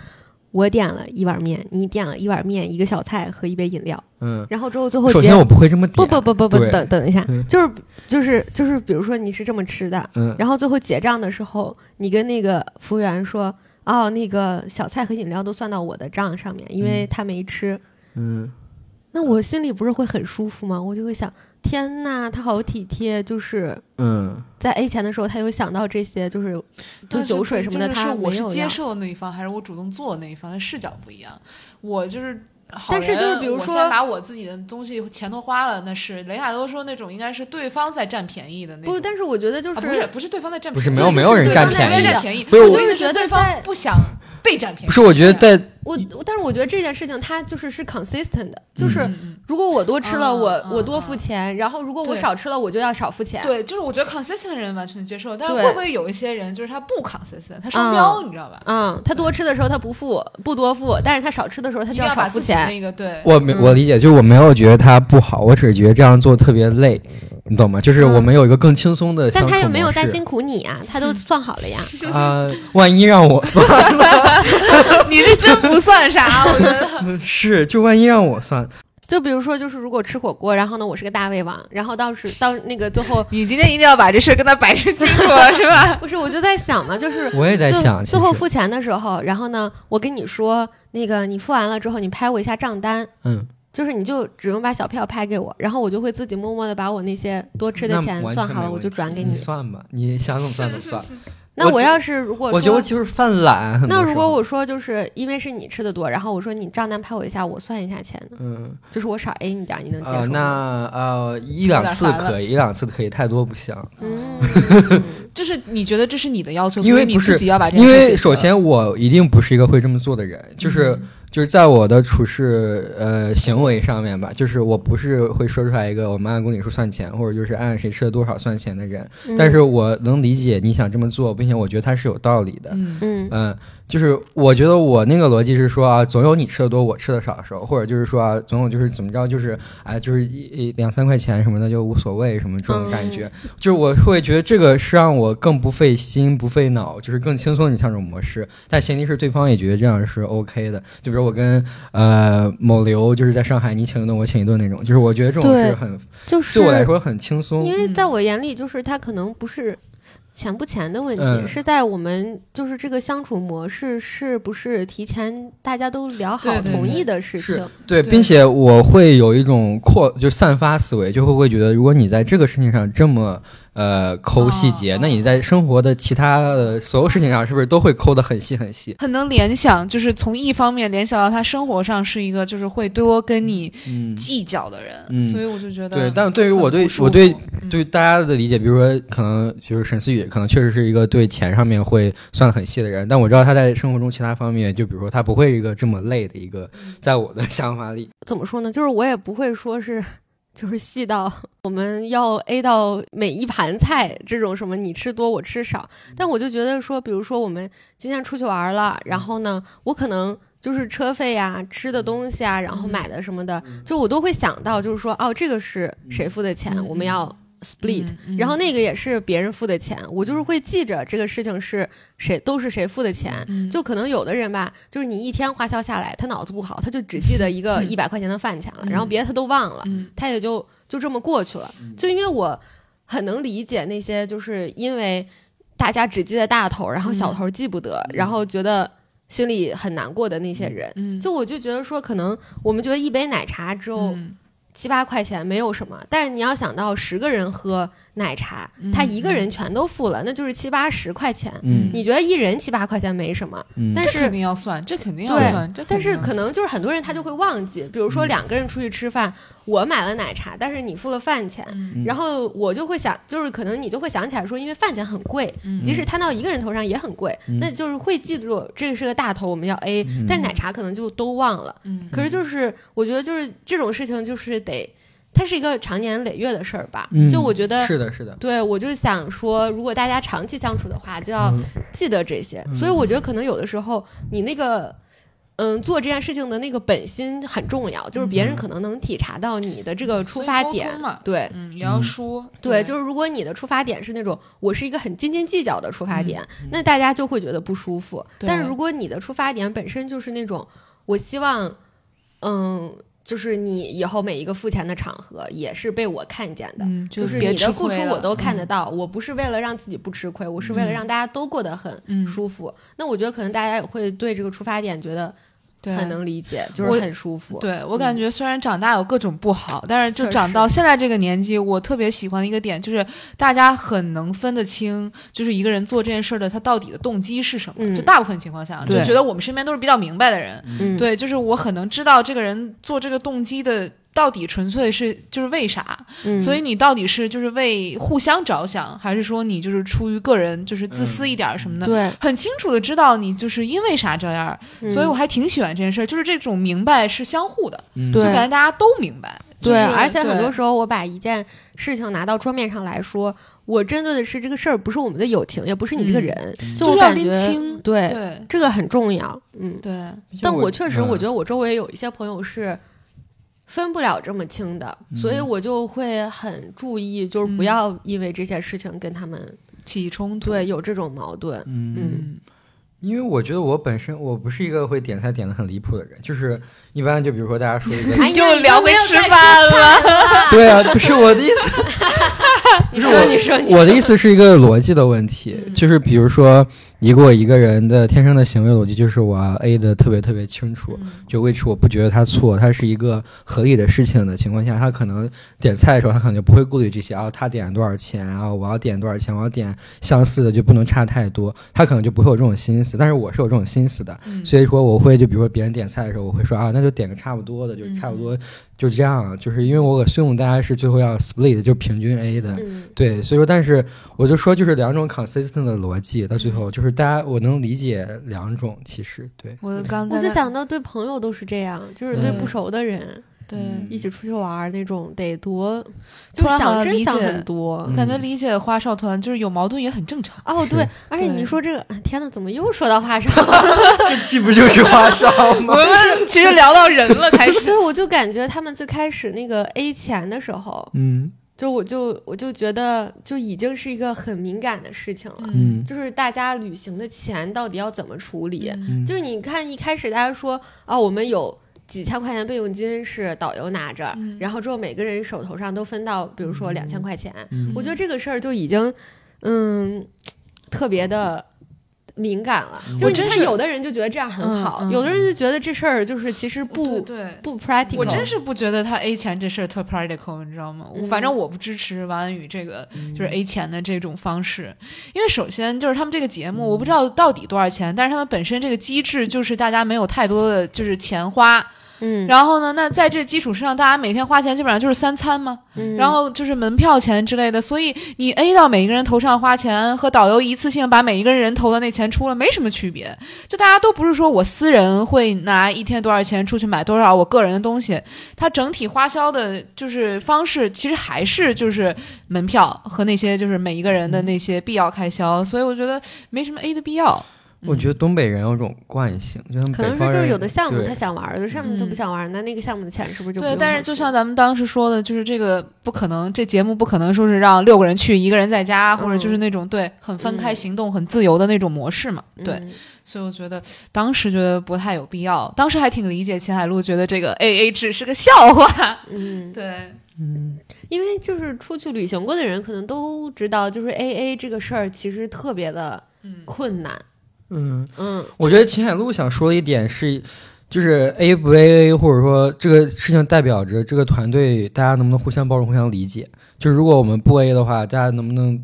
S1: 我点了一碗面，你点了一碗面、一个小菜和一杯饮料，
S3: 嗯，
S1: 然后之后最后
S3: 首
S1: 结
S3: 先我不会这么点，
S1: 不不不不不
S3: 对，
S1: 等等一下
S3: 嗯，
S1: 就是就是就是，比如说你是这么吃的，
S3: 嗯，
S1: 然后最后结账的时候，你跟那个服务员说。哦，那个小菜和饮料都算到我的账上面，因为
S3: 嗯
S1: 他没吃。
S3: 嗯，
S1: 那我心里不是会很舒服吗？我就会想，天呐，他好体贴，就是
S3: 嗯，
S1: 在 A 钱的时候，他有想到这些，就是就
S2: 但是
S1: 酒水什么的，
S2: 就是
S1: 他
S2: 我
S1: 没
S2: 是
S1: 有
S2: 接
S1: 要。
S2: 受的那一方，还是我主动做的那一方，的视角不一样。我就是好
S1: 但
S2: 人，
S1: 是就是比如
S2: 我
S1: 说
S2: 先把我自己的东西钱都花了，那是雷卡多说那种应该是对方在占便宜的那种。
S1: 不，但是我觉得就是，
S2: 啊不是不是对方在占便宜，
S3: 不是没有没有人
S2: 对
S1: 占
S2: 方在
S1: 便宜
S2: 占
S1: 的
S2: 便宜。
S3: 不是
S2: 我
S3: 我
S2: 的意
S1: 就
S2: 思
S1: 是觉得
S2: 对方
S1: 在
S2: 不想被占便宜。
S3: 不是，我觉得
S2: 对
S3: 在
S1: 我我，但是我觉得这件事情它就是是 consistent 的，就是
S2: 嗯嗯
S1: 如果我多吃了，
S2: 啊
S1: 我
S2: 啊
S1: 我多付钱，然后如果我
S2: 对
S1: 少吃了，我就要少付钱。
S2: 对，就是我觉得 consistent 的人完全能接受，但是
S1: 对
S2: 会不会有一些人就是他不 consistent，他双
S1: 啊
S2: 标，你知道吧？
S1: 嗯，他多吃的时候他不付，不多付，但是他少吃的时候他
S2: 一
S1: 就
S2: 定要
S1: 少
S2: 把
S1: 付
S2: 自己
S1: 钱。
S2: 那个对，
S3: 我没
S1: 嗯
S3: 我理解，就是我没有觉得他不好，我只是觉得这样做特别累，你懂吗？就是我
S1: 嗯
S3: 们有一个更轻松的相
S1: 但
S3: 处
S1: 他又没有
S3: 模
S1: 在
S3: 式
S1: 辛苦你啊，他都算好了呀。
S3: 啊、万一让我算
S2: [laughs]
S1: [laughs]
S2: 你这真不算啥，我觉得。
S3: 是，就万一让我算，
S1: 就比如说，就是如果吃火锅，然后呢，我是个大胃王，然后到时到那个最后，
S2: 你今天一定要把这事儿跟他摆 [laughs] 清楚，是吧？
S1: 不是我就在想嘛，就是
S3: 我 [laughs] 也在
S1: 最
S3: 想，
S1: 最后
S3: 其实
S1: 付钱的时候，然后呢，我跟你说，那个你付完了之后，你拍我一下账单，
S3: 嗯，
S1: 就是你就只用把小票拍给我，然后我就会自己默默的把我那些多吃的
S3: 那
S1: 钱
S3: 完
S1: 算
S3: 全
S1: 好
S3: 没
S1: 了，我
S3: 问
S1: 就
S3: 题
S1: 转给
S3: 你
S1: 你。
S3: 算吧，你想怎么算怎么算。
S1: 那
S3: 我
S1: [laughs] 我
S3: 就
S1: 要是如果
S3: 我觉得
S1: 说
S3: 我就是犯懒，很
S1: 那
S3: 多
S1: 如
S3: 时
S1: 果
S3: 候
S1: 我说就是因为是你吃的多，然后我说你账单拍我一下，我算一下钱呢，
S3: 嗯
S1: 就是我少 A 你点儿，你能接
S3: 呃
S1: 受
S3: 那
S1: 吗？
S3: 呃一
S2: 点
S3: 两次
S2: 烦了
S3: 可以，一两次可以，太多不行。
S1: 嗯，
S2: 就是你觉得这是你的要求，
S3: 因
S2: 所
S3: 为
S2: 以你
S3: 不是
S2: 自己要把这
S3: 因
S2: 件事
S3: 为
S2: 解决
S3: 首先我一定不是一个会这么做的人，就是就是在我的处事呃行为上面吧，就是我不是会说出来一个我们按公里数算钱，或者就是按谁吃了多少算钱的人，
S1: 嗯
S3: 但是我能理解你想这么做，并且我觉得它是有道理的。
S2: 嗯
S1: 嗯
S3: 嗯，就是我觉得我那个逻辑是说啊，总有你吃的多我吃的少的时候，或者就是说啊，总有就是怎么着，就是哎，就是一一两三块钱什么的就无所谓什么这种感觉，
S1: 嗯
S3: 就是我会觉得这个是让我更不费心不费脑，就是更轻松的像这种模式，但前提是对方也觉得这样是 OK 的。就比如我跟呃某流就是在上海，你请一顿我请一顿那种，就是我觉得这种
S1: 对
S3: 是很
S1: 就是
S3: 对我来说很轻松
S1: 因。为在我眼里，就是他可能不是钱不钱的问题，
S3: 嗯
S1: 是在我们就是这个相处模式是不是提前大家都聊好
S2: 对对
S1: 同
S3: 对
S1: 意的事情
S3: 是。对，
S2: 对
S3: 并且我会有一种扩，就散发思维，就会会觉得，如果你在这个事情上这么呃抠细节，
S2: 哦
S3: 那你在生活的其他的所有事情上，是不是都会抠得很细很细？
S2: 很能联想，就是从一方面联想到他生活上是一个就是会多跟你
S3: 嗯
S2: 计较的人，
S3: 嗯
S2: 所以我就觉得
S3: 对，但对于
S2: 很不
S3: 我对
S2: 舒
S3: 我对
S2: 服嗯
S3: 对大家的理解，比如说可能就是沈思雨，可能确实是一个对钱上面会算得很细的人，但我知道他在生活中其他方面，就比如说他不会一个这么累的一个，在我的想法里，
S1: 怎么说呢？就是我也不会说是。就是细到我们要 A 到每一盘菜这种什么你吃多我吃少，
S2: 嗯
S1: 但我就觉得说，比如说我们今天出去玩了，然后呢，我可能就是车费啊、吃
S2: 嗯
S1: 的东西啊，然后买的什么的，就我都会想到，就是说哦，这个是谁付的钱，
S2: 嗯
S1: 我们要 split，、
S2: 嗯嗯
S1: 然后那个也是别人付的钱，我就是会记着这个事情是谁都是谁付的钱。
S2: 嗯
S1: 就可能有的人吧，就是你一天花销下来，他脑子不好，他就只记得一个一百块钱的饭钱了，
S2: 嗯
S1: 然后别的他都忘了，
S2: 嗯
S1: 他也就就这么过去了。就因为我很能理解那些，就是因为大家只记得大头，然后小
S2: 嗯
S1: 头记不得，然后觉得心里很难过的那些人。
S2: 嗯
S1: 就我就觉得说，可能我们觉得一杯奶茶只有
S2: 嗯
S1: 七八块钱没有什么，但是你要想到十个人喝奶茶，
S2: 嗯
S1: 他一个人全都付了，那就是七八十块钱。
S3: 嗯
S1: 你觉得一人七八块钱没什么，
S3: 嗯
S1: 但
S2: 这肯
S1: 是
S2: 定要算，这肯定要
S1: 对
S2: 算，这
S1: 但
S2: 肯定
S1: 是
S2: 要
S1: 可
S2: 算
S1: 能就是很多人他就会忘记，比如说
S3: 嗯
S1: 两个人出去吃饭，我买了奶茶，但是你付了饭钱。
S2: 嗯
S3: 嗯
S1: 然后我就会想，就是可能你就会想起来说，因为饭钱很贵，
S2: 嗯
S1: 即使摊到一个人头上也很贵，
S3: 嗯
S1: 那就是会记住这个是个大头，我们要 A，、
S3: 嗯
S1: 但奶茶可能就都忘了。
S2: 嗯
S1: 可是就是我觉得就是这种事情就是得，它是一个长年累月的事儿吧。
S3: 嗯
S1: 就我觉得，
S3: 是的，是的，
S1: 对我就想说，如果大家长期相处的话，就要
S3: 嗯
S1: 记得这些。所以我觉得可能有的时候你那个。嗯，做这件事情的那个本心很重要，就是别人可能能体察到你的这个出
S2: 所以
S1: 发
S2: 沟
S1: 点
S2: 通，嘛
S1: 对，
S2: 嗯也要
S3: 嗯
S2: 说
S1: 对，
S2: 是
S1: 就是如果你的出发点是那种我是一个很斤斤计较的出发点，那大家就会觉得不舒服。
S2: 对
S1: 但是如果你的出发点本身就是那种我希望，嗯，就是你以后每一个付钱的场合也是被我看见的。
S2: 嗯
S1: 就
S2: 就是别
S1: 你
S2: 吃
S1: 的付
S2: 亏
S1: 出我
S2: 了
S1: 都看
S2: 嗯
S1: 得到，我不是为了让自己不吃亏，我是为了
S2: 嗯
S1: 让大家都过得很
S2: 嗯
S1: 舒服。那我觉得可能大家也会对这个出发点觉得
S2: 对
S1: 很能理解，就
S2: 我
S1: 是很舒服。
S2: 对我
S1: 嗯
S2: 感觉虽然长大有各种不好，但是就
S1: 确
S2: 长
S1: 实
S2: 到现在这个年纪，我特别喜欢的一个点就是大家很能分得清，就是一个人做这件事儿的他到底的动机是什么。
S1: 嗯
S2: 就大部分情况下，就
S1: 对
S2: 觉得我们身边都是比较明白的人，
S1: 嗯，
S2: 对，就是我很能知道这个人做这个动机的。到底纯粹是就是为啥？
S1: 嗯，
S2: 所以你到底是就是为互相着想，还是说你就是出于个人就是自私一点儿什么的？
S1: 嗯对，
S2: 很清楚的知道你就是因为啥这样儿，所以
S1: 嗯
S2: 我还挺喜欢这件事儿。就是这种明白是相互的，
S3: 嗯
S1: 对
S2: 就感觉大家都明白。就是
S1: 对，而且很多
S2: 对
S1: 时候，我把一件事情拿到桌面上来说，我针对的是这个事儿，不是我们的友情，也不是你这个
S2: 嗯
S1: 人，
S3: 嗯
S1: 就我
S2: 就是要
S1: 感
S2: 拎
S1: 觉哎
S2: 清，
S1: 对
S2: 对
S1: 这个很重要。嗯，
S2: 对，
S1: 但我确实，我
S3: 嗯
S1: 觉得我周围有一些朋友是分不了这么清的，所以
S3: 嗯
S1: 我就会很注意，就是不
S2: 嗯
S1: 要因为这些事情跟他们
S2: 起冲突，
S1: 对有这种矛盾。
S3: 嗯
S2: 嗯
S3: 因为我觉得我本身我不是一个会点菜点的很离谱的人，就是一般就比如说大家说一个，
S1: 哎呀
S2: 又
S1: 你
S2: 聊
S1: 都
S2: 回
S1: 没有
S2: 吃
S1: 在说
S2: 饭了，
S3: 对啊，不是我的意思，
S1: 你说，你说，你
S3: 我的意思是一个逻辑的问题，
S1: 嗯
S3: 就是比如说一个我一个人的天生的行为逻辑，就是我要 A 的特别特别清楚，
S1: 嗯
S3: 就 which 我不觉得他错，他是一个合理的事情的情况下，他可能点菜的时候，他可能就不会顾虑这些啊，他点多少钱啊，我要点多少钱，我要点相似的就不能差太多，他可能就不会有这种心思，但是我是有这种心思的，
S2: 嗯
S3: 所以说我会就比如说别人点菜的时候，我会说啊，那就点个差不多
S1: 嗯
S3: 的，就差不多就这样，就是因为我 assume 大家是最后要 split 就平均 A 的，
S1: 嗯
S3: 对，所以说，但是我就说，就是两种 consistent 的逻辑，到最后就是大家我能理解两种，其实对，
S2: 我刚在
S1: 我就
S2: 那
S1: 想到对朋友都是这样，就是对不熟的人
S2: 对。
S3: 嗯
S1: 一起出去玩儿那种得多，就
S2: 突
S1: 是
S2: 然
S1: 想
S2: 好像
S1: 真
S2: 理
S1: 想
S2: 解
S1: 很多。
S3: 嗯
S2: 感觉理解花少团就是有矛盾也很正常，
S1: 哦，对
S3: 是，
S1: 而且你
S2: 对
S1: 说这个，哎天呐，怎么又说到花上了？
S3: [laughs]
S1: [laughs]
S2: [laughs]
S3: 这期不就是花少
S2: 我？们其实聊到人了才是。
S1: 对，我就感觉他们最开始那个 A 钱的时候，
S3: 嗯
S1: 就我就我就觉得就已经是一个很敏感的事情了，
S2: 嗯，
S3: 嗯
S1: 就是大家旅行的钱到底要怎么处理？
S3: 嗯，
S1: 就是你看一开始大家说啊，我们有几千块钱备用金是导游拿着，
S2: 嗯
S1: 然后之后每个人手头上都分到，比如说两千块钱，
S3: 嗯
S1: 我觉得这个事儿就已经嗯特别的。敏感了，
S3: 嗯
S1: 就
S3: 我
S1: 是
S2: 真
S1: 你看，
S2: 是
S1: 有的人就觉得这样很好，
S2: 嗯嗯
S1: 有的人就觉得这事儿就是其实不
S2: 对。
S1: 不 practical。
S2: 我真是不觉得他 A 钱这事儿特 practical，你知道吗？我
S1: 嗯
S2: 反正我不支持王安宇这个就是 A 钱的这种方式，因为首先就是他们这个节
S1: 嗯
S2: 目，我不知道到底多少钱，但是他们本身这个机制就是大家没有太多的就是钱花，
S1: 嗯，
S2: 然后呢，那在这基础之上，大家每天花钱基本上就是三餐嘛，
S1: 嗯
S2: 然后就是门票钱之类的，所以你 A 到每一个人头上花钱，和导游一次性把每一个人投的那钱出了，没什么区别。就大家都不是说我私人会拿一天多少钱出去买多少我个人的东西，它整体花销的就是方式，其实还是就是门票和那些就是每一个人的那些必要开销，所以我觉得没什么 A 的必要。嗯
S3: 我觉得东北人有种惯性，就他
S1: 嗯
S3: 们
S1: 可能
S3: 嗯北
S1: 是
S3: 方
S1: 就是
S3: 人
S1: 有的项目
S3: 对
S1: 他想玩儿，有的项目他不
S2: 嗯
S1: 想玩儿，那那个项目的钱是不是就不
S2: 对，
S1: 用
S2: 但
S1: 他
S2: 是就
S1: 出
S2: 像咱们当时说的，就是这个不可能，这节目不可能说是让六个人去，一个人在家，或者就是那种对很分开
S1: 嗯
S2: 行动、很自由的那种模式嘛。对，
S1: 嗯
S2: 所以我觉得当时觉得不太有必要，当时还挺理解秦海璐觉得这个 A A 制是个笑话。
S1: 嗯，
S2: 对，
S1: 因为就是出去旅行过的人可能都知道，就是 A A 这个事儿其实特别的
S2: 嗯
S1: 困难。
S3: 嗯，
S1: 嗯
S3: 我觉得秦海璐想说的一点是，就是 A 不 A A，或者说这个事情代表着这个团队大家能不能互相包容、互相理解。就是如果我们不 A 的话，大家能不能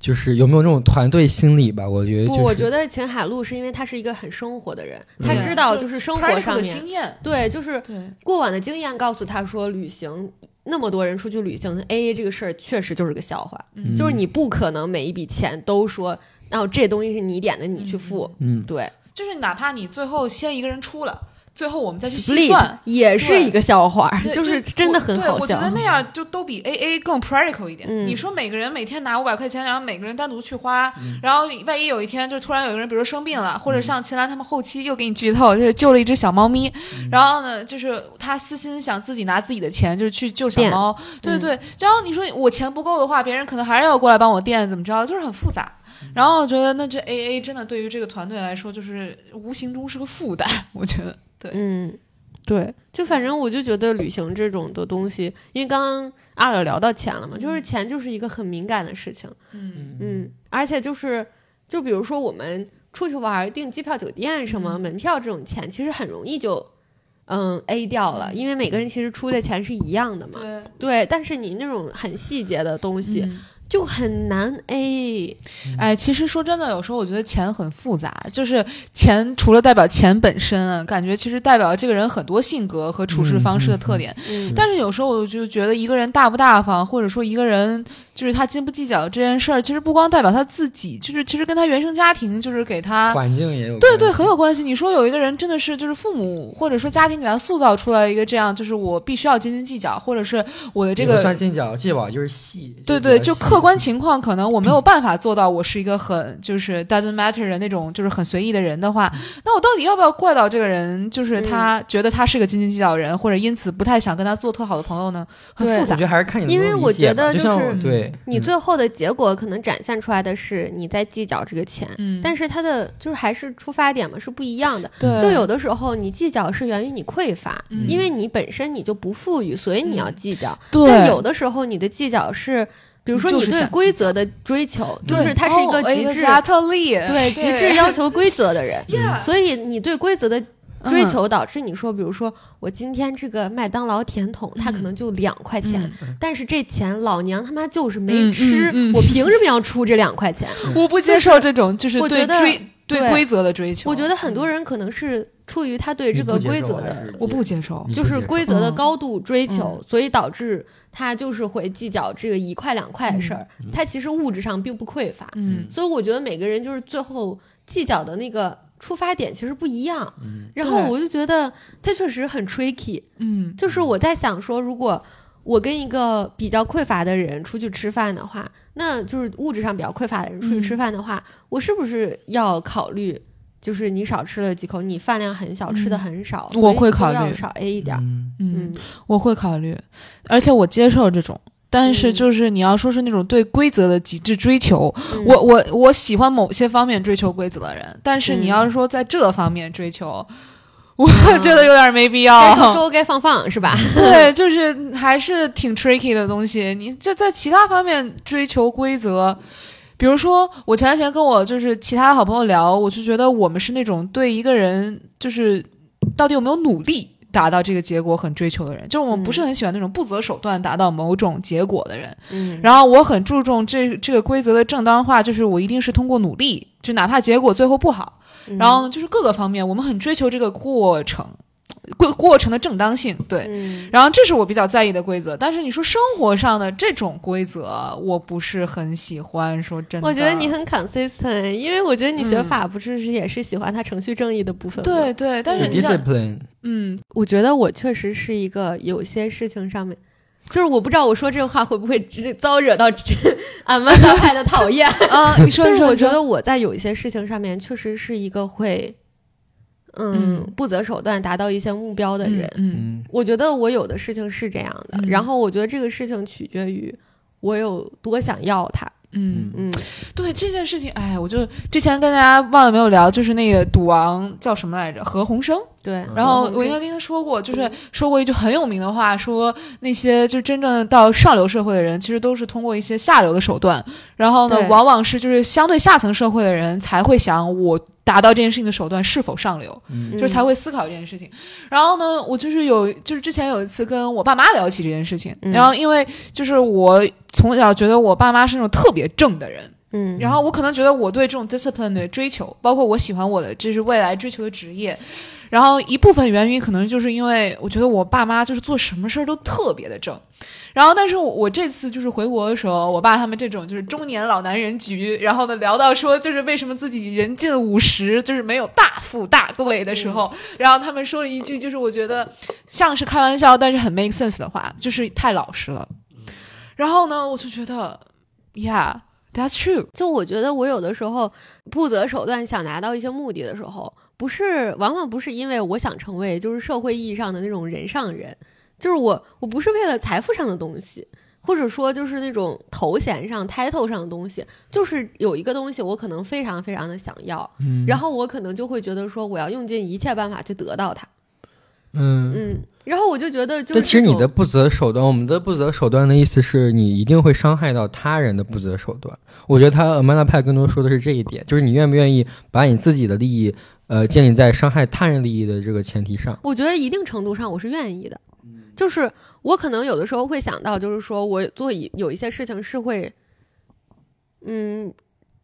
S3: 就是有没有这种团队心理吧？我觉得、就
S1: 不，
S3: 是，
S1: 我觉得秦海璐是因为他是一个很生活的人，他
S3: 嗯
S1: 知道
S2: 就
S1: 就是生活上
S2: 的
S1: 面，
S2: 经验，
S1: 对，就是
S2: 对，
S1: 过往的经验告诉他说，旅行那么多人出去旅行，A A 这个事儿确实就是个笑话，
S3: 嗯
S1: 就是你不可能每一笔钱都说，哦，这东西是你点的，你去付，
S3: 嗯，
S1: 对。
S2: 就是哪怕你最后先一个人出了，最后我们再去细
S1: Split
S2: 算。
S1: 也是一个笑话，
S2: 对
S1: 就是真的很好
S2: 我对我
S1: 笑
S2: 觉。得那样就都比 A A 更 practical 一点。
S1: 嗯
S2: 你说每个人每天拿五百块钱，然后每个人单独去花，然后万一有一天就突然有一个人，比如说生病了，或者像秦岚他们后期又给你剧透，就是救了一只小猫咪，然后呢，就是他私心想自己拿自己的钱，就是去救小
S1: 垫
S2: 猫。对
S1: 嗯
S2: 对对，然后你说我钱不够的话，别人可能还是要过来帮我垫，怎么着，就是很复杂。然后我觉得，那这 A A 真的对于这个团队来说，就是无形中是个负担。我觉得，对，
S1: 嗯，对，就反正我就觉得旅行这种的东西，因为刚刚二老聊到钱了嘛，就是钱就是一个很敏感的事情。
S2: 嗯
S1: 嗯，而且就是就比如说我们出去玩儿订机票、酒店什么
S2: 嗯
S1: 门票这种钱，其实很容易就。嗯，A 掉了，因为每个人其实出的钱是一样的嘛。
S2: 嗯对，
S1: 对，但是你那种很细节的东西、
S2: 嗯
S1: 就很难 A。
S2: 哎，其实说真的，有时候我觉得钱很复杂，就是钱除了代表钱本身啊，感觉其实代表这个人很多性格和处事方式的特点。
S1: 嗯，
S2: 但是有时候我就觉得一个人大不大方，或者说一个人就是他斤不计较这件事儿，其实不光代表他自己，就是其实跟他原生家庭就是给他
S1: 啊
S3: 环境也有
S2: 对对，
S3: 关系
S2: 很有关系。你说有一个人真的是就是父母或者说家庭给他塑造出来一个这样，就是我必须要斤斤计较，或者是我的这
S3: 也不
S2: 个
S3: 算心角，技巧就是细，
S2: 对
S3: 比较
S2: 对，就
S3: 细
S2: 客观情况，可能我没有办法做到，我是一个很就是 doesn't matter 的那种，就是很随意的人的话，
S1: 嗯
S2: 那我到底要不要怪到这个人？就是他觉得他是个斤斤计较的人，或者因此不太想跟他做特好的朋友呢？很
S1: 对
S2: 复
S3: 我
S2: 杂
S3: 觉。得还是看你能
S1: 因
S3: 不
S1: 为
S3: 能
S1: 我
S3: 理解
S1: 觉
S3: 吧
S1: 得
S3: 就
S1: 就
S3: 像
S1: 是
S3: 我对
S1: 你
S3: 嗯
S1: 最后的结果可能展现出来的是你在计较这个钱，
S2: 嗯，
S1: 但是它的就是还是出发点嘛是不一样的。
S2: 对，
S1: 就有的时候你计较是源于你匮乏，
S2: 嗯
S1: 因为你本身你就不富裕，所以你要计较。但
S2: 对
S1: 有的时候你的计较是，比如说
S2: 你就
S1: 你
S2: 是
S1: 对
S2: 想
S1: 规则的追求，就
S3: 对
S1: 是他是一个
S2: 哦
S1: 极致、
S2: 哎特例，
S1: 对极致要求规则的
S2: [laughs]
S3: 嗯
S1: 人，
S2: Yeah
S1: 所以你对规则的追
S2: 嗯
S1: 求导致你说，比如说我今天这个麦当劳甜筒，它可
S2: 嗯
S1: 能就两块钱，但是这钱老娘他妈就是没
S2: 嗯
S1: 吃，
S2: 嗯嗯
S3: [laughs]
S1: 我凭什么要出这两块钱？
S2: 我不接受这种就是
S1: 我
S2: 对
S1: 觉得
S2: 追对
S1: 对
S2: 规则的追求。嗯
S1: 我觉得很多人可能是出于他对这个规则的，
S2: 我不接受，
S3: 你不
S1: 就是
S3: 接
S1: 规则的
S2: 嗯
S1: 高度追求，所以导致他就是会计较这个一块两块的事儿。
S3: 嗯
S1: 他其实物质上并不匮乏，
S2: 嗯
S1: 所以我觉得每个人就是最后计较的那个出发点其实不一样。
S3: 嗯
S1: 然后
S2: 对
S1: 我就觉得他确实很 tricky，
S2: 嗯
S1: 就是我在想说，如果我跟一个比较匮乏的人出去吃饭的话，那就是物质上比较匮乏的人出去
S2: 嗯
S1: 吃饭的话，我是不是要考虑，就是你少吃了几口，你饭量很小，
S2: 嗯
S1: 吃的很少，
S2: 我
S1: 所
S2: 会
S1: 以都
S2: 考虑
S1: 要少 A 一点儿。
S3: 嗯
S2: 嗯
S1: 嗯，，
S2: 我会考虑，而且我接受这种。但是
S1: 嗯
S2: 就是你要说是那种对规则的极致追求，
S1: 嗯
S2: 我我我喜欢某些方面追求规则的人，但是
S1: 嗯
S2: 你要是说在这方面追求，我觉得有点没必
S1: 该收
S2: 要。
S1: 收该放放是
S2: [laughs]
S1: 吧？ [laughs]
S2: 对，就是还是挺 tricky 的东西。你就在其他方面追求规则，比如说我前段时间跟我就是其他的好朋友聊，我就觉得我们是那种对一个人就是到底有没有努力。达到这个结果很追求的人，就是我们不是
S1: 嗯
S2: 很喜欢那种不择手段达到某种结果的人。
S1: 嗯，
S2: 然后我很注重这这个规则的正当化，就是我一定是通过努力，就哪怕结果最后不好，
S1: 嗯
S2: 然后呢，就是各个方面我们很追求这个过程，过过程的正当性，对。
S1: 嗯，
S2: 然后这是我比较在意的规则，但是你说生活上的这种规则，我不是很喜欢。说真的，嗯
S1: 我觉得你很 consistent，因为我觉得你学法不是是也是喜欢它程序正义的部分吗。
S2: 对对，但是
S1: 嗯
S2: 你想，
S3: discipline，
S1: [laughs]
S2: 嗯，
S1: 我觉得我确实是一个有些事情上面，就是我不知道我说这个话会不会直遭惹到 [laughs] 俺们大派的讨
S2: [laughs]
S1: 厌。
S2: 啊，你说，
S1: 就是
S2: 你说
S1: 我
S2: 你
S1: 觉
S2: 说
S1: 得我在有一些事情上面确实是一个会，嗯，
S2: 嗯
S1: 不择手段达到一些目标的
S2: 嗯
S1: 人。
S2: 嗯
S3: 嗯
S1: 我觉得我有的事情是这样的，
S2: 嗯
S1: 然后我觉得这个事情取决于我有多想要它。
S2: 嗯
S1: 嗯
S2: 对这件事情，哎，我就之前跟大家忘了没有聊，就是那个赌王叫什么来着？何鸿燊。
S1: 对。
S2: 然后我应该跟他说过，就是说过一句很有名的话，说那些就真正到上流社会的人，其实都是通过一些下流的手段。然后呢
S1: 对，
S2: 往往是就是相对下层社会的人才会想，我达到这件事情的手段是否上流，
S3: 嗯
S2: 就是才会思考这件事情。然后呢，我就是有就是之前有一次跟我爸妈聊起这件事情，
S1: 嗯
S2: 然后因为就是我从小觉得我爸妈是那种特别正的人，
S1: 嗯，
S2: 然后我可能觉得我对这种 discipline 的追求，包括我喜欢我的这是未来追求的职业，然后一部分原因可能就是因为我觉得我爸妈就是做什么事儿都特别的正，然后但是我我这次就是回国的时候，我爸他们这种就是中年老男人局，然后呢聊到说就是为什么自己人近五十就是没有大富大贵的时候，然后他们说了一句就是我觉得像是开玩笑，但是很 make sense 的话，就是太老实了。然后呢，我就觉得，Yeah。That's true。
S1: 就我觉得我有的时候不择手段想达到一些目的的时候，不是往往不是因为我想成为就是社会意义上的那种人上人，就是我我不是为了财富上的东西，或者说就是那种头衔上 title 上的东西，就是有一个东西我可能非常非常的想要，
S3: 嗯，
S1: 然
S3: 后
S1: 后我可能就会觉得说我要用尽一切办法去得到它，
S3: 嗯。
S1: 嗯，然后我就觉得就是
S3: 但其实
S1: 这
S3: 你
S1: 种
S3: 的不择手段，我们的不择手段的意思是你一定会伤害到他人的不择手段。我觉得他 Amanda 派更多说的是这一点，就是你愿不愿意把你自己的利益，呃，建立在伤害他人利益的这个前提上。
S1: 我觉得一定程度上我是愿意的，就是我可能有的时候会想到，就是说我做一有一些事情是会，嗯，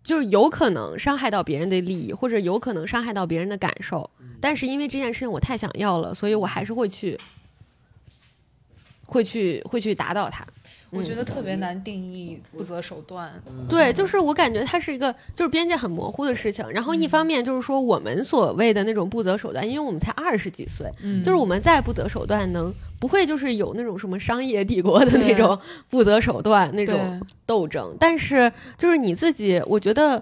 S1: 就是有可能伤害到别人的利益，或者有可能伤害到别人的感受，但是因为这件事情我太想要了，所以我还是会去，会去会去达到它。
S2: 我觉
S1: 嗯
S2: 得特别难定义不择手段。
S3: 嗯
S1: 对，就是我感觉它是一个就是边界很模糊的事情。然后一方面就是说我们所谓的那种不择手段，因为我们才二十几岁，
S2: 嗯
S1: 就是我们再不择手段能，不会就是有那种什么商业帝国的那
S2: 对
S1: 种不择手段那
S2: 那
S1: 种斗争。但是就是你自己，我觉得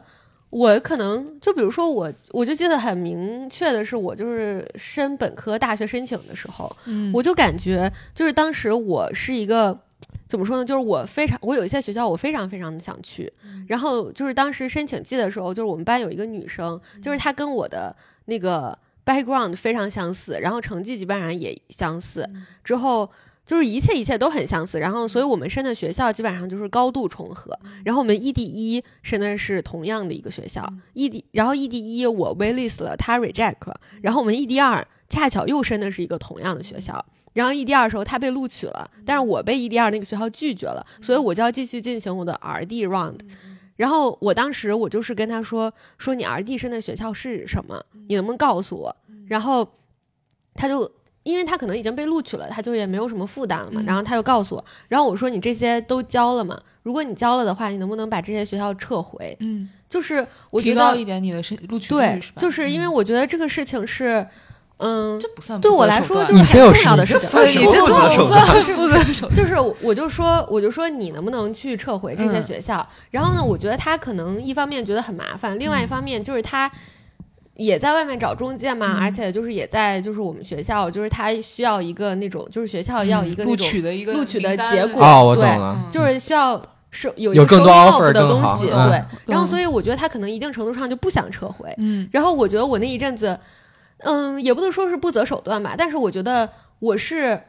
S1: 我可能就比如说我，我就记得很明确的是，我就是申本科大学申请的时候，
S2: 嗯
S1: 我就感觉就是当时我是一个。怎么说呢？就是我非常，我有一些学校我非常非常的想去，然后就是当时申请季的时候，就是我们班有一个女生，就是她跟我的那个 background 非常相似，然后成绩基本上也相似，之后就是一切一切都很相似，然后所以我们申的学校基本上就是高度重合，然后我们 E D 一申的是同样的一个学校，E D 然后 E D 一我 waitlist 了，她 reject 了，然后我们 E D 二恰巧又申的是一个同样的学校。然后 E D 二的时候，她被录取
S2: 嗯嗯
S1: 了，但是我被 E D 二那个学校拒绝了，所以我就要继续进行我的 R D round。然后我当时我就是跟他说说你儿弟升的学校是什么，
S2: 嗯
S1: 你能不能告诉我？然后他就因为他可能已经被录取了，他就也没有什么负担了嘛。
S2: 嗯
S1: 然后他就告诉我，然后我说你这些都交了吗？如果你交了的话，你能不能把这些学校撤回？
S2: 嗯，
S1: 就是我觉
S2: 提高一
S1: 得
S2: 点你的申录取率
S1: 对
S2: 是吧？，嗯
S1: 就是因为我觉得这个事情是，嗯，
S2: 这不算
S1: 对
S2: 不择
S1: 我来
S2: 手
S1: 说
S2: 段
S1: 就是
S3: 你这有
S1: 很重要
S3: 时
S1: 的事情，
S2: 所以
S3: 这
S2: 你
S3: 不
S2: 这
S3: 择
S2: 个
S3: 手
S2: 不
S3: 段
S2: 算不
S3: [laughs]
S2: 择手段。
S1: 就是我就说我就说你能不能去撤回这些
S2: 嗯
S1: 学校？然后呢，我觉得他可能一方面觉得很麻烦，另外一
S3: 嗯
S1: 方面就是他。也在外面找中介嘛，
S2: 嗯
S1: 而且就是也在就是我们学校，就是他需要一个那种就是学校 [laughs] 要
S3: 嗯
S1: 一个那
S2: 录
S1: 种，
S2: 取的一个
S1: 录取的
S2: 名单
S1: 结果
S3: 哦，我懂
S1: 对
S3: 了，
S1: 就是需要是有一
S3: 有
S1: 个
S3: 更
S1: 收
S3: 多
S1: offer 的
S3: offer 更
S1: 东
S3: 好
S1: 西，
S3: 嗯
S1: 对。然后
S2: 懂
S1: 所以我觉得他可能一定程度上就不想撤回，
S2: 嗯
S1: 然后我觉得我那一阵子，嗯，也不能说是不择手段吧，但是我觉得我是，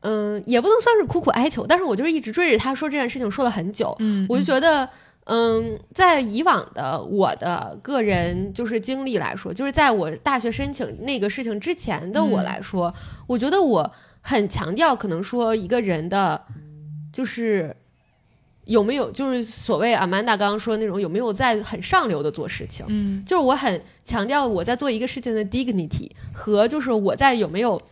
S1: 嗯，也不能算是苦苦哀求，但是我就是一直追着他说这件事情，说了很久，
S2: 嗯，
S1: 我就觉得。嗯，在以往的我的个人就是经历来说，就是在我大学申请那个事情之前的我
S2: 嗯
S1: 来说，我觉得我很强调，可能说一个人的，就是有没有，就是所谓阿曼达刚刚说的那种有没有在很上流的做事情，
S2: 嗯
S1: 就是我很强调我在做一个事情的 dignity 和就是我在有没有，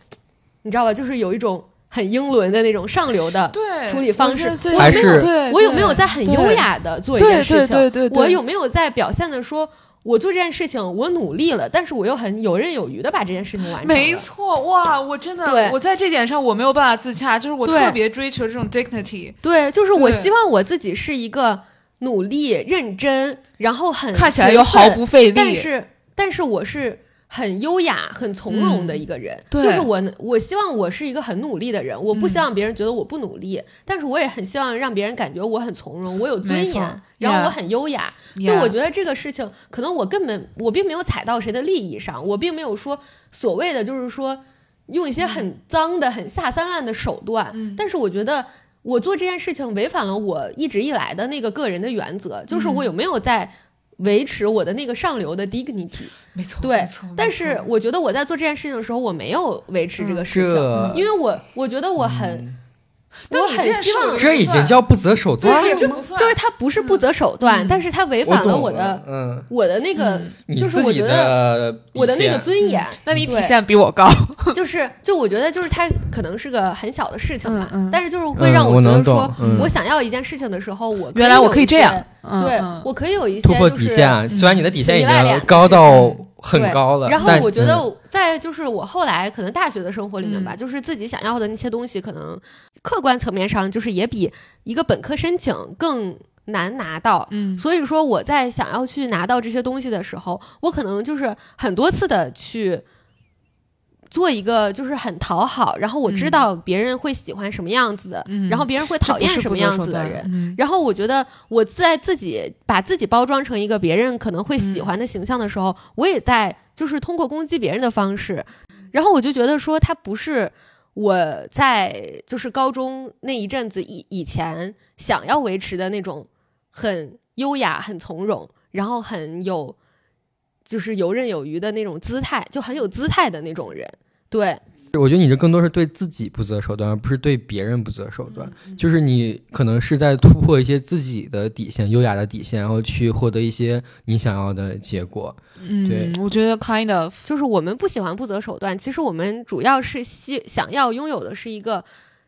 S1: 你知道吧？就是有一种很英伦的那种上流的，
S2: 对
S1: 处理方式
S2: 我觉得
S3: 还
S2: 对
S3: 是
S2: 对
S1: 我有没有
S2: 对
S1: 在很优雅的做一
S2: 对
S1: 件事情？
S2: 对对对对
S1: 我有没有在表现的说我做这件事情我努力了，但是我又很游刃有余的把这件事情完成了？
S2: 没错，哇！我真
S1: 对
S2: 的，我在这点上我没有办法自洽，就是我
S1: 对
S2: 特别追求这种 dignity，
S1: 对，就是我
S2: 对
S1: 希望我自己是一个努力、认真，然后很
S2: 看起来又毫
S1: 勤奋
S2: 不费力。
S1: 嗯但是，但是我是很优雅、很从容的一个人，
S2: 嗯对
S1: 就是我能，我希望我是一个很努力的人，我不
S2: 嗯
S1: 希望别人觉得我不努力，但是我也很希望让别人感觉我很从容，我有尊
S2: 没错
S1: 严，然后
S2: yeah
S1: 我很优雅。
S2: Yeah，
S1: 就我觉得这个事情，可能我根本我并没有踩到谁的利益上，我并没有说所谓的就是说用一些很脏的、很下三滥的手段，
S2: 嗯
S1: 但是我觉得。我做这件事情违反了我一直以来的那个个人的原则，就是
S2: 嗯
S1: 我有没有在维持我的那个上流的 dignity。
S2: 没错，
S1: 对
S2: 没错
S1: 但是我觉得我在做这件事情的时候，我没有维持这个事情，
S3: 这
S1: 因为我我觉得我很，
S2: 嗯但
S1: 我
S2: 你这
S1: 很
S2: 件
S1: 希
S2: 事
S1: 望
S2: 我觉得
S3: 这已经叫不择手
S2: 对
S3: 段了。
S2: 这不算
S1: 就是他不是不择手段，
S2: 嗯
S1: 但是他违
S3: 我
S1: 反
S3: 懂
S1: 我
S3: 了
S1: 的，
S3: 嗯，
S1: 我的那个，
S3: 你
S1: 就是
S3: 自
S1: 我
S3: 己
S1: 觉得
S3: 的
S1: 我的
S3: 底
S1: 那个
S3: 线
S1: 尊严。
S2: 那你底
S1: 嗯对
S2: 线比我高，
S1: [laughs] 就是就我觉得就是它可能是个很小的事情吧，
S2: 嗯嗯
S1: 但是就是会
S3: 嗯
S1: 让
S3: 我
S1: 觉得
S3: 能懂
S1: 说，
S3: 嗯
S1: 我想要一件事情的时候，我
S2: 原来我
S1: 有
S2: 可以
S1: 一
S2: 这
S1: 些
S2: 样，
S1: 对、
S2: 嗯
S1: 我可以有一些
S3: 突破
S1: 就
S3: 底
S1: 是
S3: 线啊，
S2: 嗯
S3: 虽然你的底线已
S1: 依赖点
S3: 经高到很
S1: 对
S3: 高了，
S1: 然后
S3: 但
S1: 我觉
S3: 嗯
S1: 得，在就是我后来可能大学的生活里面吧，
S2: 嗯
S1: 就是自己想要的那些东西，可能客观层面上就是也比一个本科申请更难拿到。
S2: 嗯
S1: 所以说我在想要去拿到这些东西的时候，我可能就是很多次的去做一个就是很讨好，然后我知
S2: 嗯
S1: 道别人会喜欢什么样子的，
S2: 嗯
S1: 然后别人会讨厌什么样子的人。
S2: 人，
S1: 然后我觉得我在自己把自己包装成一个别人可能会喜欢的形象的时候，我也在就是通过攻击别人的方式，然后我就觉得说他不是我在就是高中那一阵子以以前想要维持的那种很优雅、很从容，然后很有就是游刃有余的那种姿态，就很有姿态的那种人，对，
S3: 我觉得你这更多是对自己不择手段，而不是对别人不择手
S1: 嗯
S3: 段。嗯就是你可能是在突破一些自己的底线，优雅的底线，然后去获得一些你想要的结果。
S2: 嗯，
S3: 对
S2: 我觉得 kind of
S1: 就是我们不喜欢不择手段，其实我们主要是希想要拥有的是一个，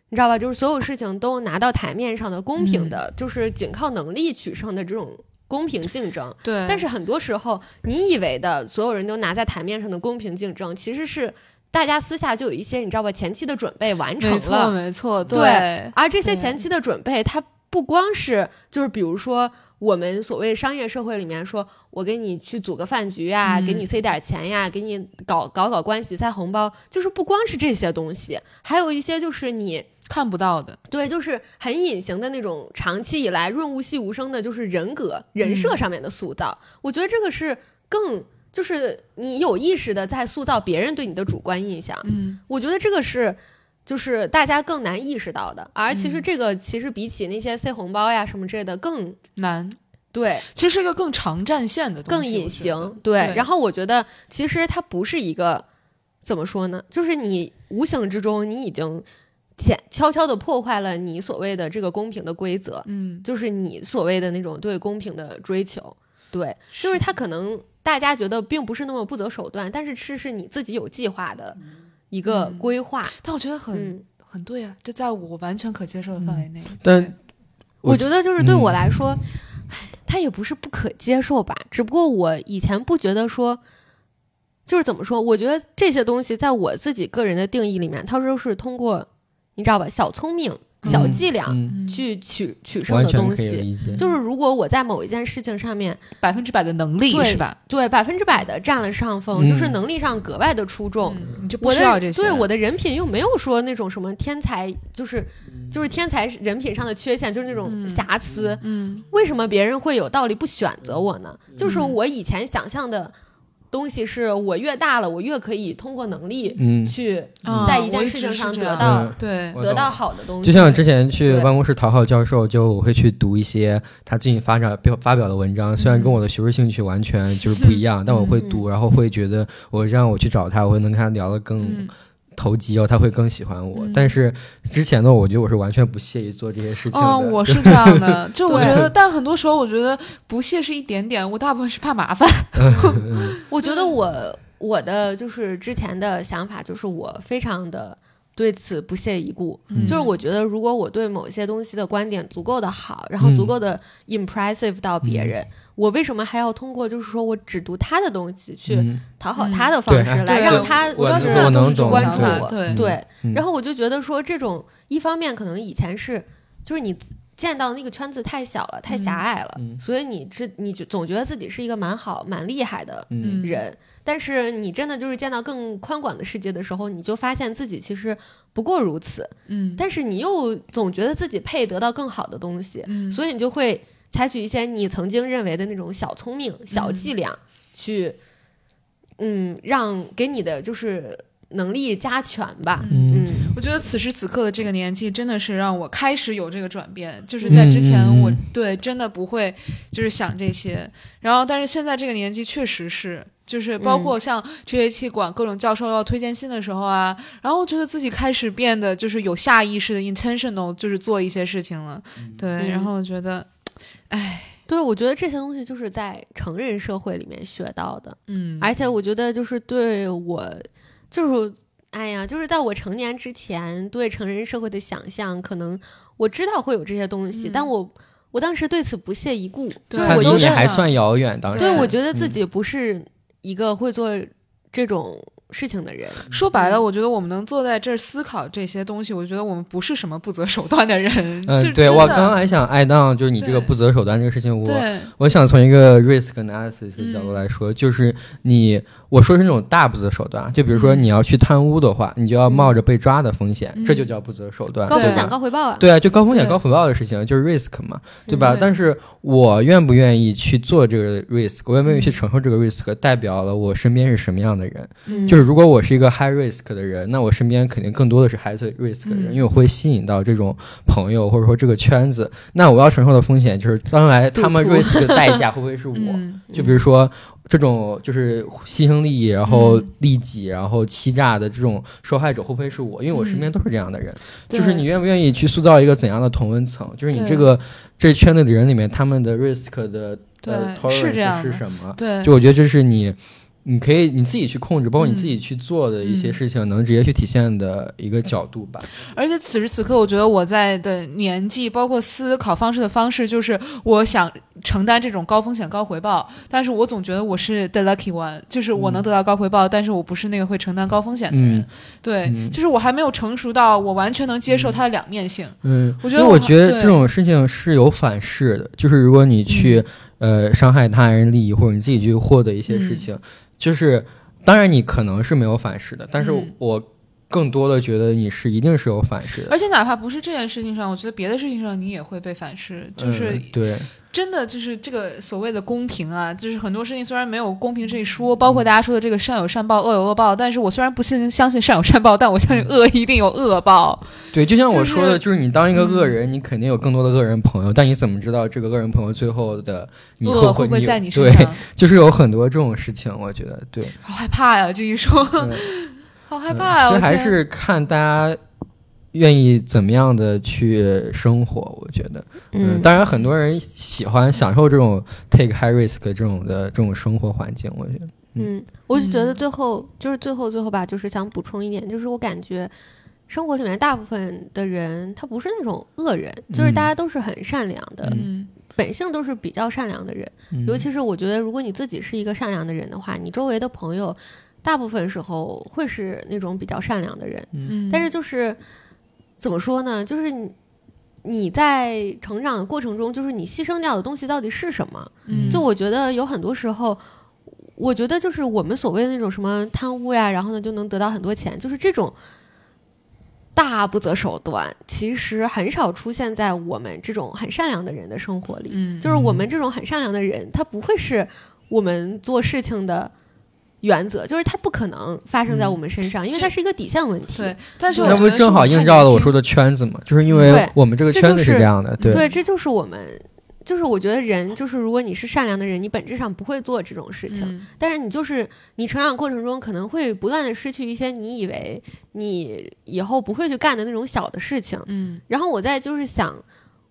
S1: 你知道吧？就是所有事情都拿到台面上的、公平
S2: 嗯
S1: 的，就是仅靠能力取胜的这种公平竞争。
S2: 对，
S1: 但是很多时候，你以为的所有人都拿在台面上的公平竞争，其实是大家私下就有一些你知道吧前期的准备完成
S2: 没错
S1: 了，
S2: 没错，
S1: 对而这些前期的准备，它不光是就是比如说。我们所谓商业社会里面说，我给你去组个饭局呀、
S2: 嗯
S1: 给你塞点钱呀、给你搞搞搞关系、塞红包，就是不光是这些东西，还有一些就是你
S2: 看不到的，
S1: 对，就是很隐形的那种，长期以来润物细无声的，就是人格、人设上面的塑造。我觉得这个是更，就是你有意识的在塑造别人对你的主观印象。
S2: 嗯
S1: 我觉得这个是，就是大家更难意识到的。而其实
S2: 嗯
S1: 这个其实比起那些塞红包呀什么之类的更
S2: 难，
S1: 对
S2: 其实是一个更长战线的东
S1: 更
S2: 西，
S1: 隐
S2: 我觉
S1: 形
S2: 得。
S1: 对
S2: 对，
S1: 然后我觉得其实它不是一个怎么说呢，就是你无形之中你已经潜悄悄的破坏了你所谓的这个公平的规则，
S2: 嗯，
S1: 就是你所谓的那种对公平的追求。对，就是
S2: 是
S1: 他可能大家觉得并不是那么不择手段，但是是是你自己有计划的一个
S2: 嗯
S1: 规划。
S2: 但我觉得很、
S1: 嗯，
S2: 很对啊，这在我完全可接受的范围内。
S3: 但
S2: 对
S3: 我
S1: 我觉得就是对
S3: 嗯
S1: 我来说，他也不是不可接受吧，只不过我以前不觉得说。就是怎么说？我觉得这些东西在我自己个人的定义里面，它都是通过你知道吧，小聪明、小
S3: 嗯
S1: 伎俩、
S3: 嗯，
S2: 嗯
S1: 去取取胜
S3: 完
S1: 的
S3: 全
S1: 东
S3: 可以
S1: 西。
S3: 理解。
S1: 就是如果我在某一件事情上面
S2: 百分之百的能力
S1: 对
S2: 是吧？
S1: 对百分之百的占了上风，
S3: 嗯
S1: 就是能力上格外的出众，
S2: 嗯，你就不
S1: 我
S2: 需要这
S1: 的
S2: 些。
S1: 对我的人品又没有说那种什么天才，就是就是天才人品上的缺陷，就是那种
S2: 嗯
S1: 瑕疵。
S2: 嗯
S1: 为什么别人会有道理不选择我呢？
S3: 嗯
S1: 就是我以前想象的东西是我越大了，我越可以通过能力
S3: 嗯，
S1: 去
S2: 啊
S1: 在一
S2: 我
S1: 件
S2: 一
S1: 事
S2: 直
S1: 情
S2: 是
S1: 上
S2: 这
S1: 得
S2: 样
S1: 到、
S3: 嗯
S2: 对
S3: 我
S1: 得
S3: 懂
S1: 到好的东西。
S3: 就像我之前去
S1: 对
S3: 办公室讨好教授，就我会去读一些他最近发展表发表的文章，虽然跟我的学术兴趣完全就是不一样，但我会读，然后会觉得我让我去找他，我会能跟他聊得更
S2: 嗯
S3: 投机，然后他会更喜欢我。
S2: 嗯
S3: 但是之前的我觉得我是完全不屑于做这些事情的。
S2: 哦，
S3: [laughs]
S2: 我是这样的，就我
S1: 对
S2: 觉得，但很多时候我觉得不屑是一点点，我大部分是怕麻烦。
S1: 我觉得我我的就是之前的想法，就是我非常的对此不屑一顾。
S3: 嗯
S1: 就是我觉得，如果我对某些东西的观点足够的好，然后足够的
S3: 嗯
S1: impressive 到别人，我为什么还要通过就是说我只读他的东西去
S3: 嗯，
S1: 讨好
S2: 嗯
S1: 他的
S3: 对
S1: 方式来
S2: 对
S1: 让
S2: 我
S1: 他
S3: 我
S2: 到
S1: 就
S2: 现
S1: 是
S2: 在
S3: 我
S2: 都
S3: 能
S2: 是这种
S3: 懂
S1: 关
S2: 想
S1: 注
S2: 法
S1: 我
S2: 对，
S1: 对，
S3: 嗯
S1: 然后我就觉得说，这种一方面可能以前是，就是你见到那个圈子太小了，太狭隘了，
S3: 嗯
S1: 所以你知你就总觉得自己是一个蛮好、蛮厉害的
S3: 嗯
S1: 人。但是你真的就是见到更宽广的世界的时候，你就发现自己其实不过如此。
S2: 嗯，
S1: 但是你又总觉得自己配得到更好的东西，
S2: 嗯，
S1: 所以你就会采取一些你曾经认为的那种小聪明、
S2: 嗯
S1: 小伎俩、去，嗯，让给你的就是能力加权吧。
S2: 嗯
S3: 嗯
S1: 嗯
S2: 我觉得此时此刻的这个年纪，真的是让我开始有这个转变。就是在之前
S3: 嗯嗯嗯
S2: 我，对真的不会就是想这些，然后但是现在这个年纪确实是，就是包
S3: 嗯
S2: 括像这学期管各种教授要推荐信的时候啊，然后我觉得自己开始变得就是有下意识的 intentional，就是做一些事情了。对，
S1: 嗯
S2: 然后我觉得，哎，
S1: 对，我觉得这些东西就是在成人社会里面学到的，
S2: 嗯，
S1: 而且我觉得就是对我，就是哎呀，就是在我成年之前，对成人社会的想象，可能我知道会有这些东西，
S2: 嗯
S1: 但我我当时对此不屑一顾，就
S2: 对
S1: 是
S3: 看
S1: 我
S3: 离
S1: 觉
S3: 你
S1: 得，
S3: 还算遥远，当时。
S1: 对
S2: 对
S1: 我觉得自己不是一个会做这种事情的人，
S3: 啊
S2: 说白了，我觉得我们能坐在这儿思考这些东西，我觉得我们不是什么不择手段的人。就
S3: 嗯，对我
S2: 真的
S3: 刚刚还想爱当，就是你这个
S2: 对
S3: 不择手段这个事情，我
S2: 对，
S3: 我想从一个 risk analysis 的角度
S2: 嗯
S3: 来说，就是你我说是那种大不择手段，啊就比如说
S2: 嗯
S3: 你要去贪污的话，你就要冒着被抓的风险，
S2: 嗯
S3: 这就叫不择手段。
S1: 嗯高
S3: 对
S1: 风
S3: 吧
S1: 险嗯高回报啊，
S3: 对啊，就高风险
S2: 对
S3: 高回报的事情，就是 risk 嘛，对吧？
S2: 对
S3: 但是我愿不愿意去做这个 risk，我愿不愿意去承受这个 risk，代表了我身边是什么样的人。
S1: 嗯
S3: 就是如果我是一个 high risk 的人，那我身边肯定更多的是 high risk 的人，
S2: 嗯
S3: 因为我会吸引到这种朋友或者说这个圈子。那我要承受的风险就是，将来他们
S1: 赌徒
S3: risk 的代价会不会是我？
S2: 嗯
S3: 就比如说这种就是牺牲利益，然后
S2: 嗯
S3: 利己，然后欺诈的这种受害者会不会是我？因为我身边都是这样的人。
S2: 嗯
S1: 嗯
S2: 对
S3: 就是你愿不愿意去塑造一个怎样的同温层？就是你
S2: 对
S3: 这个这圈子里人里面，他们的 risk 的
S2: 对
S3: 呃
S2: 是这
S3: tolerance
S2: 样
S3: 是
S2: 的
S3: 什么？
S2: 对，
S3: 就我觉得这是你。你可以你自己去控制，包括你
S2: 嗯
S3: 自己去做的一些
S2: 嗯
S3: 事情，能直接去体现的一个角度吧。
S2: 而且此时此刻，我觉得我在的年纪，包括思考方式的方式，就是我想承担这种高风险高回报，但是我总觉得我是 the lucky one，就是我能得到高回报，但是我不是那个会承担高风险的人。
S3: 嗯
S2: 对，
S3: 嗯
S2: 就是我还没有成熟到我完全能接受它的两面性。
S3: 嗯，
S2: 我
S3: 因
S2: 觉
S3: 为
S2: 得
S3: 我
S2: 我
S3: 觉得
S2: 对
S3: 这种事情是有反噬的，就是如果你去、呃伤害他人利益，或者你自己去获得一些事
S2: 嗯
S3: 情，就是当然你可能是没有反噬的，但是
S2: 嗯
S3: 我更多的觉得你是一定是有反噬的，
S2: 而且哪怕不是这件事情上，我觉得别的事情上你也会被反噬，就是
S3: 嗯对，
S2: 真的就是这个所谓的公平啊，就是很多事情虽然没有公平这一说，包括大家说的这个善有善报，恶有恶报，但是我虽然不信相信善有善报，但我相信恶一定有恶报。
S3: 对，就像我
S2: 就是嗯
S3: 说的，就是你当一个恶人，你肯定有更多的恶人朋友，但你怎么知道这个恶人朋友最后的你
S2: 恶
S3: 会
S2: 会不会
S3: 你
S2: 在你身
S3: 对，
S2: 上？
S3: 就是有很多这种事情，我觉得
S1: [laughs]
S3: 对。
S2: 好害怕呀、这一说， [laughs]
S3: 对
S1: 哎
S2: 好害怕呀、
S3: 所
S2: 我
S3: 以嗯还
S2: 天
S3: 是看大家愿意怎么样的去生活，我觉得，嗯，当然很多人喜欢享受这种 take high risk 这种的这种生活环境，我觉得，
S1: 嗯，我就觉得最后、就是最后最后吧，就是想补充一点，就是我感觉生活里面大部分的人他不是那种恶人，就是
S3: 嗯
S1: 大家都是很善良的，
S2: 嗯
S1: 本性都是比较善良的人。
S3: 嗯
S1: 尤其是我觉得，如果你自己是一个善良的人的话，你周围的朋友大部分时候会是那种比较善良的人。
S2: 嗯，
S1: 但是就是怎么说呢？就是你你在成长的过程中，就是你牺牲掉的东西到底是什么？
S2: 嗯
S1: 就我觉得有很多时候，我觉得就是我们所谓的那种什么贪污呀，然后呢就能得到很多钱，就是这种大不择手段，其实很少出现在我们这种很善良的人的生活里。
S2: 嗯
S1: 就是我们这种很善良的人，他不会是我们做事情的原则，就是他不可能发生在我们身上，因为
S2: 这
S1: 它是一个底线问题。
S2: 对，但是我
S3: 嗯那不
S2: 觉
S3: 是
S2: 得
S3: 正好
S2: 是
S3: 映
S2: 看
S3: 照了
S2: 年
S3: 我
S2: 纪
S3: 说的圈子嘛？就是因为
S1: 嗯对
S3: 我们这个
S1: 这
S3: 圈
S1: 就
S3: 子
S1: 是
S3: 这样的，对，
S1: 对，这就是我们，就是我觉得人，就是如果你是善良的人，你本质上不会做这种事情，
S2: 嗯
S1: 但是你就是你成长过程中可能会不断的失去一些你以为你以后不会去干的那种小的事情。
S2: 嗯
S1: 然后我在就是想，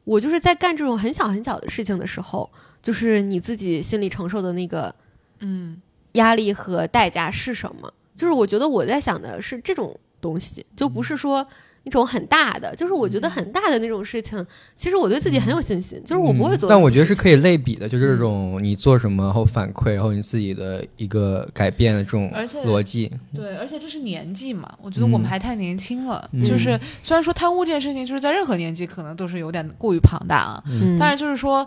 S1: 我就是在干这种很小很小的事情的时候，就是你自己心里承受的那个
S2: 嗯
S1: 压力和代价是什么？就是我觉得我在想的是这种东西，就
S2: 嗯
S1: 不是说一种很大的，就是我觉得很大的那种事情，其实我对自己很
S2: 嗯
S1: 有信心，就是我不会
S3: 嗯
S1: 做。
S3: 但我觉得是可以类比的，就是
S1: 嗯
S3: 这种你做什么然后反馈，然后你自己的一个改变的这种
S2: 而且
S3: 逻辑，
S2: 对，而且这是年纪嘛，我觉得我们
S3: 嗯
S2: 还太年轻了。
S3: 嗯
S2: 就是虽然说贪污这件事情，就是在任何年纪可能都是有点过于庞大啊。
S1: 嗯，
S2: 但是就是说，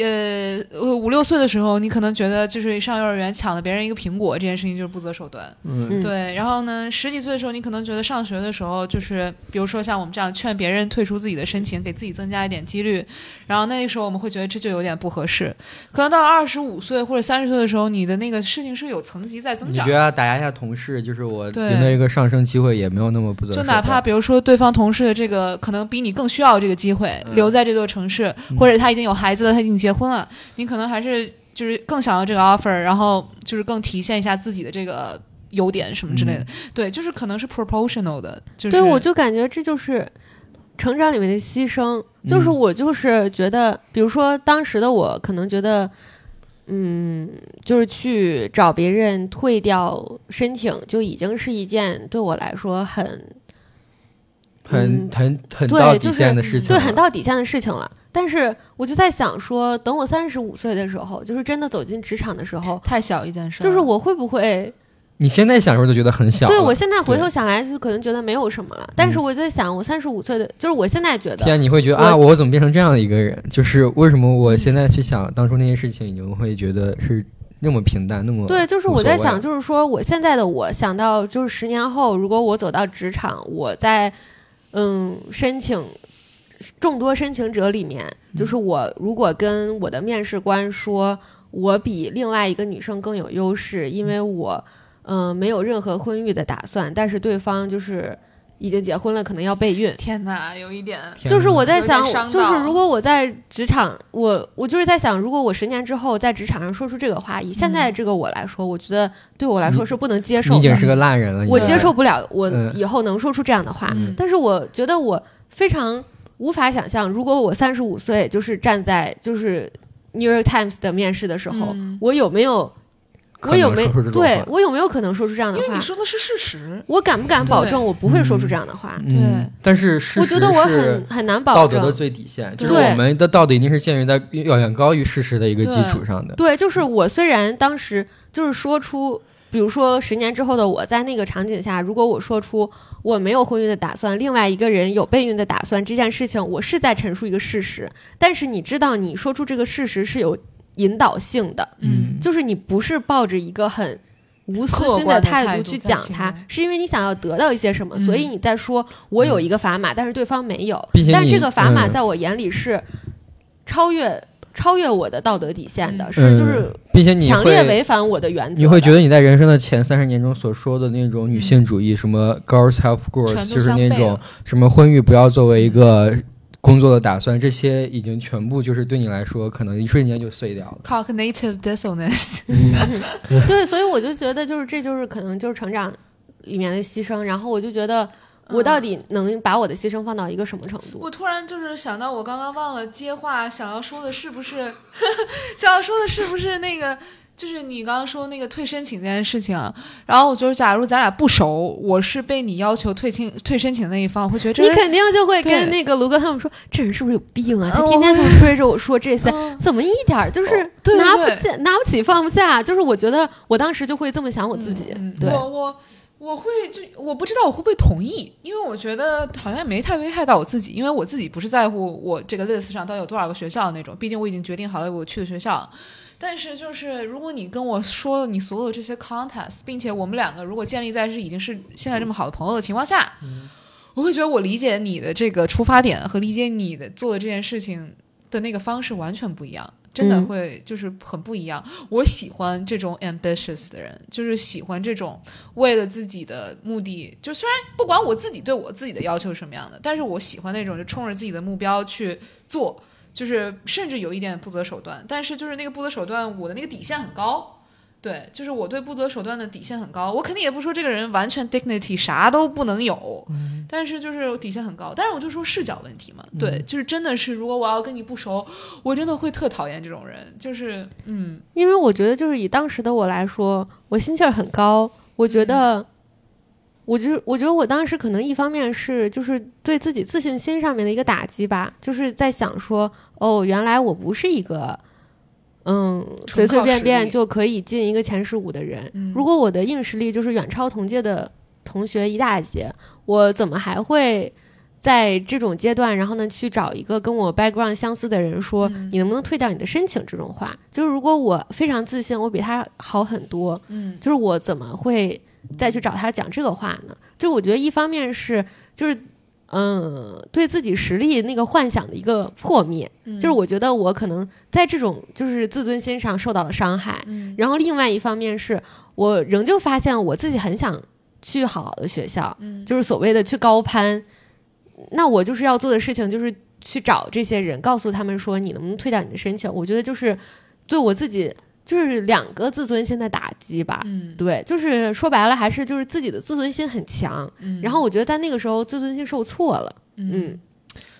S2: 呃，呃五六岁的时候，你可能觉得就是上幼儿园抢了别人一个苹果这件事情就是不择手段，
S3: 嗯
S1: 嗯
S2: 对。然后呢，十几岁的时候，你可能觉得上学的时候，就是比如说像我们这样劝别人退出自己的申请，给自己增加一点几率。然后那个时候我们会觉得这就有点不合适。可能到了二十五岁或者三十岁的时候，你的那个事情是有层级在增
S3: 你
S2: 长
S3: 觉。得打压一下同事，就是我
S2: 对
S3: 赢得一个上升机会也没有那么不择
S2: 就
S3: 手
S2: 哪怕
S3: 段
S2: 比如说对方同事的这个可能比你更需要这个机会，
S3: 嗯
S2: 留在这座城市，
S3: 嗯
S2: 或者他已经有孩子了，他已经结婚了，你可能还是就是更想要这个 offer，然后就是更体现一下自己的这个优点什么之类的。对，就是可能是 proportional 的，
S3: 嗯
S2: 就是
S1: 对我就感觉这就是成长里面的牺牲，就是
S3: 嗯
S1: 我就是觉得，比如说当时的我可能觉得。嗯，就是去找别人退掉申请，就已经是一件对我来说很
S3: 很
S1: 嗯
S3: 很很
S1: 对
S3: 到
S1: 就
S3: 底
S1: 是
S3: 线的事情
S1: 对，
S3: 了，
S1: 很到底线的事情了。但是我就在想说，等我三十五岁的时候，就是真的走进职场的时候，
S2: 太小一件事儿了，
S1: 就是我会不会？
S3: 你现在啊想说就觉得很小了，
S1: 对我现在回
S3: 对
S1: 头想来，就可能觉得没有什么了。但是我在想，我三十五岁的，就是我现在觉得，
S3: 天，你会觉得
S1: 我
S3: 啊，我怎么变成这样的一个人？就是为什么我现在去想当初那些事情，你就会觉得是那么平淡，那么
S1: 对，就是
S3: 无
S1: 我
S3: 所
S1: 在
S3: 谓
S1: 想，就是说我现在的我想到，就是十年后，如果我走到职场，我在嗯申请众多申请者里面，就是
S3: 嗯
S1: 我如果跟我的面试官说我比另外一个女生更有优势，因为我嗯、呃没有任何婚育的打算，但是对方就是已经结婚了，可能要备孕。
S2: 天哪，有一点
S3: 天啊
S1: 就是我在
S2: 有点
S1: 想
S2: 伤，
S1: 就
S2: 到
S1: 是如果我在职场，我我就是在想，如果我十年之后在职场上说出这个话，以现在这个我来说，我觉得对我来说是不能接
S3: 嗯你
S1: 受
S3: 已经
S1: 的，
S3: 是个烂人了，你
S1: 我
S3: 现
S1: 接
S3: 在
S1: 受不了，我
S3: 嗯
S1: 以后能说出这样的话。
S2: 嗯
S1: 但是我觉得我非常无法想象，如果我三十五岁就是站在就是 New York Times 的面试的时候，
S2: 嗯
S1: 我有没有
S3: 可
S1: 我有
S3: 能
S1: 没
S3: 说出这种
S1: 对
S3: 话
S1: 我有没有可能说出这样的
S2: 因为
S1: 话
S2: 你？说的是事实，
S1: 我敢不敢保
S2: 对
S1: 证我不会说出这样的话？
S3: 嗯
S2: 对，
S3: 但是事
S1: 我觉
S3: 实
S1: 得我
S3: 是
S1: 很很难保
S3: 道德
S1: 证
S3: 的。最底线，就是
S1: 对
S3: 我们的道德一定是建立在远远高于事实的一个基础上的。
S1: 对，就是我虽然当时就是说出，比如说十年之后的我在那个场景下，如果我说出我没有婚育的打算，另外一个人有备孕的打算这件事情，我是在陈述一个事实。但是你知道，你说出这个事实是有引导性的，
S2: 嗯，
S1: 就是你不是抱着一个很。无私
S2: 客
S1: 心
S2: 观
S1: 的
S2: 的态
S1: 态度
S2: 度
S1: 去
S2: 在
S1: 讲
S2: 形
S1: 它
S2: 容，
S1: 是因为你想要得到一些什么，
S2: 嗯
S1: 所以你在说我有一个砝码，但是对方没有
S3: 并且，
S1: 但
S3: 你
S1: 这个砝码
S3: 嗯
S1: 在我眼里是超越超越我的道德底线的，
S2: 嗯
S1: 是就是
S3: 并且你
S1: 强烈
S3: 会
S1: 违反我的原则。
S3: 你会
S1: [laughs]
S3: 觉得你在人生的前三十年中所说的那种女性主义，什么 girls help
S2: 全
S3: girls，
S2: 都
S3: 就是那
S2: 相悖
S3: 种
S2: 了
S3: 什么婚育不要作为一个工作的打算，这些已经全部就是对你来说可能一瞬间就碎掉了。
S2: cognitive dissonance，
S1: 对，所以我就觉得就是这就是可能就是成长里面的牺牲。然后我就觉得，我到底能把我的牺牲放到一个什么程度？
S2: 我突然就是想到，我刚刚忘了接话，想要说的是不是， [laughs] 想要说的是不是那个，就是你刚刚说那个退申请这件事情啊。然后我就是，假如咱俩不熟，我是被你要求退清退申请那一方，我会觉得这
S1: 你
S2: 人
S1: 肯定就会
S2: 对
S1: 跟那个卢哥他们说，这人是不是有病啊？
S2: 嗯
S3: 哦
S1: 他
S2: 我
S1: 天天就追着我说这些，
S2: 嗯
S1: 怎么一点儿就是
S2: 哦对对
S1: 拿
S2: 对
S1: 不起、拿不起放不下？就是我觉得我当时就会这么想我自己，
S2: 嗯
S1: 对，
S2: 我我我会就我不知道我会不会同意，因为我觉得好像也没太危害到我自己，因为我自己不是在乎我这个 list 上到底有多少个学校那种，毕竟我已经决定好了我去的学校。但是就是如果你跟我说了你所有这些 contest，并且我们两个如果建立在是已经是现在这么好的朋友的情况下，我会觉得我理解你的这个出发点和理解你的做的这件事情的那个方式完全不一样，真的
S1: 嗯
S2: 会就是很不一样。我喜欢这种 ambitious 的人，就是喜欢这种为了自己的目的，就虽然不管我自己对我自己的要求是什么样的，但是我喜欢那种就冲着自己的目标去做，就是甚至有一点不择手段，但是就是那个不择手段，我的那个底线很高。对，就是我对不择手段的底线很高，我肯定也不说这个人完全 dignity 啥都不能有，但是就是底线很高。但是我就说视角问题嘛，对，就是真的是，如果我要跟你不熟，我真的会特讨厌这种人，就是嗯，
S1: 因为我觉得就是以当时的我来说，我心气儿很高，我觉得。
S2: 嗯
S1: 我就我觉得我当时可能一方面是就是对自己自信心上面的一个打击吧，就是在想说，哦，原来我不是一个，嗯，随
S2: 纯
S1: 随
S2: 靠
S1: 便
S2: 实
S1: 便
S2: 力
S1: 就可以进一个前十五的人。
S2: 嗯
S1: 如果我的硬实力就是远超同届的同学一大截，我怎么还会在这种阶段，然后呢去找一个跟我 background 相似的人说，
S2: 嗯
S1: 你能不能退掉你的申请这种话？就是如果我非常自信，我比他好很多，
S2: 嗯
S1: 就是我怎么会再去找他讲这个话呢？就是我觉得一方面是就是。嗯，对自己实力那个幻想的一个破灭，
S2: 嗯
S1: 就是我觉得我可能在这种就是自尊心上受到了伤害，
S2: 嗯
S1: 然后另外一方面是我仍旧发现我自己很想去好的学校，
S2: 嗯
S1: 就是所谓的去高攀。那我就是要做的事情就是去找这些人，告诉他们说你能不能退掉你的申请。我觉得就是对我自己就是两个自尊心的打击吧。
S2: 嗯
S1: 对，就是说白了还是就是自己的自尊心很强，
S2: 嗯，
S1: 然后我觉得在那个时候自尊心受挫了。嗯，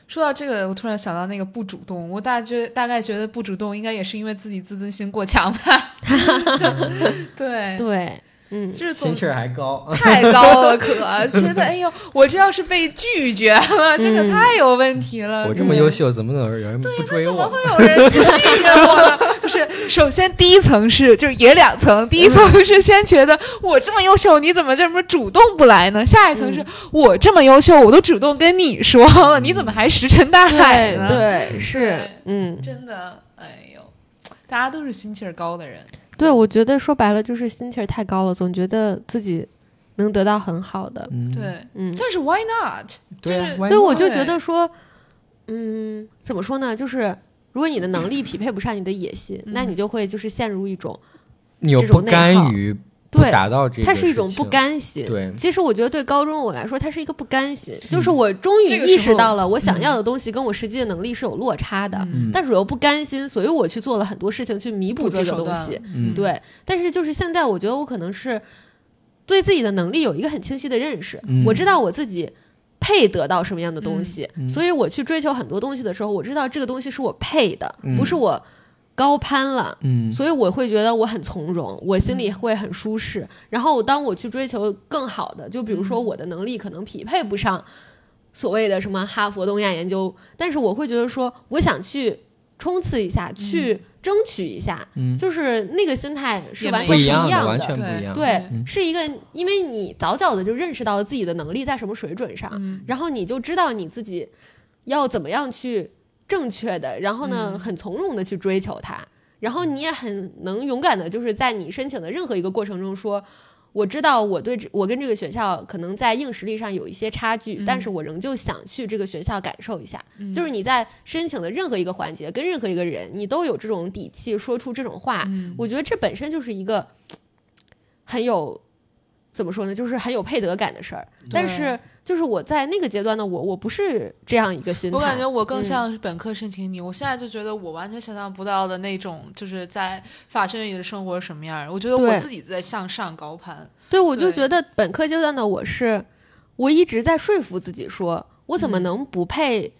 S2: 说到这个，我突然想到那个不主动，我大觉大概觉得不主动应该也是因为自己自尊心过强吧，对，
S1: 对，嗯，
S2: 就是总
S3: 心气儿还高。
S2: 太高了可，觉得哎呦，我这要是被拒绝了，这个
S1: 嗯
S2: 太有问题了。
S3: [laughs] 我这么
S2: 对
S3: 优秀，怎么能有人不追
S2: 怎么
S3: 我
S2: 会？有人拒绝我呢？ [laughs] 不是，首先第一层是就是也两层，第一层
S1: 嗯
S2: 是先觉得我这么优秀，你怎么这么主动不来呢？下一层是、
S1: 嗯
S2: 我这么优秀，我都主动跟你说了，你怎么还石沉大海
S1: 对
S2: 呢？
S1: 对是
S2: 对，
S1: 嗯，
S2: 真的，哎呦，大家都是心气儿高的人。
S1: 对，我觉得说白了就是心气儿太高了，总觉得自己能得到很好的。
S3: 嗯，
S2: 对，
S1: 嗯，
S2: 但是 why not？
S3: 对
S2: 就
S3: 啊
S2: 是，
S3: 万一
S1: 所以我就
S2: 对
S1: 觉得说，嗯，怎么说呢？就是如果你的能力匹配不上你的野心，那
S2: 嗯
S1: 你就会就是陷入一种
S3: 你有
S1: 这种
S3: 不
S1: 内
S3: 甘
S1: 耗
S3: 于不
S1: 对，
S3: 达到这个事
S1: 它
S3: 情，
S1: 是一种不甘心。
S3: 对，
S1: 其实我觉得对高中我来说，它是一个不甘心，就是
S3: 嗯
S1: 我终于
S2: 这个
S1: 意
S2: 时
S1: 识
S2: 候
S1: 到了我想要的东西跟我实际的能力是有落差的，
S2: 嗯
S3: 嗯
S1: 但是我又不甘心，所以我去做了很多事情去弥补
S2: 不
S1: 这
S2: 择
S1: 个
S2: 手
S1: 东
S2: 段
S1: 西。
S3: 嗯
S1: 对，但是就是现在，我觉得我可能是对自己的能力有一个很清晰的认识，
S3: 嗯
S1: 我知道我自己配得到什么样的东西，
S3: 嗯嗯
S1: 所以我去追求很多东西的时候，我知道这个东西是我配的，
S3: 嗯
S1: 不是我高攀了。
S3: 嗯，
S1: 所以我会觉得我很从容，我心里会很舒适。
S3: 嗯
S1: 然后当我去追求更好的，就比如说
S2: 嗯
S1: 我的能力可能匹配不上所谓的什么哈佛东亚研究，但是我会觉得说我想去冲刺一下，去争取一下，
S3: 嗯
S1: 就是那个心态是
S2: 也
S1: 完全
S2: 没有
S1: 不
S3: 一样
S1: 样
S3: 完全不一样。
S1: 对，
S3: 嗯
S1: 是一个，因为你早早的就认识到了自己的能力在什么水准上，
S2: 嗯
S1: 然后你就知道你自己要怎么样去正确的，然后呢，
S2: 嗯
S1: 很从容的去追求它，然后你也很能勇敢的，就是在你申请的任何一个过程中说。我知道我对这我跟这个学校可能在硬实力上有一些差距，
S2: 嗯
S1: 但是我仍旧想去这个学校感受一下。
S2: 嗯
S1: 就是你在申请的任何一个环节，跟任何一个人，你都有这种底气说出这种话，
S2: 嗯
S1: 我觉得这本身就是一个很有怎么说呢，就是很有配得感的事儿。但是就是我在那个阶段的我，我不是这样一个心态。
S2: 我感觉我更
S1: 嗯
S2: 像是本科申请你，我现在就觉得我完全想象不到的那种，就是在法学院里的生活是什么样儿。我觉得我
S1: 对
S2: 自己在向上高攀，
S1: 对，我就
S2: 对
S1: 觉得本科阶段的我是。我一直在说服自己说，我怎么能不配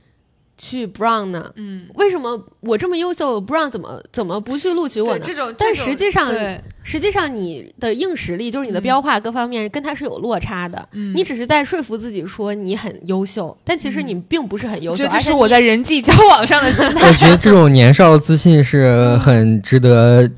S1: 去 Brown 呢？
S2: 嗯，
S1: 为什么我这么优秀，Brown 怎么怎么不去录取我
S2: 对
S1: 呢？
S2: 这种，
S1: 但
S2: 这种
S1: 实际上
S2: 对，
S1: 实际上你的硬实力，就是你的
S2: 嗯
S1: 标化各方面，跟他是有落差的。
S2: 嗯
S1: 你只是在说服自己说你很优秀，但其实
S3: 嗯
S1: 你并不是很优秀，
S2: 这
S1: 而
S2: 就
S1: 且
S2: 是我在人际交往上的
S1: [laughs]
S2: 心态。
S3: 我觉得这种年少自信是很值得，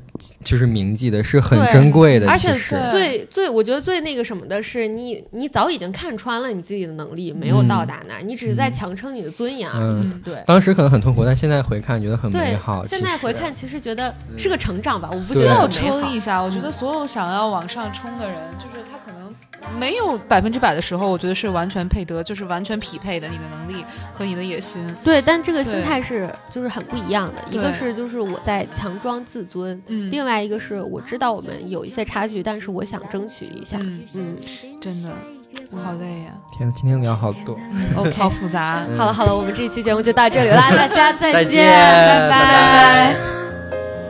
S3: 就是铭记的，是很
S1: 对
S3: 珍贵的。
S1: 而
S3: 其
S1: 且
S3: 实，
S2: 对
S1: 最最，我觉得最那个什么的是你，你早已经看穿了你自己的能力没有
S3: 嗯
S1: 到达那儿，你只是在强撑你的尊严而已。
S3: 嗯，
S2: 嗯
S1: 对
S3: 当时可能很痛苦，但现在回看觉得很美
S1: 对
S3: 好。，
S1: 现
S3: 其
S1: 在回
S3: 实
S1: 看其实觉得是个成长吧，我不觉得
S3: 对
S2: 最后
S1: 很美
S2: 撑
S1: 好
S2: 一下，我觉得所有想要往上冲的人，就是他可能没有百分之百的时候，我觉得是完全配得，就是完全匹配的你的能力和你的野心。
S1: 对，但这个心
S2: 对
S1: 态是就是很不一样的，一个
S2: 对
S1: 是就是我在强装自尊，
S2: 嗯，
S1: 另外一个是我知道我们有一些差距，但是我想争取一下。
S2: 嗯
S1: 嗯，
S2: 真的好累 [laughs] 呀、哦
S3: 天，今天聊好多。嗯
S1: OK，
S2: 好复杂。啊
S1: 好了好了，我们这期节目就到这里啦，大家再
S3: 再见
S1: 拜
S3: 拜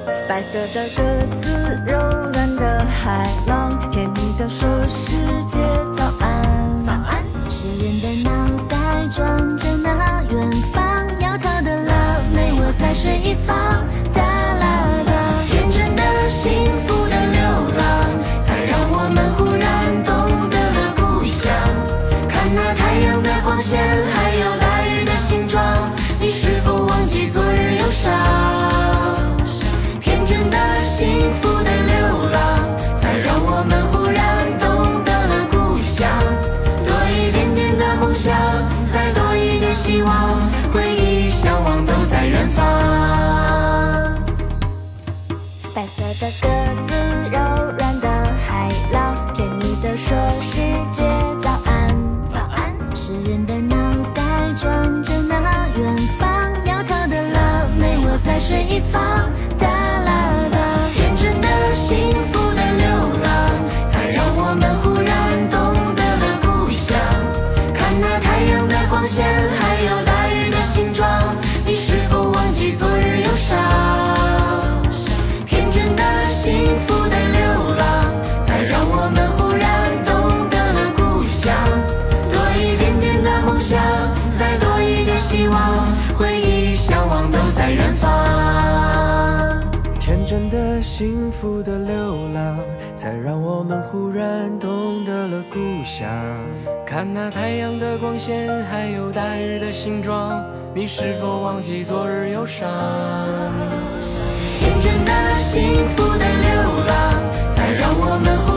S3: 拜
S4: 白色的鸽子，柔软的海浪，甜蜜的说世界早安，早安。诗人的脑袋装着那远方，窈窕的辣妹我在水一方，哒啦哒，天真的幸福的流浪，才让我们忽然懂得了故乡。看那太阳的光线，还有大雨的形状，你是否忘记昨日忧伤？天真的幸福的流浪，才让我们忽然懂得了故乡。多一点点的梦想，再多一点希望，回忆与向往都在远方。白色的鸽子，柔软的海浪，甜蜜的说世界早安，早安。诗人的脑袋装着那远方，窈窕的辣妹我在水一方，哒啦哒。天真的幸福的流浪，才让我们忽然懂得了故乡。看那太阳的光线，还有大雨的形状，你是否忘记昨日忧伤？天真的幸福的流浪，才让我们忽然懂得了故乡。多一点点的梦想，再多一点希望，回忆与向往都在远方。
S5: 天真的幸福的流浪，才让我们忽然懂得了故乡。看那太阳的光线，还有大日的形状，你是否忘记昨日忧伤？
S4: 天真的幸福的流浪，才让我们忽